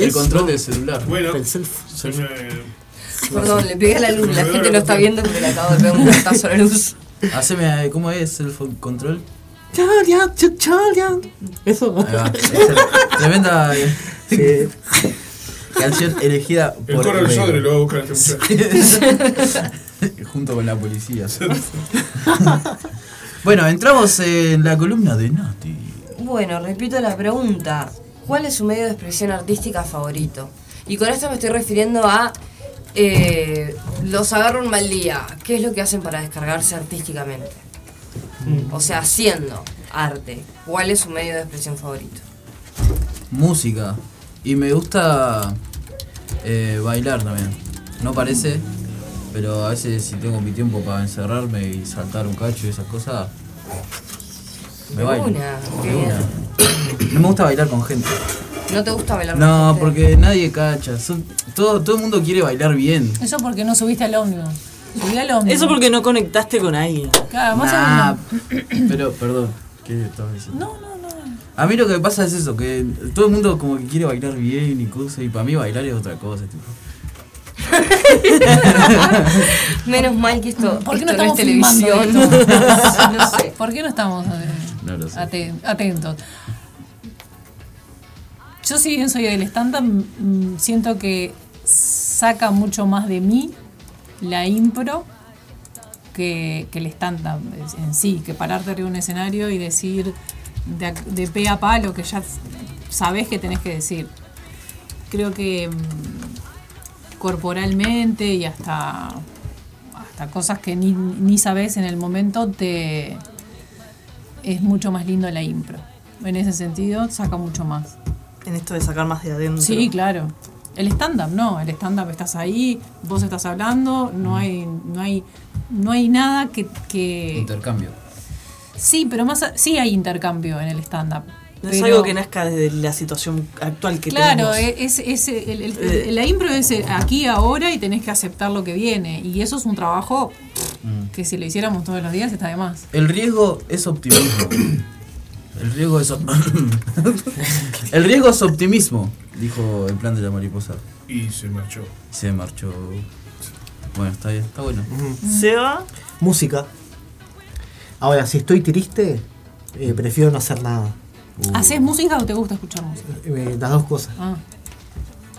S1: El control del celular.
S4: Bueno,
S3: Perdón, le pegué a la luz. La gente no está viendo porque le acabo de pegar un portazo a la luz.
S1: Haceme, eh, ¿cómo es Cell Phone Control?
S5: Eso.
S1: Ahí va. Excelente. Tremenda eh, eh, canción elegida
S4: El
S1: por
S4: coro del
S1: Rey.
S4: Sodre lo va a buscar este muchacho.
S1: Junto con la policía. bueno, entramos en la columna de Nati.
S3: Bueno, repito la pregunta. ¿Cuál es su medio de expresión artística favorito? Y con esto me estoy refiriendo a eh, los agarro un mal día. ¿Qué es lo que hacen para descargarse artísticamente?
S7: Mm.
S3: O sea, haciendo arte. ¿Cuál es su medio de expresión favorito?
S1: música y me gusta eh, bailar también. No parece, pero a veces si tengo mi tiempo para encerrarme y saltar un cacho y esas cosas, me
S3: De
S1: bailo.
S3: una, qué
S1: De
S3: bien.
S1: una. No me gusta bailar con gente.
S3: ¿No te gusta bailar?
S1: No, porque nadie cacha. Son- todo, todo el mundo quiere bailar bien.
S6: Eso porque no subiste al ómnibus. Subí al ómnibus.
S7: Eso porque no conectaste con alguien.
S1: Ah,
S6: Claro, más
S1: Nah,
S6: o
S1: pero perdón, ¿qué estabas diciendo? No, no, no. A mí lo que me pasa es eso, que todo el mundo como que quiere bailar bien y cosas, y para mí bailar es otra cosa. Tipo.
S3: Menos mal que esto,
S6: ¿Por qué no
S3: esto no es
S6: estamos filmando
S3: televisión.
S6: esto?
S3: no sé.
S6: ¿Por qué no estamos eh,
S1: No lo sé.
S6: aten- atentos? Yo si bien soy del stand-up, mm, siento que saca mucho más de mí la impro que, que el stand-up en sí, que pararte arriba de un escenario y decir de, ac- de pe a pa lo que ya sabes que tenés que decir. Creo que mm, corporalmente y hasta hasta cosas que ni, ni sabes en el momento, te es mucho más lindo la impro. En ese sentido, saca mucho más.
S7: En esto de sacar más de adentro.
S6: Sí, claro. El stand-up no, el stand-up estás ahí, vos estás hablando,
S7: Mm.
S6: no hay, no hay, no hay nada que, que-
S1: Intercambio.
S6: Sí, pero más a- sí hay intercambio en el stand-up.
S7: No es
S6: pero-
S7: algo que nazca desde la situación actual que
S6: Claro, e,
S7: tenemos.
S3: eh,
S6: es, es- es el- el-
S7: Eh.
S6: la impro es el aquí, ahora y tenés que aceptar lo que viene. Y eso es un trabajo que si lo hiciéramos todos los días está de más.
S1: El riesgo es optimismo. El riesgo es op- El riesgo es optimismo, dijo el plan de la mariposa.
S4: Y se marchó.
S1: Se marchó. Bueno, está bien, está bueno.
S7: ¿Se va?
S5: Música. Ahora, si estoy triste, eh, prefiero no hacer nada.
S6: ¿Haces música o te gusta escuchar música?
S5: Eh, las dos cosas.
S6: Ah.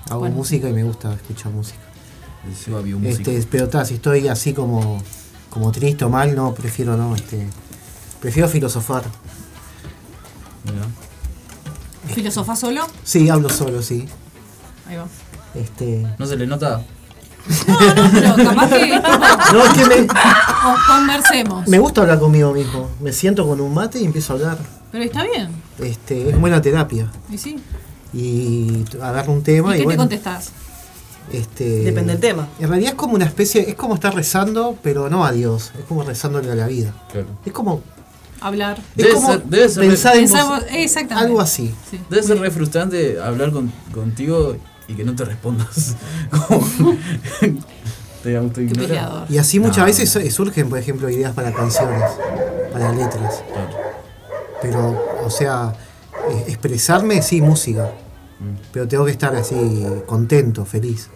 S5: Hago
S6: Bueno.
S5: música y me gusta escuchar música.
S1: El Seba vio música.
S5: Este, pero ta, si estoy así como, como triste o mal, no, prefiero no. Este, prefiero filosofar.
S1: Mirá.
S6: ¿Filosofás solo?
S5: Sí, hablo solo, sí.
S6: Ahí va.
S5: Este,
S1: ¿No se le nota?
S6: Pero capaz que
S5: No, es que me,
S6: nos conversemos.
S5: me gusta hablar conmigo mismo. Me siento con un mate y empiezo a hablar.
S6: Pero está bien.
S5: Este, es buena terapia.
S6: ¿Y sí?
S5: Y t- agarro un tema
S6: ¿Y
S5: y,
S6: qué te
S5: bueno,
S6: contestás?
S5: este,
S7: Depende del tema.
S5: En realidad es como una especie, es como estar rezando, pero no a Dios. Es como rezándole a la vida. Es como,
S6: Hablar.
S5: es como pensar en
S6: Pensar
S5: vos-
S6: vos- Oh, Exactamente.
S5: algo así.
S1: Debe ser re frustrante hablar con- contigo y que no te respondas. Como- te da gusto ignorar.
S5: Y así muchas
S1: No.
S5: veces su- surgen, por ejemplo, ideas para canciones, para letras. Pero, o sea, e- expresarme, sí, música.
S1: mm.
S5: Pero tengo que estar así, contento, feliz.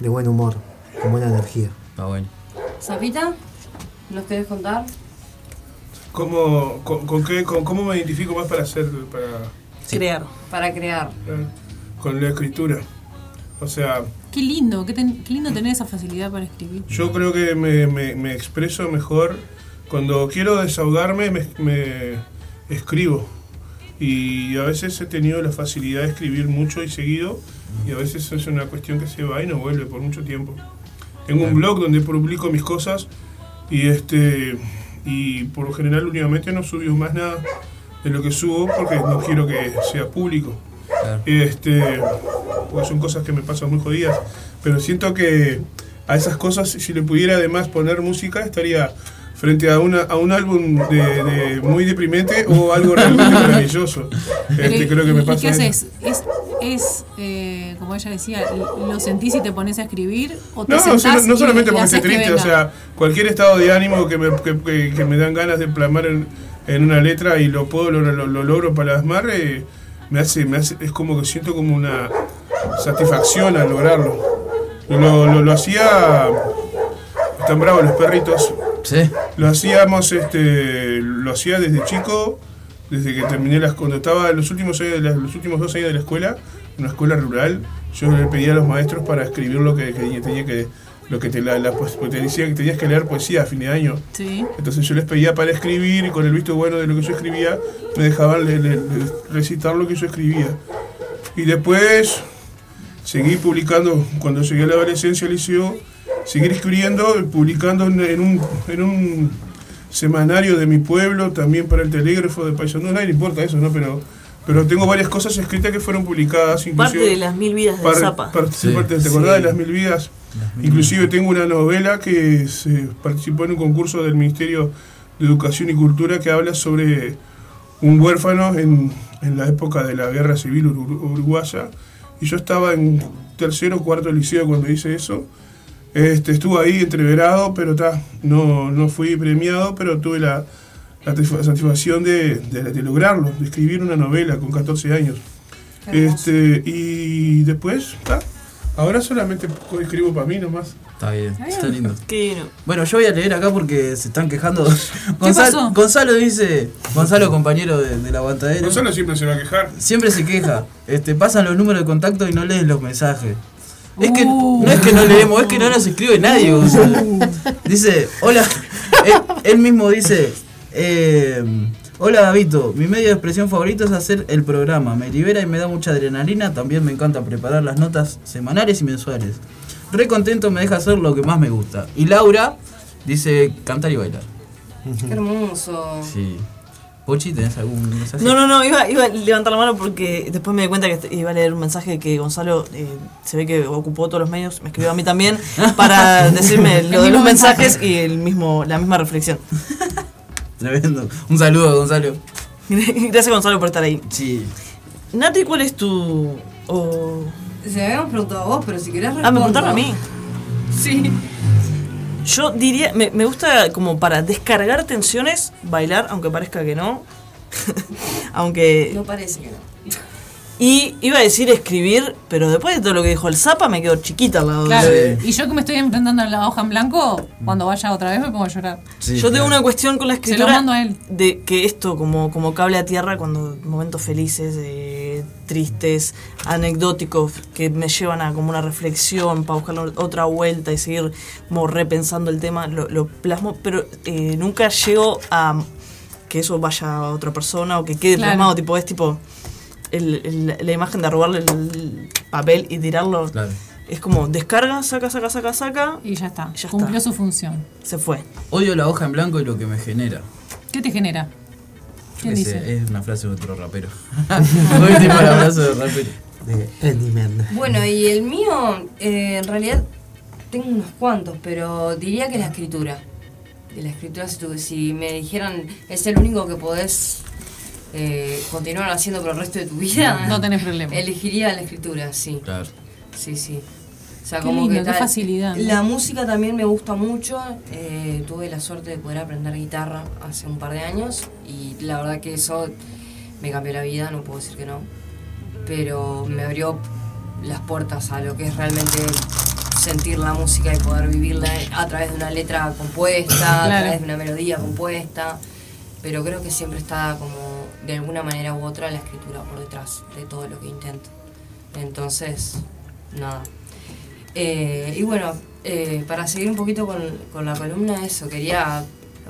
S5: De buen humor, con buena energía.
S1: Está bueno.
S3: ¿Zapita? ¿Nos querés contar?
S4: ¿Cómo, con, con qué, con- ¿Cómo me identifico más para hacer, para, eh,
S7: Crear.
S3: Para crear.
S4: con la escritura? O sea,
S6: Qué lindo, qué, ten- qué lindo tener esa facilidad para escribir.
S4: yo creo que me, me- me expreso mejor. Cuando quiero desahogarme, me, me escribo. Y a veces he tenido la facilidad de escribir mucho y seguido. Y a veces es una cuestión que se va y no vuelve por mucho tiempo. Tengo un blog donde publico mis cosas y este y por lo general últimamente no subo más nada de lo que subo porque no quiero que sea público. Este, porque son cosas que me pasan muy jodidas, pero siento que a esas cosas si le pudiera además poner música estaría frente a, una, a un álbum de, de muy deprimente o algo realmente maravilloso. Este,
S6: Pero,
S4: creo que
S6: Eh, ¿y-
S4: me
S6: y
S4: pasa
S6: ¿Qué
S4: eso.
S6: haces? ¿Es, es eh, como ella decía, lo sentís y te pones a escribir? ¿O te
S4: No, no,
S6: sentás
S4: solo- no
S6: y
S4: solamente
S6: le
S4: porque
S6: haces
S4: esté
S6: que
S4: triste, o
S6: venga?
S4: sea, cualquier estado de ánimo que me, que, que- que me dan ganas de plasmar en, en una letra y lo puedo, lo, lo, lo logro plasmar, eh, me, hace, me hace, es como que siento como una satisfacción al lograrlo. Lo, lo, lo hacía. Están bravos los perritos.
S1: Sí.
S4: Lo hacíamos, este, lo hacía desde chico, desde que terminé las, cuando estaba en los últimos años de la- los últimos dos años de la escuela, una escuela rural, yo le pedía a los maestros para escribir lo que, que tenía que, lo que te, la, la pues, te decía que tenías que leer poesía a fin de año.
S6: Sí.
S4: Entonces yo les pedía para escribir y con el visto bueno de lo que yo escribía, me dejaban le- le- le- recitar lo que yo escribía. Y después seguí publicando, cuando llegué a la adolescencia, al liceo, seguí escribiendo y publicando en, en un, en un semanario de mi pueblo, también para el telégrafo de Paisandú, no, nadie le importa eso, ¿no? Pero, pero tengo varias cosas escritas que fueron publicadas.
S7: Parte
S4: inclusive-
S7: de las mil vidas de
S4: Par-
S7: Zapa.
S4: par-
S7: Sí.
S4: parte- ¿Te acordás
S7: Sí.
S4: de las mil vidas? Inclusive tengo una novela que se participó en un concurso del Ministerio de Educación y Cultura que habla sobre un huérfano en, en la época de la Guerra Civil Uru- Uruguaya. Y yo estaba en tercero o cuarto liceo cuando hice eso. Este, estuve ahí entreverado, pero ta, no, no fui premiado, pero tuve la, la satisfa- satisfacción de, de- de lograrlo, de escribir una novela con 14 años.
S12: Qué hermoso.
S4: Este, y después, ta, ahora solamente escribo para mí nomás.
S1: Está bien, está lindo.
S7: Qué no.
S1: Bueno, yo voy a leer acá porque se están quejando. Gonzalo,
S4: pasó?
S1: Gonzalo dice, Gonzalo compañero de, del aguantadero.
S4: Gonzalo siempre se va a quejar.
S1: Siempre se queja. Este, pasan los números de contacto y no leen los mensajes. Es que no es que no leemos, es que no nos escribe nadie, Gonzalo. Dice, hola. Él, él mismo dice, eh, hola Gabito, mi medio de expresión favorito es hacer el programa. Me libera y me da mucha adrenalina. También me encanta preparar las notas semanales y mensuales. Re contento me deja hacer lo que más me gusta. Y Laura dice, cantar y bailar.
S3: Qué hermoso.
S1: Sí. Pochi, ¿tenés algún mensaje?
S7: No, no, no, iba, iba a levantar la mano porque después me di cuenta que este, iba a leer un mensaje que Gonzalo eh, se ve que ocupó todos los medios, me escribió a mí también para decirme
S1: El
S7: lo de
S1: mismo
S7: los mensajes y el mismo, la misma reflexión.
S1: Tremendo. Un saludo, Gonzalo.
S7: Gracias Gonzalo por estar ahí.
S1: Sí.
S7: Nati, ¿cuál es tu... o-
S3: Se habíamos preguntado a vos, pero si querés
S7: Ah, me
S3: respondo.
S7: preguntaron a mí.
S3: Sí.
S7: Yo diría, me, me gusta como para descargar tensiones, bailar, aunque parezca que no. aunque...
S3: No parece que no.
S7: Y iba a decir escribir, pero después de todo lo que dijo el Zapa me quedo chiquita al lado de-
S6: Claro. Y yo que me estoy enfrentando a la hoja en blanco, cuando vaya otra vez me pongo a llorar.
S7: Yo tengo una cuestión con la
S6: Se lo
S7: escritura
S6: mando a
S7: de que esto, como, como cable a tierra, cuando momentos felices, eh, tristes, anecdóticos, que me llevan a como una reflexión para buscar otra vuelta y seguir como repensando el tema, lo, lo plasmo, pero eh, nunca llego a que eso vaya a otra persona o que quede
S6: Claro.
S7: plasmado, tipo, es tipo el- el- la imagen de robarle el papel y tirarlo. Es como descarga, saca, saca, saca, saca.
S6: Y ya está.
S7: Ya
S6: Cumplió
S7: está.
S6: su función.
S7: Se fue.
S1: Odio la hoja en blanco y lo que me genera.
S6: ¿Qué te genera?
S1: Yo
S6: ¿Quién
S1: qué
S6: dice?
S1: sé, eh, es una frase de otro rapero. Hoy tipo la frase de rapero.
S5: De Eddyman.
S3: Bueno, y el mío, eh, en realidad tengo unos cuantos, pero diría que la escritura. Que la escritura, si, tu- si me dijeran, es el único que podés eh, continuar haciendo por el resto de tu vida.
S6: No tenés problema.
S3: Elegiría la escritura, sí.
S1: Claro.
S3: Sí, sí. O sea,
S6: Qué
S3: como
S6: lindo,
S3: que
S6: qué
S3: tal-
S6: facilidad, ¿no?
S3: La música también me gusta mucho. eh, tuve la suerte de poder aprender guitarra hace un par de años y la verdad que eso me cambió la vida, no puedo decir que no. Pero me abrió las puertas a lo que es realmente sentir la música y poder vivirla a través de una letra compuesta, a
S6: Claro.
S3: través de una melodía compuesta. Pero creo que siempre está como de alguna manera u otra la escritura por detrás de todo lo que intento. Entonces, nada. Eh, y bueno, eh, para seguir un poquito con, con la columna, eso, quería,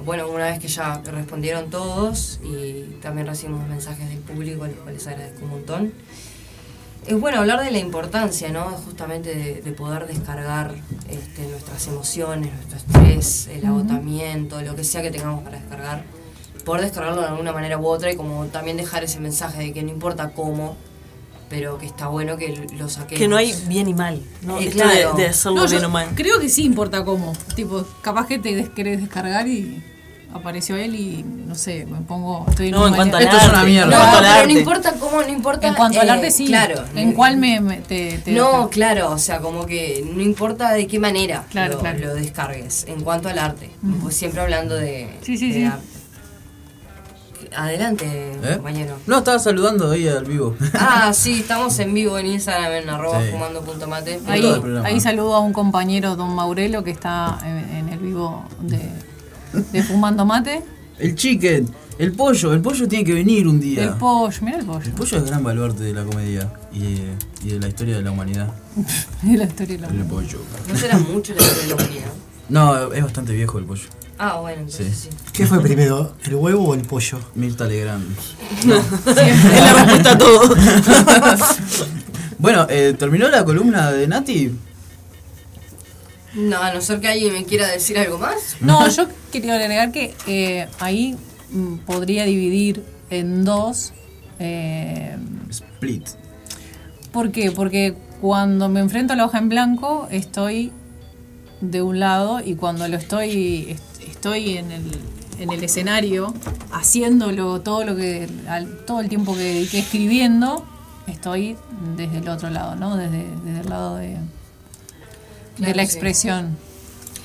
S3: bueno, una vez que ya respondieron todos y también recibimos mensajes del público, a los cuales agradezco un montón, es bueno hablar de la importancia, ¿no? Justamente de, de poder descargar este, nuestras emociones, nuestro estrés, el
S6: Ujú.
S3: agotamiento, lo que sea que tengamos para descargar, poder descargarlo de alguna manera u otra y como también dejar ese mensaje de que no importa cómo, pero que está bueno que lo saquemos.
S7: Que no hay bien y mal. No,
S3: Eh,
S7: Esto de-
S3: claro.
S7: de, hacerlo
S6: No, yo
S7: bien o mal.
S6: Creo que sí importa cómo. Tipo, capaz que te des- querés descargar y apareció él y no sé, me pongo. Estoy
S7: No, en cuanto
S6: a
S7: al Esto es arte. una mierda.
S3: No, pero no importa cómo, no importa.
S6: En cuanto al
S3: eh,
S6: arte, sí.
S3: Claro.
S6: ¿En cuál me, me- te, te-
S3: No, claro, o sea, como que no importa de qué manera
S6: Claro,
S3: lo,
S6: claro.
S3: lo descargues en cuanto al arte.
S6: Ujú.
S3: Pues siempre hablando de,
S6: Sí, sí,
S3: de
S6: sí.
S3: arte. Adelante,
S1: ¿Eh?
S3: compañero.
S1: No, estaba saludando ahí al vivo.
S3: Ah, sí, estamos en vivo en Instagram en arroba
S1: Sí.
S3: fumando.mate.
S6: Ahí,
S1: Todo el programa.
S6: ahí saludo a un compañero, don Maurelo, que está en, en el vivo de, de Fumando Mate.
S1: El chicken, el pollo, el pollo tiene que venir un día.
S6: El pollo, mira el pollo.
S1: El pollo es gran baluarte de la comedia y, eh, y de la historia de la humanidad.
S6: Y la historia de la
S1: El pollo.
S3: No será mucho la tecnología.
S1: No, es bastante viejo el pollo.
S3: Ah, bueno, entonces sí.
S5: ¿Qué fue primero, el huevo o el pollo?
S1: Mirta Legrand.
S3: No. Es la respuesta a todo.
S1: bueno, eh, ¿terminó la columna de Nati?
S3: No, a no ser que alguien me quiera decir algo más.
S6: No, yo quería agregar que eh, ahí mm, podría dividir en dos. eh,
S1: Split.
S6: ¿Por qué? Porque cuando me enfrento a la hoja en blanco estoy de un lado y cuando lo estoy est- estoy en el, en el escenario haciéndolo todo lo que al- todo el tiempo que dediqué escribiendo estoy desde el otro lado, ¿no? Desde, desde el lado de, de
S3: Claro,
S6: la
S3: sí.
S6: expresión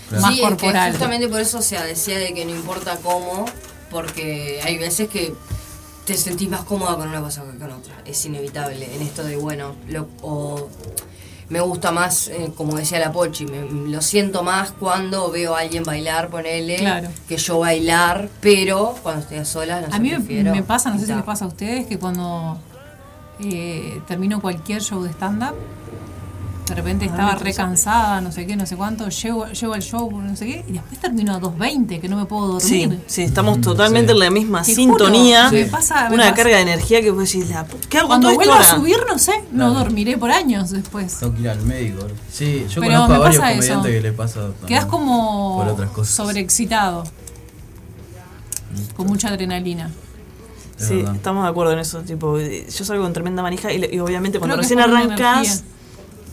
S3: Sí,
S6: más
S3: es que
S6: corporal.
S3: justamente por eso, o sea, decía de que no importa cómo, porque hay veces que te sentís más cómoda con una cosa que con otra. Es inevitable en esto de, bueno, lo- o me gusta más, eh, como decía la Pochi, me- lo siento más cuando veo a alguien bailar, ponele,
S6: Claro.
S3: que yo bailar, pero cuando estoy a solas, no
S6: A
S3: sé,
S6: mí me-
S3: prefiero
S6: me pasa, no sé si
S3: quitar.
S6: les pasa a ustedes, que cuando eh, termino cualquier show de stand-up, de repente
S16: Ah,
S6: estaba
S16: interesante.
S6: recansada, no sé qué, no sé cuánto, llego, llego al show, no sé qué, y después termino a 2.20, que no me puedo
S7: Sí,
S6: dormir.
S7: sí,
S1: Mm,
S7: estamos totalmente en la misma
S6: Te juro,
S7: sintonía.
S6: me pasa- me
S7: una
S6: pasa.
S7: carga de energía que vos decís, la pu- ¿qué hago con
S6: Cuando
S7: todo esto
S6: vuelva a
S7: ahora?
S6: subir, no sé, no dormiré por años después.
S1: Tengo que ir al médico. bro. Sí, yo
S6: Pero
S1: conozco a
S6: me
S1: varios
S6: pasa eso.
S1: comediantes que le pasa. también.
S6: Quedás como
S1: Por otras cosas.
S6: sobreexcitado, con mucha adrenalina.
S1: Es
S7: Sí,
S1: verdad.
S7: estamos de acuerdo en eso. Tipo, eh, yo salgo con tremenda manija y, le- y obviamente cuando
S6: Creo que es
S7: recién
S6: por una
S7: arrancas,
S6: energía.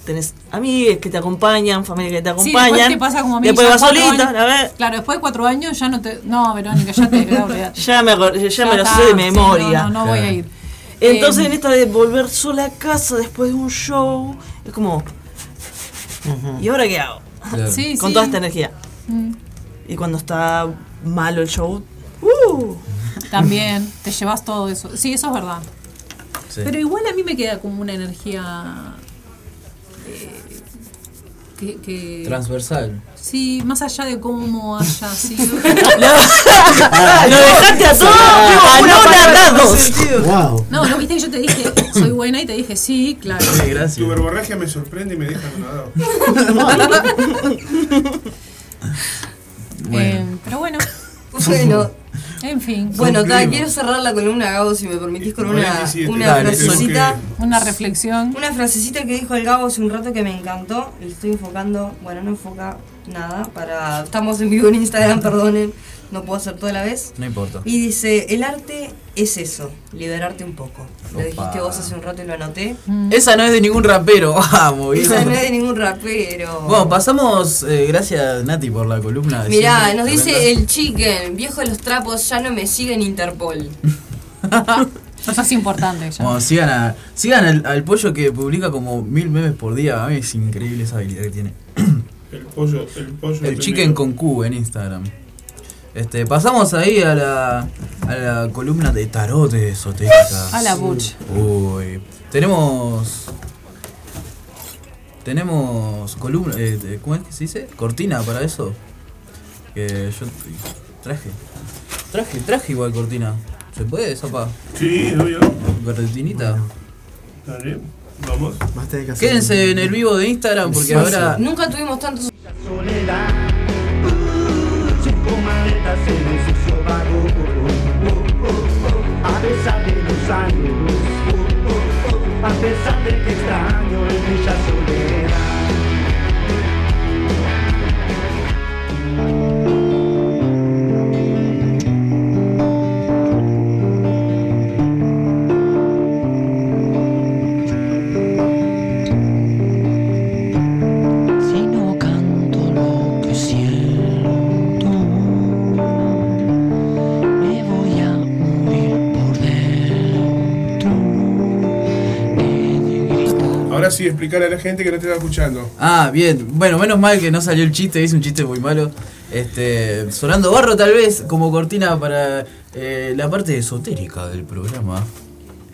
S7: tenés amigues que te acompañan, familia que te
S6: Sí, después
S7: acompañan.
S6: te pasa como a mí.
S7: Después
S6: ya
S7: vas
S6: cuatro
S7: solita,
S6: años-
S7: la verdad,
S6: Claro, después de cuatro años ya no te... No, Verónica, ya te... no, olvidate.
S7: Ya me, acor- ya
S6: Ya
S7: me lo
S6: está,
S7: sé de
S6: sí,
S7: memoria.
S6: no, no, no voy a ir.
S7: Entonces,
S6: Eh,
S7: en esta de volver sola a casa después de un show, es como, ¿y ahora qué hago?
S1: Claro.
S6: Eh, Sí,
S7: Con
S6: sí.
S7: toda esta energía.
S6: Mm.
S7: Y cuando está malo el show, ¡uh!
S6: También, te llevas todo eso. Sí, eso es verdad.
S1: Sí.
S6: Pero igual a mí me queda como una energía... eh, que, que-
S1: Transversal.
S6: Sí, más allá de cómo haya sido.
S7: ¡Lo dejaste a todo! ¡A no nadados!
S5: ¡Wow!
S6: No, no, viste que yo te dije, soy buena y te dije, sí, claro.
S4: Tu verborragia me sorprende y me deja anonadado.
S6: Eh, pero bueno.
S3: Bueno.
S6: En fin.
S3: Bueno, ta, quiero cerrar la columna, Gabo, si me permitís, con una,
S6: 47.
S3: una
S6: Dale,
S3: frasecita.
S6: tenemos Una reflexión.
S3: Una frasecita que dijo el Gabo hace un rato que me encantó. Y estoy enfocando, bueno, no enfoca nada. para Estamos en vivo en Instagram, perdonen, no puedo hacer todo a la vez.
S1: No importa.
S3: Y dice, el arte es eso, liberarte un poco. Lo
S1: Opa. Mm.
S3: dijiste vos hace un rato y lo anoté.
S1: Esa no es de ningún rapero. Vamos, bien.
S3: Esa no es de ningún rapero.
S1: Bueno, pasamos. eh, gracias, Nati, por la columna. de
S3: Mirá,
S1: siempre.
S3: nos dice
S1: Tremenda.
S3: el chicken, viejo de los trapos, ya no me sigue en Interpol.
S6: Eso es importante ya.
S1: Bueno, sigan, a- sigan al, al pollo que publica como mil memes por día. A mí es increíble esa habilidad que tiene.
S4: El pollo, el pollo.
S1: El
S4: también.
S1: chicken con Q en Instagram. Este, pasamos ahí a la, a la columna de tarot de esotérica.
S6: A la bucha.
S1: Uy. Tenemos. Tenemos columna. eh, eh, ¿Cómo es que se dice? Cortina para eso. Que yo traje. Traje, traje igual cortina. ¿Se puede, Zapa?
S4: Sí, obvio.
S1: Cortinita.
S4: Dale, vamos.
S1: Quédense en el vivo de Instagram porque
S4: Sí,
S1: ahora.
S3: Nunca tuvimos tantos...
S12: soledad. Uh, Cinco maletas en un sucio vago. Uh, uh, uh, A pesar de los años, uh, uh, uh, a pesar de que extraño en ella soledad.
S11: Si no canto lo que siento,
S4: así, explicar a la gente que no te está escuchando.
S1: Ah, bien. Bueno, menos mal que no salió el chiste, hice un chiste muy malo. Este, sonando barro tal vez como cortina para eh, la parte esotérica del programa.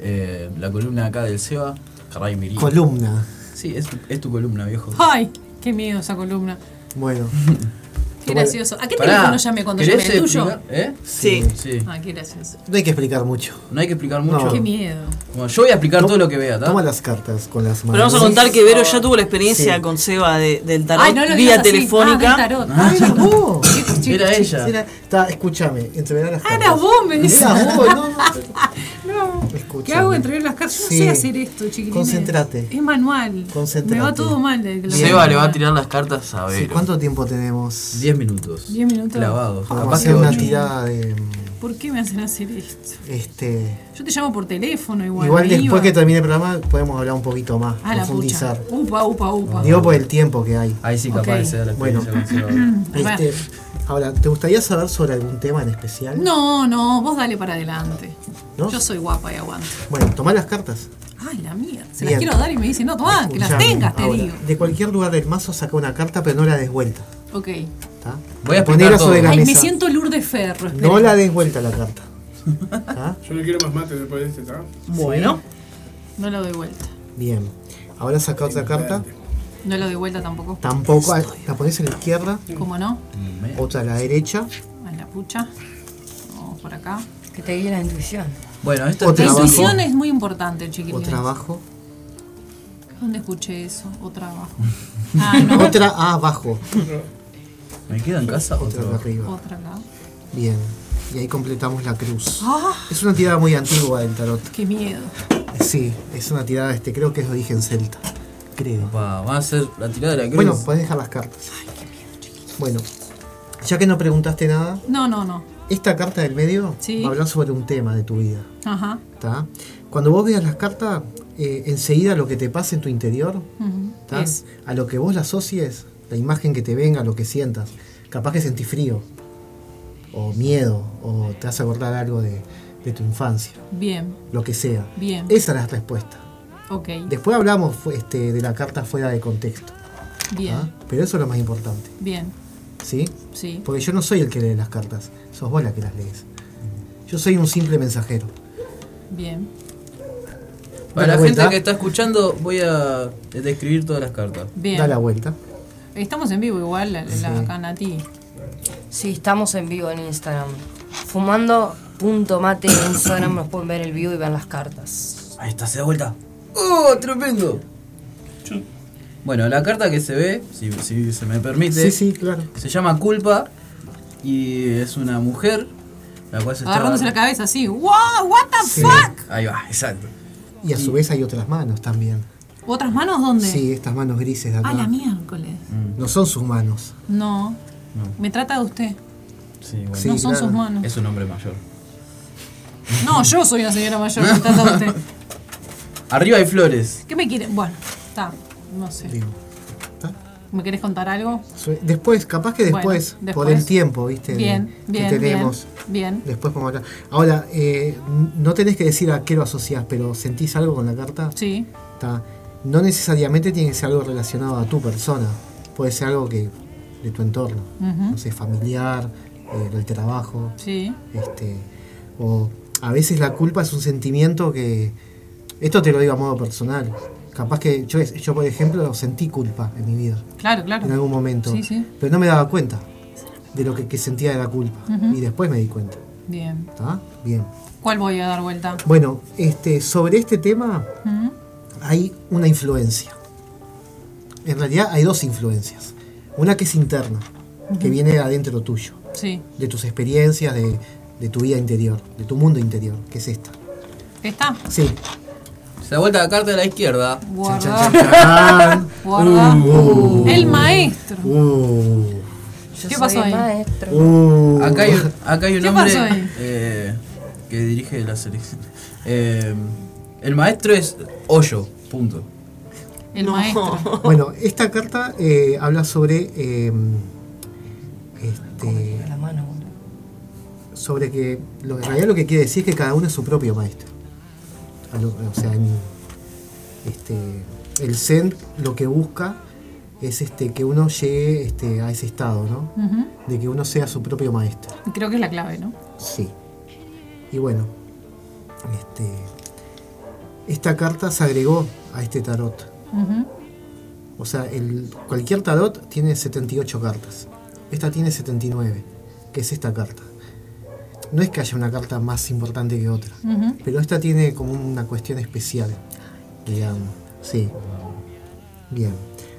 S1: Eh, la columna acá del Seba. Caray, mirí.
S5: Columna.
S1: Sí, es, es tu columna, viejo.
S6: Ay, qué miedo esa columna.
S5: Bueno.
S6: Qué gracioso. ¿A qué
S1: Pará,
S6: teléfono llamé cuando
S1: ¿querés
S6: llamé el tuyo?
S1: explicar? ¿Eh?
S5: Sí.
S1: Sí.
S6: Ah, qué gracioso.
S5: No hay que explicar mucho.
S1: No hay que explicar mucho.
S6: Qué miedo.
S1: Bueno, yo voy a explicar todo lo que vea, Ah. ¿tá?
S5: Toma las cartas con las
S7: Pero
S5: manos.
S7: vamos a contar que Vero ya tuvo la experiencia
S5: Sí.
S7: con Seba de- del tarot
S5: Ay, no lo digas
S7: vía
S5: así.
S7: telefónica.
S5: Ah, del tarot. Ah, era vos.
S1: Era ella.
S5: Era- Está, escúchame, entreverá las
S6: Ah,
S5: cartas.
S6: era vos, me dice.
S5: Era vos, no,
S6: No. ¿Qué
S5: Escúchame.
S6: hago entregar las cartas? Yo no
S5: Sí.
S6: sé hacer esto, chiquitines.
S5: Concéntrate.
S6: Es manual.
S5: Concéntrate.
S6: Me va todo mal. de la-
S1: Seba le va a tirar las cartas a
S5: Sí,
S1: ver.
S5: ¿Cuánto tiempo tenemos?
S1: 10 minutos.
S6: 10 minutos.
S1: Clavados.
S5: Vamos a
S1: Capaz
S5: hacer
S1: que
S5: una
S1: ocho.
S5: tirada de.
S6: ¿Por qué me hacen hacer esto?
S5: Este,
S6: Yo te llamo por teléfono igual.
S5: igual
S6: me
S5: después
S6: iba.
S5: que termine el programa podemos hablar un poquito más,
S6: Ah, la pucha.
S5: profundizar.
S6: Upa, upa, upa.
S5: Digo pues, por el tiempo que hay.
S1: Ahí sí, capaz
S6: Ok.
S1: de ser la
S5: Bueno,
S1: experiencia
S6: Pará.
S5: este, ahora, ¿te gustaría saber sobre algún tema en especial?
S6: No, no, vos dale para adelante.
S5: ¿No?
S6: Yo soy guapa y aguanto.
S5: Bueno, tomá las cartas.
S6: Ay, la mía. Se
S5: Bien.
S6: las quiero dar y me dicen, no, tomá, que las
S5: Escuchame,
S6: tengas, te
S5: ahora,
S6: digo.
S5: De cualquier lugar del mazo saca una carta, pero no la des vuelta.
S6: Ok.
S5: ¿tá?
S1: Voy a
S5: Ponela
S1: explicar todo.
S5: sobre la
S6: Ay, me
S5: mesa.
S6: siento Lourdes Ferro. espera.
S5: No la des vuelta la carta.
S3: ¿Ah?
S4: Yo no quiero más mate después de este, ¿está?
S5: Bueno.
S6: No la doy vuelta.
S5: Bien. Ahora saca otra carta.
S6: No la doy vuelta tampoco.
S5: Tampoco. La pones a la izquierda,
S6: ¿Cómo no?
S5: otra a la derecha.
S6: A la pucha. Vamos por acá.
S3: Que te guíe la intuición.
S1: Bueno, esto
S5: Otra
S6: La
S5: abajo.
S6: intuición es muy importante, chiquitines.
S5: Otra abajo.
S6: ¿Dónde escuché eso? Otra abajo.
S5: Otra abajo.
S1: ¿Me quedo en casa?
S5: Otra
S1: Otro.
S5: arriba.
S6: Otra acá.
S5: Bien. Y ahí completamos la cruz.
S6: ¡Ah!
S5: Es una tirada muy antigua del tarot.
S6: ¡Qué miedo!
S5: Sí, es una tirada, este, creo que es de origen celta. Creo.
S1: Va, va a ser la tirada de la cruz.
S5: Bueno, podés dejar las cartas. Bueno, ya que no preguntaste nada,
S6: No, no, no.
S5: esta carta del medio
S6: Sí.
S5: va a hablar sobre un tema de tu vida.
S6: Ajá.
S5: ¿tá? Cuando vos veas las cartas, eh, enseguida lo que te pasa en tu interior,
S6: Ujú.
S5: ¿tá?
S6: Es.
S5: a lo que vos la asocies, la imagen que te venga, lo que sientas. Capaz que sentís frío, o miedo, o te hace acordar algo de, de tu infancia,
S6: Bien,
S5: lo que sea.
S6: bien.
S5: Esa es la respuesta.
S6: Ok,
S5: Después hablamos fu- este, de la carta fuera de contexto,
S6: bien,
S5: ¿tá? pero eso es lo más importante,
S6: bien.
S5: ¿sí?
S6: Sí.
S5: Porque yo no soy el que lee las cartas, sos vos la que las lees. Yo soy un simple mensajero.
S6: Bien.
S1: Para
S5: Dale
S1: la
S5: vuelta.
S1: gente que está escuchando, voy a describir todas las cartas.
S6: Bien.
S5: Da la vuelta.
S6: Estamos en vivo igual, la, la
S3: Sí.
S6: acá, Nati.
S3: Sí, estamos en vivo en Instagram. Fumando punto mate en Instagram nos pueden ver el vivo y ver las cartas.
S1: Ahí está, se da vuelta. ¡Oh, tremendo! Bueno, la carta que se ve, si, si se me permite,
S5: Sí, sí, claro.
S1: se llama Culpa y es una mujer, la cual se está...
S6: Agarrándose la cabeza así. ¡Wow! ¿What the
S5: Sí.
S6: fuck?
S1: Ahí va, exacto.
S5: Y a su vez hay otras manos también.
S6: ¿Otras manos dónde?
S5: Sí, estas manos grises de acá.
S6: Ah, la miércoles.
S1: Mm.
S5: No son sus manos.
S6: No. Me trata de usted.
S1: Sí, bueno.
S5: Sí,
S6: no son
S5: claro.
S6: sus manos.
S1: Es un hombre mayor.
S6: No, yo soy una señora mayor. Me trata de usted.
S1: Arriba hay flores.
S6: ¿Qué me quiere? Bueno, está. No sé. ¿Me querés contar algo?
S5: Su- Después, capaz que después,
S6: Bueno,
S5: por
S6: después.
S5: el tiempo, ¿viste? de-
S6: Bien, bien,
S5: que tenemos.
S6: bien.
S5: Después podemos hablar. Ahora, eh, n- no tenés que decir a qué lo asociás, pero ¿sentís algo con la carta?
S6: Sí.
S5: Está. No necesariamente tiene que ser algo relacionado a tu persona. Puede ser algo que de tu entorno.
S6: Ujú.
S5: No sé, familiar, eh, del trabajo.
S6: Sí.
S5: Este, o a veces la culpa es un sentimiento que. Esto te lo digo a modo personal. Capaz que yo, yo por ejemplo, sentí culpa en mi vida.
S6: Claro, claro.
S5: En algún momento.
S6: Sí, sí.
S5: Pero no me daba cuenta de lo que, que sentía de la culpa.
S6: Ujú.
S5: Y después me di cuenta.
S6: Bien.
S5: ¿Está? Bien.
S6: ¿Cuál voy a dar vuelta?
S5: Bueno, este, sobre este tema
S6: Ujú.
S5: hay una influencia. En realidad hay dos influencias. Una que es interna, que
S6: Ujú.
S5: viene de adentro tuyo,
S6: Sí.
S5: de tus experiencias, de, de tu vida interior, de tu mundo interior, que es esta.
S6: ¿Está?
S5: Sí.
S1: Se da vuelta la carta de la izquierda.
S6: Guarda.
S5: Ah,
S6: Guarda.
S5: Uh.
S6: El maestro.
S5: uh,
S6: ¿Qué pasó ahí?
S5: uh.
S1: Acá hay, un- acá hay un
S6: ¿Qué
S1: hombre
S6: pasó ahí?
S1: eh, que dirige la selección. Eh, el maestro es Hoyo, punto.
S6: El maestro.
S5: Bueno, esta carta eh, habla sobre. eh, este, sobre que. Lo, en realidad lo que quiere decir es que cada uno es su propio maestro. A lo- o sea, en, Este, el Zen lo que busca es este, que uno llegue este, a ese estado, ¿no?
S6: Ujú.
S5: De que uno sea su propio maestro.
S6: Creo que es la clave, ¿no?
S5: Sí. Y bueno, este, esta carta se agregó a este tarot. O sea, el, cualquier tarot tiene 78 cartas. Esta tiene 79, que es esta carta. No es que haya una carta más importante que otra,
S6: Ujú.
S5: pero esta tiene como una cuestión especial, digamos. Sí. Bien.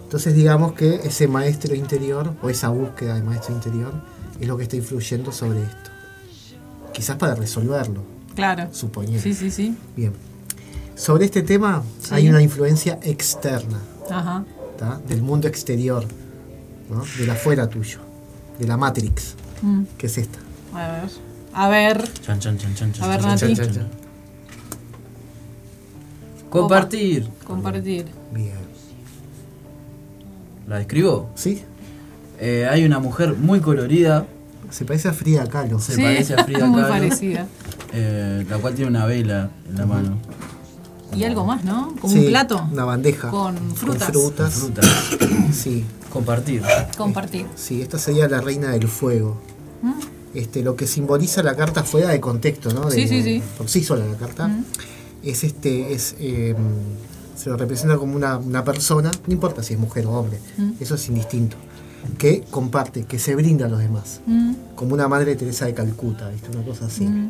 S5: Entonces digamos que ese maestro interior, o esa búsqueda de maestro interior, es lo que está influyendo sobre esto. Quizás para resolverlo,
S6: Claro.
S5: suponiendo.
S6: Sí, sí, sí.
S5: Bien. Sobre este tema
S6: Sí.
S5: hay una influencia externa.
S6: Ajá.
S5: ¿tá? del mundo exterior, ¿no? del afuera tuyo, de la Matrix,
S6: Mm.
S5: que es esta.
S6: A ver. A ver.
S1: Chan, chan, chan, chan, chan,
S6: A ver,
S1: chan, chan,
S6: Nati.
S1: chan, chan. Compartir.
S6: Compartir.
S1: ¿La describo? Eh,
S5: Sí.
S1: hay una mujer muy colorida.
S5: Se parece a Frida Kahlo.
S1: Se
S6: Sí,
S1: parece a Frida
S6: muy
S1: Kahlo,
S6: parecida.
S1: eh, la cual tiene una vela en la mano.
S6: Y algo más, ¿no? Como
S5: Sí,
S6: un plato.
S5: Una bandeja.
S6: Con frutas.
S5: frutas. sí.
S1: Compartir.
S6: Compartir.
S5: Sí, esta sería la reina del fuego.
S6: Mm.
S5: Este, lo que simboliza la carta fuera de contexto, ¿no? De-
S6: Sí, sí, sí.
S5: Por sí sola la carta. Es este, es. eh, se lo representa como una, una persona, no importa si es mujer o hombre,
S6: Mm.
S5: eso es indistinto. Que comparte, que se brinda a los demás.
S6: Mm.
S5: Como una madre Teresa de Calcuta, ¿viste? Una cosa así.
S6: Mm.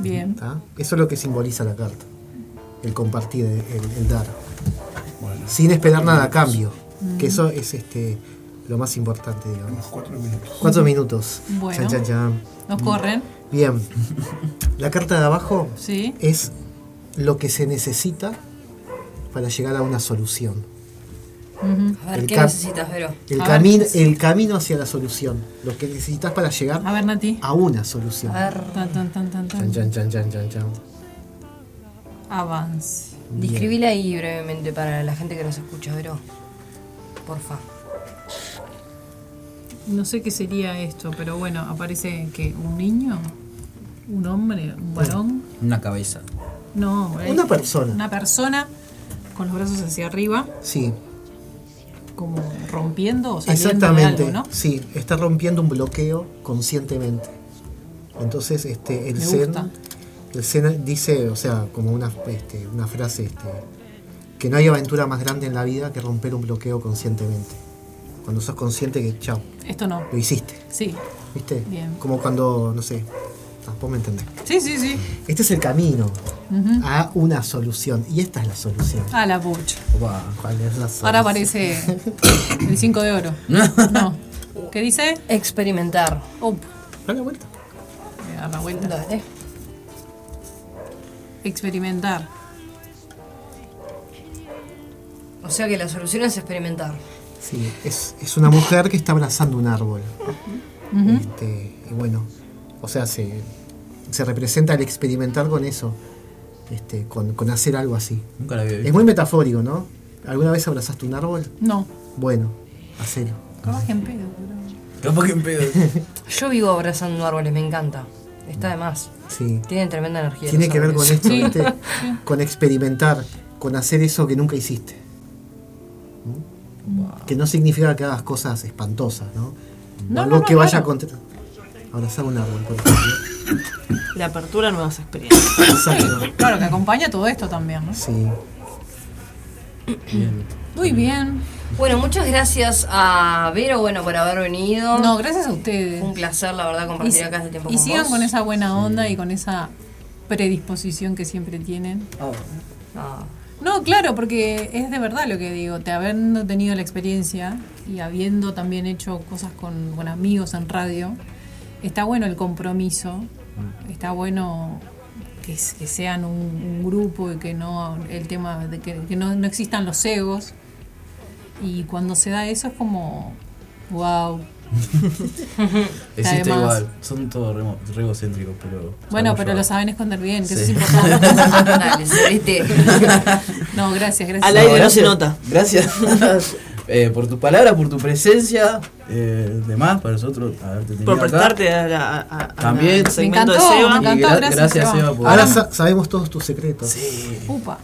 S6: Bien.
S5: ¿tá? Eso es lo que simboliza la carta. El compartir, el, el dar. Sin esperar nada a cambio. Que
S6: Mm.
S5: eso es este lo más importante, digamos.
S4: Cuatro minutos.
S5: Cuatro minutos.
S6: Bueno.
S5: Chan, chan, chan.
S6: Nos corren.
S5: Bien. La carta de abajo
S6: Sí.
S5: es lo que se necesita para llegar a una solución.
S6: Ujú.
S3: A ver, ¿qué
S5: cam-
S3: necesitas, Vero?
S5: El,
S3: A ver,
S5: camino,
S3: ¿qué
S5: el camino hacia la solución. Lo que necesitas para llegar
S6: a,
S5: una solución.
S3: A ver.
S6: Tan, tan, tan, tan, tan.
S5: Chan, chan, chan, chan, chan, chan.
S6: Avance.
S5: Bien.
S3: Describila ahí brevemente para la gente que nos escucha, Vero. Porfa.
S6: No sé qué sería esto, pero bueno, aparece que un niño, un hombre, un varón.
S1: Una cabeza.
S6: No,
S5: Una
S6: eh,
S5: persona.
S6: Una persona con los brazos hacia arriba,
S5: Sí,
S6: como rompiendo o saliendo
S5: exactamente.
S6: de algo, ¿no?
S5: Sí, está rompiendo un bloqueo conscientemente. Entonces, este, el
S6: Me
S5: Zen,
S6: gusta.
S5: el Zen dice, o sea, como una, este, una frase, este, que no hay aventura más grande en la vida que romper un bloqueo conscientemente. Cuando sos consciente que, chao,
S6: Esto no.
S5: lo hiciste,
S6: Sí.
S5: ¿viste?
S6: Bien.
S5: Como cuando, no sé, ah, vos me entendés.
S6: Sí, sí, sí.
S5: Este es el camino
S6: Ujú.
S5: a una solución, y esta es la solución.
S6: A la bucha.
S5: ¿Cuál es la solución?
S6: Ah. Ahora aparece el 5 de oro. No. ¿Qué dice?
S3: Experimentar.
S6: Oh,
S5: Da la vuelta.
S6: voy Eh, a dar la vuelta. Experimentar.
S3: O sea que la solución es experimentar.
S5: Sí, es, es una mujer que está abrazando un árbol.
S3: Ujú.
S5: Este, y bueno, o sea, se, se representa el experimentar con eso, este, con, con hacer algo así.
S1: Nunca la había visto.
S5: Es muy metafórico, ¿no? ¿Alguna vez abrazaste un árbol?
S6: No.
S5: Bueno, hacelo.
S6: Capaz que en pedo.
S1: Capaz que en pedo.
S3: Yo vivo abrazando árboles, me encanta. Está de más.
S5: Sí.
S3: Tienen tremenda energía.
S5: Tiene
S3: los
S5: que ver con
S3: árboles.
S5: esto, ¿viste? con experimentar, con hacer eso que nunca hiciste. ¿Mm? Que no significa que hagas cosas espantosas, ¿no?
S7: No,
S5: algo
S7: no, no,
S5: que vaya
S7: claro.
S5: contra. Abrazar un árbol, por ejemplo.
S7: La apertura a nuevas experiencias.
S5: Exacto.
S6: Claro, que acompaña todo esto también, ¿no?
S5: Sí.
S6: Muy bien.
S3: Bueno, muchas gracias a Vero, bueno, por haber venido.
S6: No, gracias a ustedes.
S3: Un placer, la verdad,
S6: Y,
S3: compartir
S6: si-
S3: acá este tiempo
S6: y
S3: con
S6: sigan
S3: vos.
S6: con esa buena onda y con esa predisposición que siempre tienen.
S3: Ah.
S6: No, claro, porque es de verdad lo que digo. Te habiendo tenido la experiencia y habiendo también hecho cosas con, con amigos en radio, está bueno el compromiso,
S1: Mm.
S6: está bueno que, s- que sean un, un grupo y que no el tema de que, que no, no existan los egos. Y cuando se da eso es como, wow.
S1: Existe
S6: Además.
S1: este igual. Son todos remo- re egocéntricos, pero.
S6: Bueno,
S1: sabemos
S6: pero
S1: llevar.
S6: lo saben esconder bien, que eso es
S1: Sí.
S6: importante.
S3: Dale, sorete.
S6: No, gracias, gracias.
S1: No, gracias- Gracias eh, por tus palabras, por tu presencia, eh, demás, para nosotros haberte tenido
S7: Por
S1: acá.
S7: prestarte a la- a- a- a
S1: También.
S7: la- al segmento de Seba.
S1: Y gra- gracias, Seba, por
S5: Ahora sa- sabemos todos tus secretos.
S1: Sí.
S6: Upa.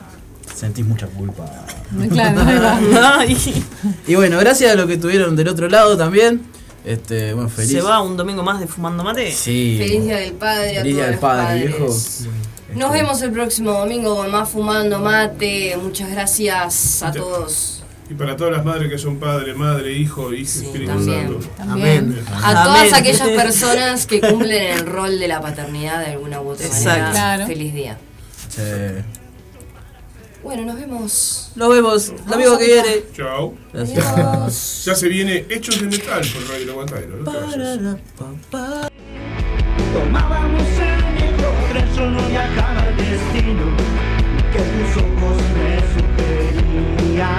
S1: Sentís mucha culpa.
S6: Claro, ahí va. Ay.
S1: Y bueno, gracias a lo que tuvieron del otro lado también. Este, bueno, feliz.
S7: ¿Se va un domingo más de fumando mate?
S1: Sí.
S3: Feliz Día del Padre a
S1: Feliz Día
S3: todos
S1: del
S3: los
S1: Padre,
S3: padres.
S1: viejo.
S3: Nos vemos el próximo domingo con más Fumando Mate. Muchas gracias a todos.
S4: Y para todas las madres que son padre, madre, hijo, hija, Espíritu Santo.
S3: También. A todas aquellas personas que cumplen el rol de la paternidad de alguna u otra manera.
S7: Exacto. Claro.
S3: Feliz día.
S1: Che.
S3: Bueno, nos vemos.
S7: Nos vemos.
S3: Vamos
S7: Lo mismo que
S3: a
S7: viene.
S4: Chao.
S3: Gracias.
S4: ya se viene Hechos de Metal por Radio El Aguantadero. No te vayas.
S12: Tomábamos el micro, eso no viajaba el destino que tus ojos me sugerían.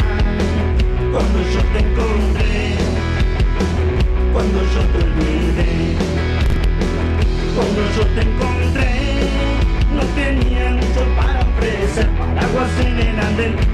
S12: Cuando yo te encontré, cuando yo te olvidé,